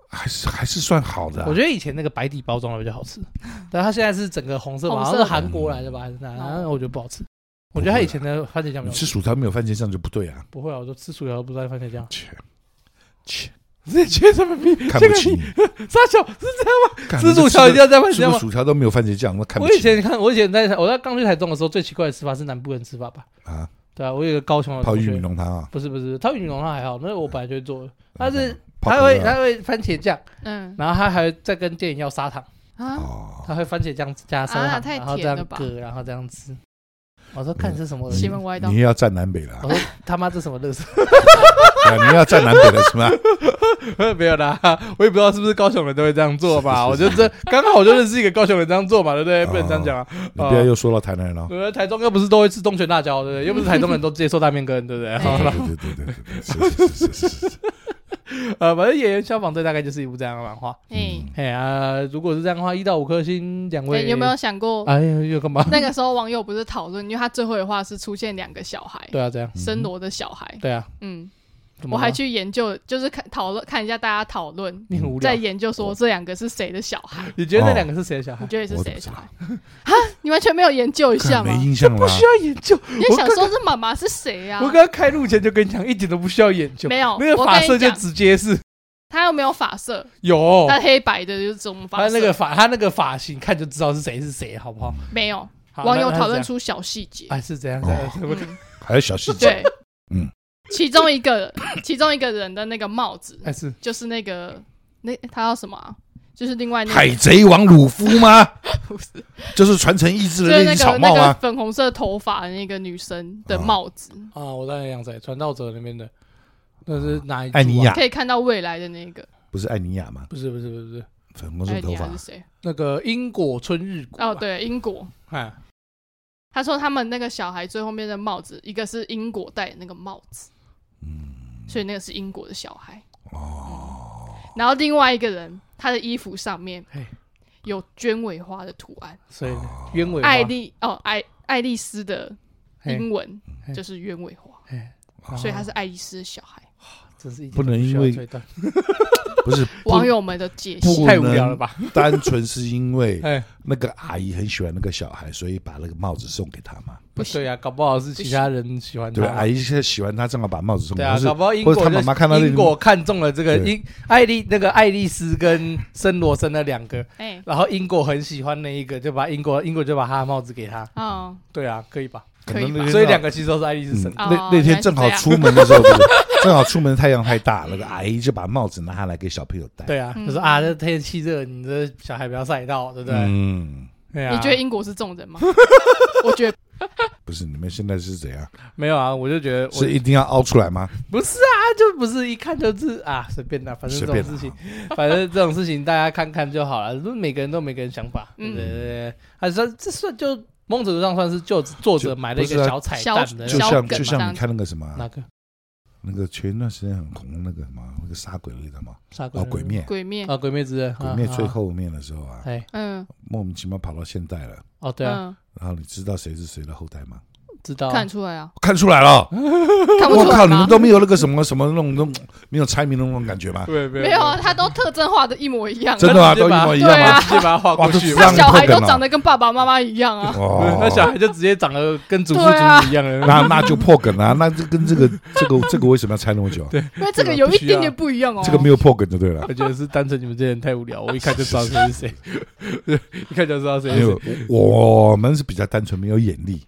Speaker 2: 还是还是算好的啊、
Speaker 3: 我觉得以前那个白底包装的比较好 吃，啊但它现在是整个红色嘛，
Speaker 1: 红
Speaker 3: 好
Speaker 1: 色
Speaker 3: 像是韩国来的吧，还是哪？
Speaker 1: 嗯
Speaker 3: 然后我觉得不好吃。我觉得它以前的番茄酱比
Speaker 2: 啊你
Speaker 3: 较好
Speaker 2: 吃
Speaker 3: 吃
Speaker 2: 薯条没有番茄酱就不对啊，，
Speaker 3: 不会啊，我就吃薯条都不沾番茄酱
Speaker 2: 切切，
Speaker 3: 这切什么屁？
Speaker 2: 看
Speaker 3: 这
Speaker 2: 不
Speaker 3: 个
Speaker 2: 起
Speaker 3: 屁
Speaker 2: 你，
Speaker 3: 傻小是这样
Speaker 2: 干
Speaker 3: 吃薯条一定要沾番茄
Speaker 2: 吃个
Speaker 3: 酱吗？
Speaker 2: 薯条都没有番茄酱，那看不
Speaker 3: 我以
Speaker 2: 起
Speaker 3: 前看，我以前在我在刚去台中的时候，最奇怪的吃法是南部人吃法吧？
Speaker 2: 啊！
Speaker 3: 对啊，我有一个高雄的
Speaker 2: 泡
Speaker 3: 同
Speaker 2: 玉米
Speaker 3: 学，
Speaker 2: 浓汤啊，
Speaker 3: 不是不是，泡玉米浓汤还好，那个我本来就会做的，但是
Speaker 2: 泡
Speaker 3: 他
Speaker 2: 可
Speaker 3: 会
Speaker 2: 乐
Speaker 3: 他会番茄酱，
Speaker 1: 嗯
Speaker 3: 然后他还会再跟店员要砂糖，
Speaker 1: 啊，
Speaker 2: 哦，
Speaker 3: 他会番茄酱加砂
Speaker 1: 啊
Speaker 3: 糖，
Speaker 1: 太
Speaker 3: 然后这
Speaker 1: 甜
Speaker 3: 样
Speaker 1: 了吧
Speaker 3: 割，然后这样吃。我说看这什么
Speaker 1: 喜
Speaker 3: 味道？
Speaker 1: 欢歪到哎
Speaker 2: 你，又要站南北了啊
Speaker 3: 我，说他妈这什么乐色？
Speaker 2: 对啊你又要站南北了是吗？
Speaker 3: 没有啦，我也不知道是不是高雄人都会这样做吧。我
Speaker 2: 是
Speaker 3: 就这刚好我就认识一个高雄人这样做嘛，对不对？不能这样讲啊。
Speaker 2: 你不要又说到台南人了。
Speaker 3: 呃，台中又不是都会吃东泉辣椒，对不对？又不是台中人都接受大面羹，对不对？好
Speaker 1: 哎
Speaker 3: 了，
Speaker 2: 对对对对对，是是是是是是，
Speaker 3: 呃，反正演员消防队大概就是一部这样的漫画。
Speaker 1: 哎，
Speaker 3: 哎啊，如果是这样的话，一到五颗星，两
Speaker 1: 哎
Speaker 3: 位
Speaker 1: 有没有？想过
Speaker 3: 哎呀，又干 嘛？
Speaker 1: 那个时候网友不是讨论，因为他最后的话是出现两个小孩，
Speaker 3: 对啊，这样，
Speaker 1: 森罗的小孩，
Speaker 3: 对啊，
Speaker 1: 嗯，
Speaker 3: 怎么
Speaker 1: 我
Speaker 3: 了
Speaker 1: 还去研究，就是看讨论看一下大家讨论，
Speaker 3: 你很无
Speaker 1: 在
Speaker 3: 聊。啊哦
Speaker 1: 研究说这两个是谁的小 孩，
Speaker 3: 你觉得那两个是谁的小孩
Speaker 1: 你？觉得是
Speaker 2: 我
Speaker 1: 谁
Speaker 2: 怎么
Speaker 1: 的
Speaker 2: 知
Speaker 1: 小
Speaker 2: 道
Speaker 1: 孩？ 哈，你完全没有研究一下
Speaker 2: 看
Speaker 1: 吗
Speaker 2: 没？印象了
Speaker 3: 不
Speaker 2: 啊。
Speaker 3: 需要研究，
Speaker 1: 你就
Speaker 3: 我
Speaker 1: 想
Speaker 3: 刚
Speaker 1: 说这妈妈是谁呀
Speaker 3: 我？刚刚开录前就跟你讲，一点都不需要研究，
Speaker 1: 啊没有，
Speaker 3: 那个
Speaker 1: 我
Speaker 3: 发
Speaker 1: 跟
Speaker 3: 色
Speaker 1: 你
Speaker 3: 就
Speaker 1: 讲，
Speaker 3: 直接是
Speaker 1: 他又没有发色，
Speaker 3: 有，
Speaker 1: 他黑白的就是中
Speaker 3: 他
Speaker 1: 发色，
Speaker 3: 那个发他那个发型看就知道是谁是谁，好不好？
Speaker 1: 没有。
Speaker 3: 好
Speaker 1: 网友
Speaker 3: 那那是
Speaker 1: 讨论
Speaker 3: 这样
Speaker 1: 出小细节，
Speaker 3: 哎是这样，
Speaker 2: 哦
Speaker 3: 这样
Speaker 1: 嗯
Speaker 2: 还有小细节，
Speaker 1: 对，
Speaker 2: 嗯，
Speaker 1: 其中一个其中一个人的那个帽子
Speaker 3: 哎是
Speaker 1: 就是那个那他叫什么啊？就是另外那个
Speaker 2: 海贼王鲁夫 吗？
Speaker 1: 不是
Speaker 2: 就是传承意志
Speaker 1: 就
Speaker 2: 的
Speaker 1: 是
Speaker 2: 那
Speaker 1: 那
Speaker 2: 顶草
Speaker 1: 个那
Speaker 2: 帽
Speaker 1: 个
Speaker 2: 吗？哦
Speaker 1: 粉红色头发的那个女生的帽子，
Speaker 3: 啊，我当然样子，传道者那边的，那是哪一组啊？
Speaker 2: 艾尼亚
Speaker 1: 可以看到未来的那个
Speaker 2: 不是艾尼亚吗？
Speaker 3: 不是不是不是不是
Speaker 2: 粉红色
Speaker 1: 艾
Speaker 2: 头
Speaker 1: 迪
Speaker 2: 发
Speaker 1: 还是，谁？
Speaker 3: 那个因果春日谷
Speaker 1: 哦，
Speaker 3: 吧，
Speaker 1: 对，英国。
Speaker 3: 哎，
Speaker 1: 他说他们那个小孩最后面的帽子，一个是英国戴的那个帽子，
Speaker 2: 嗯，
Speaker 1: 所以那个是英国的小孩。嗯
Speaker 2: 哦，
Speaker 1: 然后另外一个人，他的衣服上面
Speaker 3: 嘿
Speaker 1: 有鸢尾花的图案，
Speaker 3: 所以呢鸢尾花
Speaker 1: 爱丽哦爱爱丽丝的
Speaker 3: 嘿
Speaker 1: 英文
Speaker 3: 嘿
Speaker 1: 就是鸢尾花，
Speaker 3: 哎
Speaker 2: 嗯哦
Speaker 1: 所以他是爱丽丝的小孩。
Speaker 3: 真是一点
Speaker 2: 不能
Speaker 3: 都需
Speaker 2: 因
Speaker 3: 要
Speaker 2: 为
Speaker 3: 推断
Speaker 2: 不 是不
Speaker 1: 网友们的解析
Speaker 2: 不，
Speaker 3: 太无聊了吧？
Speaker 2: 单纯是因为
Speaker 3: 哎，
Speaker 2: 那个阿姨很喜欢那个小孩，所以把那个帽子送给他嘛。
Speaker 1: 不
Speaker 3: 对啊
Speaker 1: 行，
Speaker 3: 呀，搞不好是其他人喜欢
Speaker 2: 对，阿
Speaker 3: 他。
Speaker 2: 姨现在喜欢他，正好把帽子送给他。
Speaker 3: 啊对啊，
Speaker 2: 是
Speaker 3: 搞不好英
Speaker 2: 嗯或
Speaker 3: 国
Speaker 2: 者他
Speaker 3: 就
Speaker 2: 妈妈看到那个
Speaker 3: 英国看中了这个
Speaker 2: 对
Speaker 3: 英爱丽那个爱丽丝跟森罗森那两个，
Speaker 1: 哎，
Speaker 3: 然后英国很喜欢那一个，就把英国英国就把他的帽子给他。
Speaker 1: 哦，
Speaker 3: 对啊，可以吧？
Speaker 1: 可以
Speaker 2: 可能
Speaker 1: 吧
Speaker 2: 那？
Speaker 3: 所以两个其实都是爱丽丝森
Speaker 2: 嗯
Speaker 3: 罗。
Speaker 1: 哦
Speaker 2: 那那天正好
Speaker 1: 原来是
Speaker 2: 出门的时候， 不是正好出门太阳太大，那个阿姨就把帽子拿下来给小朋友戴。
Speaker 3: 对啊，
Speaker 1: 嗯
Speaker 3: 就说啊，这天气热，你这小孩不要晒到，对不对？
Speaker 2: 嗯，
Speaker 3: 对啊
Speaker 1: 你觉得英国是这种人吗？我觉得
Speaker 2: 不是你们现在是怎样？
Speaker 3: 没有啊？我就觉得我
Speaker 2: 是一定要凹出来吗？
Speaker 3: 不是啊，就不是一看就是啊，随便的，反正
Speaker 2: 随
Speaker 3: 这种
Speaker 2: 便
Speaker 3: 事
Speaker 2: 啦
Speaker 3: 情，反正这种事情大家看看就好了。每个人都有每个人想法，对
Speaker 1: 嗯
Speaker 3: 对对对，还是这算就某种程度上算是就作者埋了一
Speaker 2: 不
Speaker 3: 个
Speaker 2: 是啊
Speaker 3: 小彩蛋的
Speaker 2: 就
Speaker 1: 小
Speaker 2: 像
Speaker 1: 梗
Speaker 2: 就
Speaker 1: 嘛
Speaker 2: 像你看那个什么
Speaker 3: 那
Speaker 2: 啊，
Speaker 3: 个
Speaker 2: 那个前一段时间很红的那个什么，那个杀鬼类的嘛，
Speaker 3: 啥鬼
Speaker 2: 哦，鬼灭，
Speaker 1: 鬼灭，
Speaker 3: 啊，鬼灭之刃，
Speaker 2: 鬼灭最
Speaker 3: 啊，啊
Speaker 2: 后面的时候啊，
Speaker 3: 哎，
Speaker 1: 嗯，
Speaker 2: 莫名其妙跑到现代了。
Speaker 3: 哦对啊，
Speaker 1: 嗯，
Speaker 2: 然后你知道谁是谁的后代吗？
Speaker 3: 知道啊，
Speaker 1: 看得出来啊，
Speaker 2: 看出来了，
Speaker 1: 看不
Speaker 2: 我
Speaker 1: 出
Speaker 2: 靠，
Speaker 1: 来
Speaker 2: 你
Speaker 1: 吗
Speaker 2: 们？都没有那个什么什么那种那种没有猜谜的那种感觉吗？
Speaker 3: 对，
Speaker 1: 没有啊，他都特征画的一模一样啊，
Speaker 2: 真的吗？
Speaker 3: 直接
Speaker 2: 都一
Speaker 3: 把
Speaker 2: 模一样
Speaker 1: 对啊
Speaker 2: 吗？
Speaker 3: 直接把它画过
Speaker 2: 哇这
Speaker 3: 去
Speaker 2: 是
Speaker 3: 吧，
Speaker 1: 他小孩
Speaker 2: 让你
Speaker 1: 都
Speaker 2: 不可能
Speaker 1: 长得跟爸爸妈妈一样 啊，
Speaker 2: 哦，
Speaker 3: 那小孩就直接长得跟祖父祖
Speaker 1: 对啊
Speaker 3: 母一样了，
Speaker 2: 那那就破梗啊，那这跟这个这个这个为什么要猜那么久？
Speaker 1: 因为这个有一点点不一样哦。
Speaker 2: 这个没有破梗就对了。
Speaker 3: 我觉得是单纯你们这些人太无聊，我一看就知道谁是谁， 一看就知道谁
Speaker 2: 没
Speaker 3: 是
Speaker 2: 有
Speaker 3: 谁。，
Speaker 2: 我我们是比较单纯，没有眼力，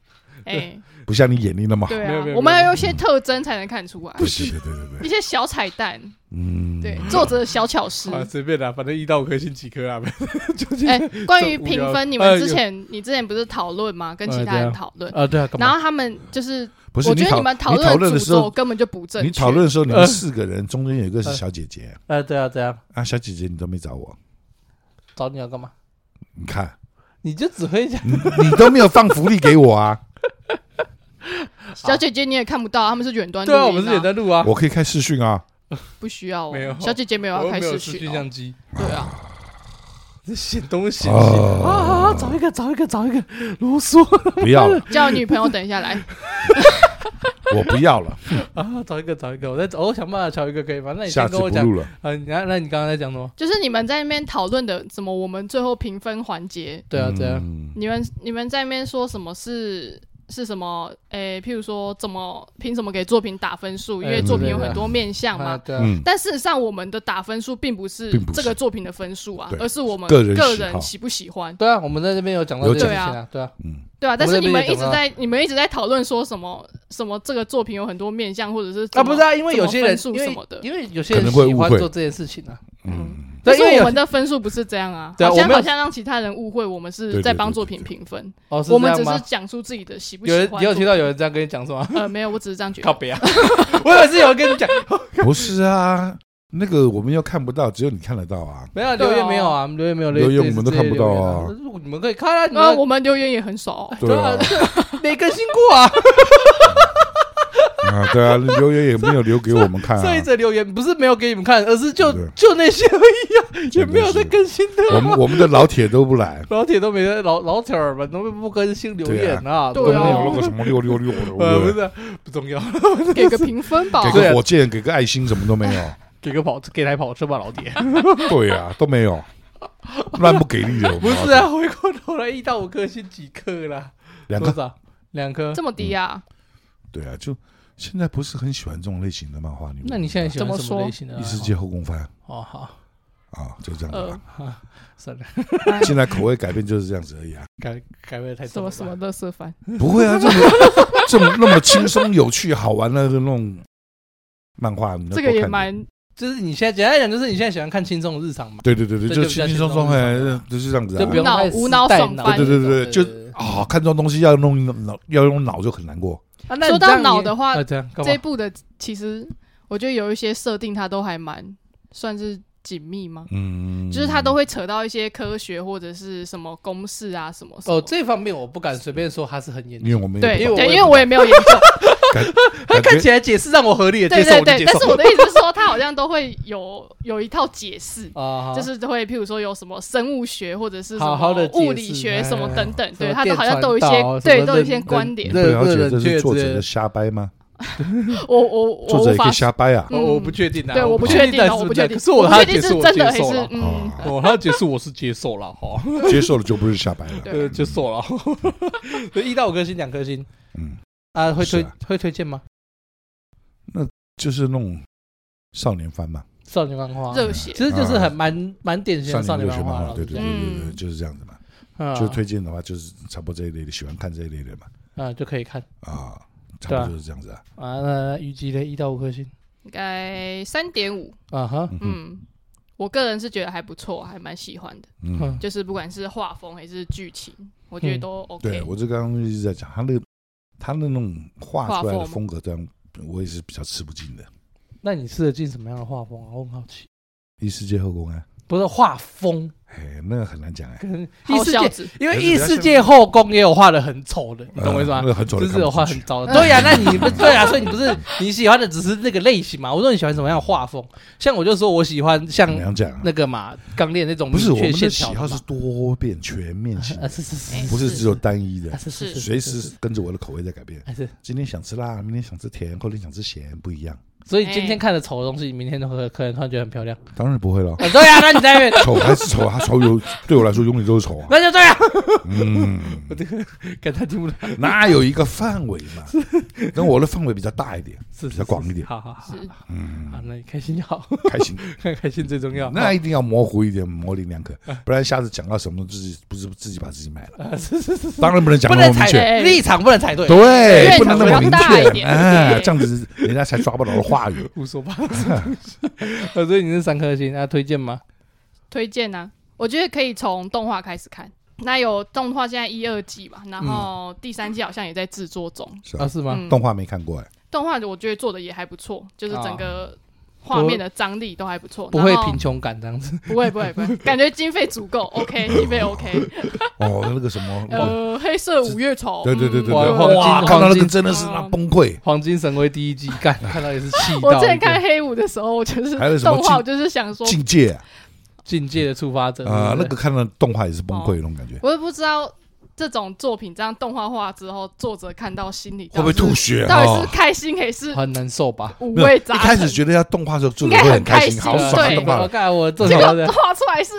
Speaker 1: 哎，
Speaker 2: 不像你眼力那么好。
Speaker 1: 对啊
Speaker 3: 没有没有没，有
Speaker 1: 我们要用一些特征才能看出来
Speaker 2: 不，行，对对对对，
Speaker 1: 一些小彩蛋，
Speaker 2: 嗯，
Speaker 1: 对，作者的小巧思。
Speaker 3: 啊，随便啦，反正一到五颗星几颗啦， 就是
Speaker 1: 哎，关于
Speaker 3: 这无
Speaker 1: 评
Speaker 3: 聊
Speaker 1: 分，你
Speaker 3: 哎
Speaker 1: 们之
Speaker 3: 有
Speaker 1: 前你之前不是讨论吗？跟其他
Speaker 3: 哎对啊
Speaker 1: 人讨论，
Speaker 3: 啊，对啊，干
Speaker 1: 然
Speaker 3: 嘛？
Speaker 1: 后他们就是，
Speaker 2: 不是
Speaker 1: 我觉得
Speaker 2: 讨
Speaker 1: 你们
Speaker 2: 讨
Speaker 1: 论
Speaker 2: 的
Speaker 1: 诅
Speaker 2: 时候
Speaker 1: 咒，根本就不正确。
Speaker 2: 你讨论的时候，你
Speaker 3: 呃
Speaker 2: 们四个人中间有一个是小姐姐
Speaker 3: 啊，对啊，对啊，
Speaker 2: 啊，小姐姐你都没找我，
Speaker 3: 找你要啊干嘛？
Speaker 2: 你看
Speaker 3: 你就只会讲，
Speaker 2: 你你都没有放福利给我啊，
Speaker 1: 小姐姐你也看不到，他们是远端录
Speaker 3: 对
Speaker 1: 音
Speaker 3: 啊，我们是也在录啊，
Speaker 2: 我可以开视讯啊，
Speaker 1: 不需要哦
Speaker 3: 没有
Speaker 1: 小姐姐没有
Speaker 3: 我
Speaker 1: 要
Speaker 3: 又
Speaker 1: 开
Speaker 3: 没有
Speaker 1: 视
Speaker 3: 视
Speaker 1: 讯
Speaker 3: 讯
Speaker 1: 哦，
Speaker 3: 相机，
Speaker 1: 对 啊，
Speaker 3: 这显东显西
Speaker 2: 哦
Speaker 3: 啊啊，啊
Speaker 1: 哦
Speaker 3: 找一个，找一个，找一个，啰嗦，
Speaker 2: 不要了，
Speaker 1: 叫女朋友等一下来，
Speaker 2: 我不要了，
Speaker 3: 啊，找一个找一个，我再找，我想办法找一个可以吗？ 那你
Speaker 2: 下次
Speaker 3: 先跟
Speaker 2: 不
Speaker 3: 我讲
Speaker 2: 录了。
Speaker 3: 啊，你那那你刚刚在讲什么？
Speaker 1: 就是你们在那边讨论的，什么我们最后评分环节，
Speaker 3: 对啊，对啊，
Speaker 2: 嗯
Speaker 1: 你们你们在那边说什么是是什么？诶、譬如说怎么凭什么给作品打分数？因为
Speaker 3: 哎
Speaker 1: 作品
Speaker 2: 对
Speaker 1: 有
Speaker 2: 对
Speaker 1: 很多面向嘛。
Speaker 3: 啊，对啊，
Speaker 2: 嗯，
Speaker 1: 但事实上，我们的打分数并不是
Speaker 2: 并不是
Speaker 1: 这个作品的分数啊
Speaker 2: 对，
Speaker 1: 而是我们
Speaker 2: 个人喜好
Speaker 1: 喜不喜欢，
Speaker 3: 对啊，我们在这边有讲到这
Speaker 2: 有
Speaker 3: 个事情
Speaker 1: 讲
Speaker 3: 啊，对啊，
Speaker 2: 嗯，
Speaker 1: 对啊。但是
Speaker 3: 我
Speaker 1: 你
Speaker 3: 们这
Speaker 1: 们
Speaker 3: 边也
Speaker 1: 一直
Speaker 3: 讲到
Speaker 1: 在你们一直在讨论说什么什么这个作品有很多面向，或者是
Speaker 3: 啊
Speaker 1: 怎么
Speaker 3: 不是啊，因为有些人
Speaker 1: 怎
Speaker 3: 因
Speaker 1: 么分数什么
Speaker 3: 为
Speaker 1: 的
Speaker 3: 因为有些人
Speaker 2: 可能会
Speaker 3: 喜
Speaker 2: 误
Speaker 3: 欢
Speaker 2: 会
Speaker 3: 做这件事情啊，
Speaker 2: 嗯，
Speaker 1: 但
Speaker 3: 对，
Speaker 1: 是
Speaker 3: 因为
Speaker 1: 我
Speaker 3: 有
Speaker 1: 们的分数不是这样啊，
Speaker 3: 对啊
Speaker 1: 好像
Speaker 3: 我没有
Speaker 1: 好像让其他人误会我们
Speaker 2: 对
Speaker 1: 是
Speaker 2: 对
Speaker 1: 在
Speaker 2: 对
Speaker 1: 帮
Speaker 2: 对
Speaker 1: 作
Speaker 2: 对
Speaker 1: 品
Speaker 2: 对
Speaker 1: 评分，
Speaker 3: 哦是
Speaker 1: 我
Speaker 3: 这
Speaker 1: 们
Speaker 3: 样
Speaker 1: 只是
Speaker 3: 吗？
Speaker 1: 讲述自己的喜不喜
Speaker 3: 有
Speaker 1: 欢
Speaker 3: 人
Speaker 1: 作
Speaker 3: 你
Speaker 1: 品。
Speaker 3: 有听到有人这样跟你讲说吗？
Speaker 1: 呃，没有，我只是这样觉
Speaker 3: 靠
Speaker 1: 得。
Speaker 3: 北啊， 我以为是有人跟你讲，
Speaker 2: 不是啊，那个我们又看不到，只有你看得到 啊。
Speaker 3: 没有
Speaker 1: 对啊
Speaker 3: 留言没有啊，留言没有
Speaker 2: 留言
Speaker 3: 类似
Speaker 2: 我们都
Speaker 3: 这些
Speaker 2: 看不到
Speaker 3: 留言
Speaker 2: 啊
Speaker 3: 但是你们可以看啊，你
Speaker 1: 那
Speaker 3: 们
Speaker 1: 我们留言也很少 哦，
Speaker 2: 对啊，
Speaker 3: 没更新过啊，
Speaker 2: 啊，对啊，留言也没有留给我们看
Speaker 3: 这 一
Speaker 2: 啊。
Speaker 3: 则留言不是没有给你们看，而是就
Speaker 2: 对
Speaker 3: 就那些而 已啊，也
Speaker 2: 真的
Speaker 3: 没有在
Speaker 2: 是
Speaker 3: 更新的。
Speaker 2: 我 们我们的老铁都不来，
Speaker 3: 老铁都没在老老铁儿们都不更新留言啊，
Speaker 1: 对
Speaker 2: 都
Speaker 1: 啊
Speaker 2: 没
Speaker 3: 不
Speaker 2: 有那个什么六六六
Speaker 3: 呃，不
Speaker 2: 的，
Speaker 3: 是啊不重要，
Speaker 1: 给个评分吧
Speaker 2: 给。
Speaker 3: 对啊
Speaker 2: 个火箭，给个爱心，什么都没 有。
Speaker 3: 给个跑给台跑车吧，老 铁。
Speaker 2: 对啊，都没有，乱不给力的。我们
Speaker 3: 不是啊，回过头来一到五颗星几颗啦？
Speaker 2: 两
Speaker 3: 多
Speaker 2: 个
Speaker 3: 少？两颗
Speaker 1: 这。么低啊？
Speaker 2: 对啊，就现在不是很喜欢这种类型的漫画。
Speaker 3: 那你现在喜
Speaker 1: 怎么
Speaker 3: 欢什么
Speaker 1: 说
Speaker 3: 类型的？啊
Speaker 2: 异世界后宫番
Speaker 3: 哦，好，
Speaker 2: 啊，就这样
Speaker 3: 嗯
Speaker 2: 子
Speaker 1: 呃哎
Speaker 2: 吧。，
Speaker 3: 算了，
Speaker 2: 现在口味改变就是这样子而已啊，
Speaker 3: 改改味太
Speaker 1: 什
Speaker 3: 重
Speaker 1: 么
Speaker 3: 了。
Speaker 1: 什么乐色番，
Speaker 2: 不会啊，这么 这么那么轻松有趣好玩的那种漫画，你都
Speaker 1: 这个
Speaker 2: 多
Speaker 1: 也
Speaker 2: 看点
Speaker 1: 蛮
Speaker 3: 就是你现在简单来讲，就是你现在喜欢看轻松的日常嘛，
Speaker 2: 对对对对，
Speaker 3: 这
Speaker 2: 就
Speaker 3: 就比
Speaker 2: 轻
Speaker 3: 较
Speaker 2: 轻
Speaker 3: 轻
Speaker 2: 松松，
Speaker 3: 松
Speaker 2: 哎
Speaker 3: 了，
Speaker 2: 就是这样子
Speaker 3: 就
Speaker 2: 啊
Speaker 3: 不。用
Speaker 1: 无脑
Speaker 3: 太死
Speaker 1: 无脑
Speaker 3: 带
Speaker 1: 爽翻
Speaker 2: 对对对对就
Speaker 3: 对
Speaker 2: 啊，看这种东西要用脑，要用脑就很难过。
Speaker 3: 啊那你
Speaker 1: 说
Speaker 3: 这
Speaker 1: 到
Speaker 3: 样
Speaker 1: 脑
Speaker 3: 也
Speaker 1: 的话
Speaker 3: 啊这样干
Speaker 1: 这一
Speaker 3: 嘛？
Speaker 1: 部的，其实我觉得有一些设定它都还蛮算是紧密吗？
Speaker 2: 嗯，
Speaker 1: 就是它都会扯到一些科学或者是什么公式啊什么什么
Speaker 3: 哦，。这方面我不敢随便说它是很严
Speaker 2: 因为
Speaker 3: 重，
Speaker 2: 我们
Speaker 1: 对
Speaker 2: 也
Speaker 1: 对，
Speaker 2: 不懂
Speaker 1: 因
Speaker 3: 也
Speaker 1: 为我也没有研究，
Speaker 3: 它看
Speaker 2: 感觉
Speaker 3: 起来解释让我合理的接
Speaker 1: 对
Speaker 3: 受，
Speaker 1: 对
Speaker 3: 我
Speaker 1: 对。
Speaker 3: 就接
Speaker 1: 但是
Speaker 3: 受
Speaker 1: 我的意思是说，它好像都会有有一套解释，
Speaker 3: 啊，好
Speaker 1: 就是会譬如说有什么生物学或者是什
Speaker 3: 好好
Speaker 1: 么
Speaker 3: 地解释
Speaker 1: 物理学什么
Speaker 3: 哎
Speaker 1: 等等，
Speaker 3: 什
Speaker 1: 对
Speaker 3: 么
Speaker 1: 它都
Speaker 3: 电
Speaker 1: 好像
Speaker 3: 传
Speaker 1: 都有一
Speaker 3: 导
Speaker 1: 些
Speaker 3: 啊什
Speaker 1: 对
Speaker 3: 么
Speaker 1: 都有一
Speaker 3: 冷
Speaker 1: 些
Speaker 3: 冷
Speaker 1: 观点
Speaker 2: 你。不了解这
Speaker 3: 热热
Speaker 2: 是
Speaker 3: 冷
Speaker 2: 作者
Speaker 3: 却
Speaker 2: 的瞎掰吗？
Speaker 1: 我我我
Speaker 2: 作者
Speaker 1: 无
Speaker 2: 也
Speaker 1: 法
Speaker 2: 可以瞎掰啊。
Speaker 3: 我我不确定啊，
Speaker 1: 嗯对，我不
Speaker 2: 不
Speaker 1: 确
Speaker 2: 确
Speaker 1: 定
Speaker 3: 但
Speaker 1: 啊，
Speaker 3: 是
Speaker 1: 我不确定，
Speaker 3: 可是我
Speaker 1: 不
Speaker 3: 他
Speaker 1: 确
Speaker 3: 解
Speaker 1: 定
Speaker 3: 释
Speaker 1: 是
Speaker 3: 我
Speaker 1: 真的
Speaker 3: 接
Speaker 1: 还
Speaker 3: 受
Speaker 1: 是
Speaker 3: 了，哦
Speaker 1: 嗯，
Speaker 2: 啊，
Speaker 3: 我他的解释我是接受了哈，
Speaker 2: 接受了就不是瞎掰了。
Speaker 1: 对
Speaker 3: 呃，接受了，所以一到五颗星，两颗星
Speaker 2: 嗯，
Speaker 3: 啊，会
Speaker 2: 是
Speaker 3: 推
Speaker 2: 啊
Speaker 3: 会推荐吗？
Speaker 2: 就是那种少年番嘛，
Speaker 3: 少女漫画，
Speaker 1: 热血
Speaker 3: 其实呃就是
Speaker 2: 啊
Speaker 3: 很蛮蛮典型的少
Speaker 2: 少
Speaker 3: 女
Speaker 2: 热血
Speaker 3: 漫
Speaker 2: 漫
Speaker 3: 画嗯
Speaker 2: 画，对对对对对，
Speaker 1: 嗯
Speaker 2: 就是这样子嘛。
Speaker 3: 对
Speaker 2: 就推荐的话，就是差不多这一类的，喜欢看这一类的嘛。
Speaker 3: 啊就可以看
Speaker 2: 啊，差不多就是这样子啊。
Speaker 3: 啊，那虞姬的一到五颗星
Speaker 1: 应该三点五，
Speaker 3: 啊哈，
Speaker 2: 嗯哼
Speaker 1: 嗯，我个人是觉得还不错，还蛮喜欢的，
Speaker 2: 嗯
Speaker 3: 嗯，
Speaker 1: 就是不管是画风还是剧情，我觉得都 OK。
Speaker 2: 对我这刚刚一直在讲，他那个他那种画出来的风格，这样我也是比较吃不进的。
Speaker 3: 那你试着进什么样的画风啊？我很好奇，
Speaker 2: 异世界后宫啊，
Speaker 3: 不是画风
Speaker 2: 哎，那个很难讲哎。
Speaker 3: 跟异
Speaker 1: 好
Speaker 3: 世
Speaker 1: 小
Speaker 3: 界，
Speaker 1: 子，
Speaker 3: 因为
Speaker 2: 还是
Speaker 3: 异
Speaker 2: 比较
Speaker 3: 世
Speaker 2: 像
Speaker 3: 界后宫也有画的很丑的，你懂我意思
Speaker 2: 呃
Speaker 3: 吗
Speaker 2: 那？个很丑的看
Speaker 3: 就是
Speaker 2: 不
Speaker 3: 有画
Speaker 2: 进
Speaker 3: 很
Speaker 2: 去
Speaker 3: 糟的。对呀、那你不对呀、所以你不是你喜欢的只是那个类型嘛？我说你喜欢什么样的画风？像我就说我喜欢像
Speaker 2: 怎么样讲啊？
Speaker 3: 那个嘛，钢炼那种
Speaker 2: 不是我
Speaker 3: 明
Speaker 2: 们
Speaker 3: 确线
Speaker 2: 的喜
Speaker 3: 条的
Speaker 2: 好是
Speaker 3: 嘛
Speaker 2: 多变、全面性
Speaker 3: 啊
Speaker 2: 的，
Speaker 3: 是是是
Speaker 1: 哎，
Speaker 2: 不是
Speaker 1: 是
Speaker 2: 只有单一的
Speaker 3: 啊，是是
Speaker 1: 是
Speaker 2: 随
Speaker 3: 是
Speaker 2: 时跟着我的口味在改变。
Speaker 3: 还是，
Speaker 2: 今天想吃辣，明天想吃甜，后天想吃咸，不一样。
Speaker 3: 所以
Speaker 1: 哎
Speaker 3: 今天看的丑的东西，明天都可可能突然觉得很漂亮。
Speaker 2: 当然不会了，
Speaker 3: 啊对呀、那你在 那边，
Speaker 2: 丑还是丑啊，丑有对我来说永远都是丑 啊。
Speaker 3: 那就这样。
Speaker 2: 嗯，
Speaker 3: 看他听不懂，
Speaker 2: 哪有一个范围嘛？那我的范围比较大一点，
Speaker 3: 是
Speaker 2: 比较广一点
Speaker 3: 好好好，
Speaker 1: 是
Speaker 3: 好，
Speaker 2: 嗯，
Speaker 3: 好那你开心就好，
Speaker 2: 开心。
Speaker 3: 开心最重要。
Speaker 2: 那一定要模糊一点，模棱两可，
Speaker 3: 嗯
Speaker 2: 不然下次讲到什么自己不是自己把自己卖了。
Speaker 3: 啊 是是是，
Speaker 2: 当然不哎能讲
Speaker 3: 不
Speaker 2: 那
Speaker 3: 能
Speaker 2: 么明
Speaker 3: 踩
Speaker 2: 确，
Speaker 1: 确
Speaker 3: 立场，不能踩对，
Speaker 2: 对，
Speaker 1: 对
Speaker 2: 不能那么明
Speaker 1: 场合要大一
Speaker 2: 确，
Speaker 1: 点
Speaker 2: 哎，
Speaker 1: 对
Speaker 2: 这样子人家才抓不到的话语。
Speaker 3: 胡说八道。啊所以你是三颗星，啊，推荐吗？
Speaker 1: 推荐啊，我觉得可以从动画开始看。那有动画现在一二季嘛，然后第三季好像也在制作中。
Speaker 2: 是
Speaker 3: 啊
Speaker 2: 吧？
Speaker 3: 是吗？
Speaker 1: 嗯
Speaker 2: 嗯动画没看过哎，
Speaker 1: 动画我觉得做的也还不错，就是整个
Speaker 3: 不
Speaker 1: 画
Speaker 3: 会
Speaker 1: 面的张力都还不错，
Speaker 3: 不会
Speaker 1: 然后
Speaker 3: 贫穷感这样子。
Speaker 1: 不会不会不会，感觉经费足够，OK，经 费 OK。
Speaker 2: 哦，那个什么，哦
Speaker 1: 呃，黑色五月虫，
Speaker 2: 对对对对对，
Speaker 3: 哇
Speaker 1: 嗯
Speaker 2: 哇，
Speaker 3: 黄金
Speaker 2: 看到那
Speaker 3: 黄
Speaker 2: 个
Speaker 3: 金
Speaker 2: 真的是那崩溃。
Speaker 3: 黄金神威第一季 干，看到也是气到。
Speaker 1: 我之前看黑五的时候，我就是
Speaker 2: 还有什么
Speaker 1: 动画，
Speaker 2: 进
Speaker 1: 我就是想说，
Speaker 2: 境界啊，
Speaker 3: 境界的触发者
Speaker 2: 呃
Speaker 3: 对不
Speaker 2: 那
Speaker 3: 对
Speaker 1: 哦
Speaker 2: 个看到动画也是崩溃那种感觉。
Speaker 1: 我也不知道这种作品这样动画化之后，作者看到心里
Speaker 2: 会
Speaker 1: 到
Speaker 2: 不
Speaker 1: 底
Speaker 2: 会
Speaker 1: 是
Speaker 2: 吐血
Speaker 1: 到
Speaker 2: 啊？
Speaker 1: 底是开心还是
Speaker 3: 很难受吧？
Speaker 1: 五
Speaker 2: 没有
Speaker 1: 味
Speaker 2: 一
Speaker 1: 杂
Speaker 2: 开始
Speaker 1: 陈？
Speaker 2: 觉得要动画的时候做的
Speaker 1: 应该
Speaker 2: 会
Speaker 1: 很
Speaker 2: 开
Speaker 1: 开
Speaker 2: 心，好
Speaker 1: 心
Speaker 2: 爽啊，
Speaker 1: 对
Speaker 2: 动画
Speaker 3: 我
Speaker 2: 了。
Speaker 3: 看我这
Speaker 1: 结
Speaker 3: 种
Speaker 1: 果
Speaker 3: 的
Speaker 1: 画出来是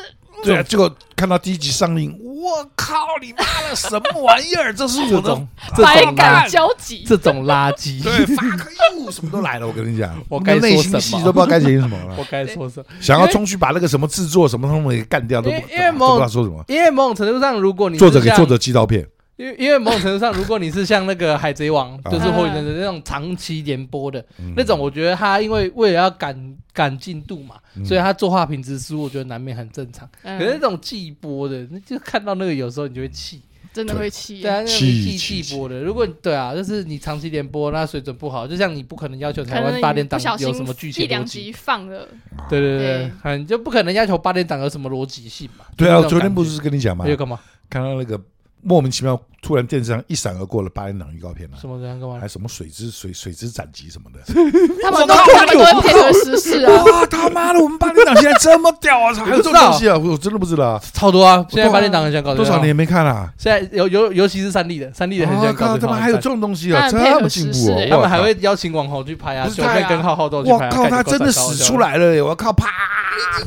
Speaker 2: 对啊，结果看到第一集上映，我靠，你妈的什么玩意儿？这是我
Speaker 3: 这
Speaker 2: 的
Speaker 3: 种这
Speaker 1: 百
Speaker 3: 种
Speaker 1: 感
Speaker 3: 垃
Speaker 1: 交集。
Speaker 3: 这种垃圾，
Speaker 2: 对 fuck you，什么都来了。我跟你讲，
Speaker 3: 我该说
Speaker 2: 内
Speaker 3: 什
Speaker 2: 心
Speaker 3: 么
Speaker 2: 戏都不知道该写什么
Speaker 3: 我
Speaker 2: 了，
Speaker 3: 该说什么？
Speaker 2: 想要冲去把那个什么制作什么他们给干掉，都不
Speaker 3: 因
Speaker 2: 都
Speaker 3: 为
Speaker 2: 不
Speaker 3: 因为
Speaker 2: 知
Speaker 3: 某
Speaker 2: 道说什么。
Speaker 3: 因为某种程度上，如果你是
Speaker 2: 作者给
Speaker 3: 像
Speaker 2: 作者寄刀片，
Speaker 3: 因为因为某种程度上，如果你是像那个《海贼王》，
Speaker 2: 啊
Speaker 3: 就是《火影忍者》那种长期连播的
Speaker 2: 嗯
Speaker 3: 那种，我觉得他因为为了要赶赶进度嘛，
Speaker 2: 嗯
Speaker 3: 所以他作画品质失误，我觉得难免很正常。可是那
Speaker 1: 嗯，
Speaker 3: 种季播的，那就看到那个有时候你就会气，
Speaker 1: 真的会气
Speaker 3: 对啊，
Speaker 1: 耶，
Speaker 3: 那种
Speaker 2: 气
Speaker 3: 季
Speaker 2: 气
Speaker 3: 季播的，如果对啊，就是你长期连播，那水准不好，就像你不可能要求台湾八
Speaker 1: 可能
Speaker 3: 点
Speaker 1: 你不
Speaker 3: 档
Speaker 1: 小心
Speaker 3: 有什么剧
Speaker 1: 一
Speaker 3: 情
Speaker 1: 两
Speaker 3: 逻辑
Speaker 1: 集，放了，
Speaker 3: 对对对
Speaker 1: 对，
Speaker 3: 嗯，你就不可能要求八点档有什么逻辑性嘛。
Speaker 2: 对
Speaker 3: 就
Speaker 2: 啊，
Speaker 3: 那种
Speaker 2: 昨天
Speaker 3: 感
Speaker 2: 不
Speaker 3: 觉
Speaker 2: 是跟你讲吗
Speaker 3: 还？有干嘛？
Speaker 2: 看到那个莫名其妙突然电视上一闪而过了八连档预告片啊，
Speaker 3: 什么人干嘛
Speaker 2: 还？什么水之水水之斩击什么的。
Speaker 1: 他们都他们都会配合时事啊。
Speaker 2: 哇，他妈的，我们八连档现在这么屌啊！还有这种东西啊？我真的不知道啊，
Speaker 3: 超多啊！现在
Speaker 2: 多
Speaker 3: 八点档很想搞这
Speaker 2: 多少
Speaker 3: 样
Speaker 2: 年没看了。
Speaker 3: 现在尤尤尤其是三立的，三立的很喜
Speaker 2: 我
Speaker 3: 欢搞
Speaker 2: 靠，他
Speaker 3: 这种
Speaker 2: 妈还有这种东西啊！
Speaker 1: 他
Speaker 2: 这
Speaker 1: 很配合
Speaker 2: 么进
Speaker 1: 时
Speaker 2: 步
Speaker 1: 事
Speaker 2: 哦
Speaker 1: 欸，
Speaker 2: 我
Speaker 3: 他们还
Speaker 2: 靠
Speaker 3: 会邀请网红去拍啊，
Speaker 2: 不是
Speaker 3: 九妹跟浩浩都有去
Speaker 2: 我
Speaker 3: 拍啊。
Speaker 2: 靠，
Speaker 3: 感觉
Speaker 2: 他
Speaker 3: 够
Speaker 2: 真的
Speaker 3: 搞笑
Speaker 2: 使出，来了耶！我靠，啪，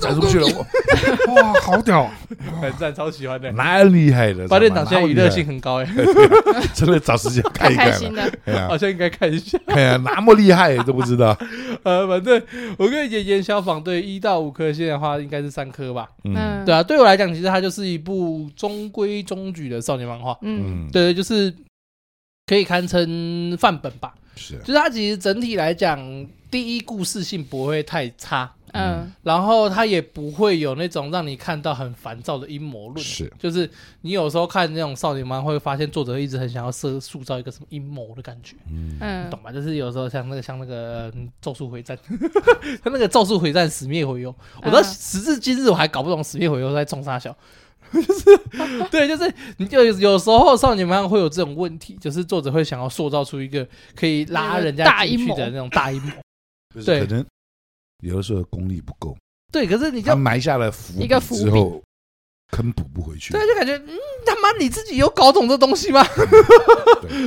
Speaker 2: 转出去了！我哇，好屌，啊
Speaker 3: 很赞，超喜欢的。
Speaker 2: 蛮厉害的。
Speaker 3: 八点档现在
Speaker 2: 蛮
Speaker 3: 娱
Speaker 2: 厉害
Speaker 3: 乐性很高哎，
Speaker 2: 真的找时间
Speaker 1: 太
Speaker 2: 看一
Speaker 1: 开
Speaker 2: 看
Speaker 1: 心
Speaker 2: 了。
Speaker 1: 了，
Speaker 2: 哎呀
Speaker 3: 好，像应该看一下。
Speaker 2: 哎呀，那么厉害都不知道。
Speaker 3: 呃，反正我跟炎炎消防队一到五颗星的话，应该是三颗吧。
Speaker 2: 嗯
Speaker 1: 嗯，
Speaker 3: 对啊，对我来讲，其实它就是一部中规中矩的少年漫画。
Speaker 1: 嗯，
Speaker 2: 嗯，
Speaker 3: 对，就是可以堪称范本吧。
Speaker 2: 是
Speaker 3: 就是它其实整体来讲，第一故事性不会太差，
Speaker 1: 嗯
Speaker 3: 然后它也不会有那种让你看到很烦躁的阴谋论。
Speaker 2: 是，
Speaker 3: 就是你有时候看那种少年漫，会发现作者一直很想要设塑造一个什么阴谋的感觉，
Speaker 2: 嗯
Speaker 3: 你
Speaker 1: 嗯
Speaker 3: 懂吧？就是有时候像那个像那个、嗯咒术回战》， 他那个《咒术回战》死灭回游，我到
Speaker 1: 嗯
Speaker 3: 时至今日我还搞不懂死灭回游在冲啥小。 就是，对，就是你就有时候少年漫会有这种问题，就是作者会想要塑造出一个可以拉人家
Speaker 1: 大
Speaker 3: 进
Speaker 1: 阴
Speaker 3: 去
Speaker 1: 谋
Speaker 3: 的那种大阴谋。
Speaker 2: 就是
Speaker 3: 对
Speaker 2: 可能有的时候功力不够，
Speaker 3: 对，可是你就
Speaker 2: 他埋下了伏笔
Speaker 1: 一个伏笔
Speaker 2: 之后，坑补不回去，
Speaker 3: 对，就感觉嗯，他妈你自己有搞懂这东西吗？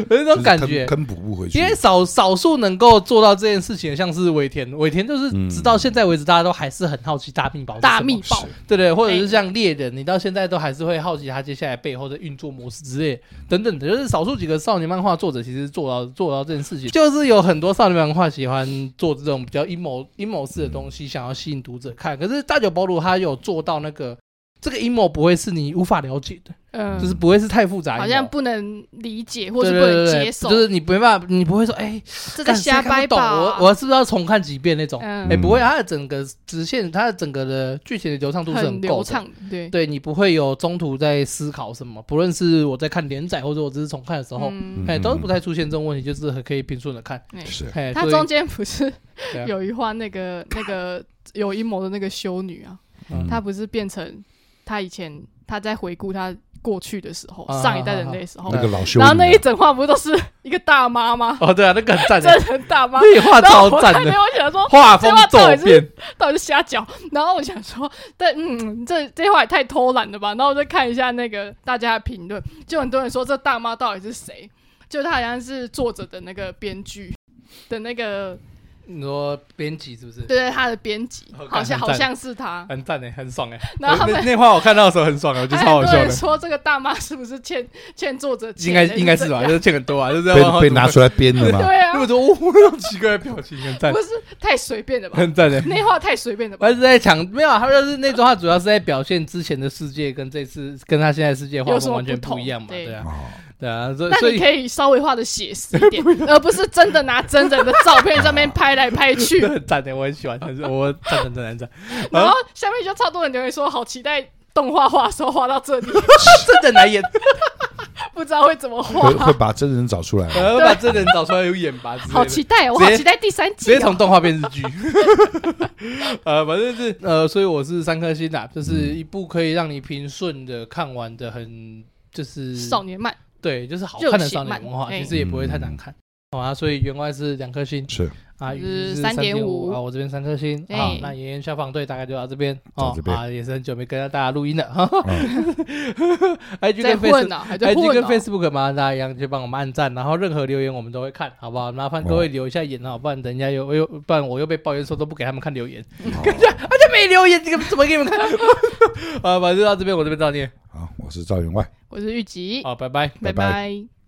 Speaker 2: 对，
Speaker 3: 有那
Speaker 2: 就
Speaker 3: 种
Speaker 2: 是
Speaker 3: 感
Speaker 2: 坑
Speaker 3: 觉。
Speaker 2: 坑补不回去
Speaker 3: 因。为少少数能够做到这件事情的，像是尾田，尾田就是
Speaker 2: 嗯
Speaker 3: 直到现在为止，大家都还是很好奇大密宝是什么
Speaker 1: 大密
Speaker 2: 是
Speaker 1: 报，
Speaker 3: 对对，或者是像猎人，你到现在都还是会好奇他接下来背后的运作模式之类等等的，就是少数几个少年漫画作者其实做到做到这件事情，就是有很多少年漫画喜欢做这种比较阴谋阴谋式的东西，想要吸引读者看。可是大久保鲁他有做到那个。这个阴谋不会是你无法了解的，
Speaker 1: 嗯
Speaker 3: 就是不会是太复杂阴谋，
Speaker 1: 好像不能理解或
Speaker 3: 对
Speaker 1: 是
Speaker 3: 对
Speaker 1: 不能
Speaker 3: 对对
Speaker 1: 接受，
Speaker 3: 就是你没办法，你不会说，哎，
Speaker 1: 这在瞎掰吧？
Speaker 3: 我我是不是要重看几遍那种？哎、
Speaker 1: 嗯
Speaker 2: 嗯
Speaker 3: 不会，它的整个直线，它的整个的剧情的流畅度是
Speaker 1: 很
Speaker 3: 够
Speaker 1: 流
Speaker 3: 的。
Speaker 1: 畅，对，
Speaker 3: 对你不会有中途在思考什么，不论是我在看连载或者我只是重看的时候，
Speaker 1: 嗯，
Speaker 3: 哎、都不太出现这种问题，就是很可以平顺的看。
Speaker 1: 哎
Speaker 2: 是
Speaker 3: 哎，
Speaker 1: 他
Speaker 3: 所以
Speaker 1: 中间不是
Speaker 3: 对啊
Speaker 1: 有一话那个那个有阴谋的那个修女啊，
Speaker 3: 嗯
Speaker 1: 她不是变成她以前她在回顾她过去的时候
Speaker 3: 啊，
Speaker 1: 上一代人类的时候
Speaker 3: 啊啊，
Speaker 2: 那个老修女
Speaker 1: 然
Speaker 2: 啊，
Speaker 1: 后那一整话不都是一个大妈吗？
Speaker 3: 哦，对啊，那个很赞
Speaker 1: 真
Speaker 3: 的，
Speaker 1: 人大妈。
Speaker 3: 那画
Speaker 1: 然后
Speaker 3: 超
Speaker 1: 我
Speaker 3: 赞
Speaker 1: 看
Speaker 3: 的
Speaker 1: 没，有，我想说
Speaker 3: 画风骤
Speaker 1: 这
Speaker 3: 变，
Speaker 1: 到底是瞎讲。然后我想说，但嗯，这这话也太偷懒了吧。然后我就看一下那个大家的评论，就很多人说这大妈到底是谁？就她好像是作者的那个编剧的那个，
Speaker 3: 你说编辑是不是？
Speaker 1: 对对，他的编辑
Speaker 3: 好看
Speaker 1: 好像
Speaker 3: 很赞
Speaker 1: 好像是他。
Speaker 3: 很赞哎，很爽哎！
Speaker 1: 然后他
Speaker 3: 那
Speaker 1: 们
Speaker 3: 那话我看到的时候很爽哎，我觉得
Speaker 1: 还
Speaker 3: 超好
Speaker 1: 很
Speaker 3: 笑
Speaker 1: 多人
Speaker 3: 的，
Speaker 1: 说这个大妈是不是欠欠作者钱？
Speaker 3: 应该应该是
Speaker 1: 还
Speaker 3: 吧，
Speaker 1: 怎样
Speaker 3: 就是欠很多啊，就是
Speaker 2: 被被 拿出来编的嘛，
Speaker 1: 对
Speaker 3: 那
Speaker 1: 啊
Speaker 3: 么，多哦那种奇怪的表情，很赞
Speaker 1: 不，是太随便了吧？
Speaker 3: 很哎赞欸的。
Speaker 1: 那话太随便了吧？
Speaker 3: 我一直在想，没有啊，他就是那段话，主要是在表现之前的世界跟这次跟他现在的世界画
Speaker 1: 有什
Speaker 3: 风
Speaker 1: 么
Speaker 3: 完全
Speaker 1: 不
Speaker 3: 不
Speaker 1: 同
Speaker 3: 一样嘛，
Speaker 1: 对
Speaker 3: 对啊，
Speaker 2: 哦，
Speaker 3: 对啊，所以
Speaker 1: 那
Speaker 3: 所
Speaker 1: 你
Speaker 3: 以。
Speaker 1: 可以稍微画的写实一点，而不是真的拿真人的照片上面拍来拍去
Speaker 3: 很赞的，欸我很喜欢，但是我赞赞 赞赞赞，
Speaker 1: 然
Speaker 3: 然
Speaker 1: 后
Speaker 3: 后
Speaker 1: 下面就超多人留言说，好期待动画画的时候画到这里，
Speaker 3: 真的难演，
Speaker 1: 不知道会怎么 画
Speaker 2: 会，会把真人找出来啊 吗。
Speaker 3: 然后把真人找出来有演吧，之类的
Speaker 1: 好期待哦，我
Speaker 3: 直接
Speaker 1: 好期待第三
Speaker 3: 直
Speaker 1: 集
Speaker 3: 接
Speaker 1: 哦。
Speaker 3: 从动画变日 剧， 呃，反正是呃，所以我是三颗星啦，就是一部可以让你平顺的看完的，很就是
Speaker 1: 少年漫，
Speaker 3: 对，就是好看的少年文化，
Speaker 1: 热血漫
Speaker 2: 嗯
Speaker 3: 其实也不会太难看。好啊，所以员外是两颗星
Speaker 2: 是
Speaker 3: 啊，
Speaker 1: 是
Speaker 3: 宇是三
Speaker 1: 3.5
Speaker 3: 五啊，我这边三颗星
Speaker 1: 对
Speaker 3: 啊。那炎炎消防队大概就到这边哦
Speaker 2: 到这边
Speaker 3: 啊，也是很久没跟大家录音了哈。IG
Speaker 1: 在
Speaker 3: 跟
Speaker 1: 混
Speaker 3: Face
Speaker 1: 呢、还在
Speaker 3: IG
Speaker 1: 混哦啊
Speaker 3: 跟
Speaker 1: 呢、
Speaker 3: Facebook 麻烦大家一样，就帮我们按赞，然后任何留言我们都会看，好不好？麻烦各
Speaker 2: 哦
Speaker 3: 位留一下言啊，不然等一下又又不然我又被抱怨说都不给他们看留言，他就没留言，这个怎么给你们看？ 啊，反正到这边我这边照念，
Speaker 2: 好，我是赵员外。
Speaker 1: 我是玉吉，
Speaker 3: 好，拜拜。
Speaker 1: 拜
Speaker 2: 拜
Speaker 1: 拜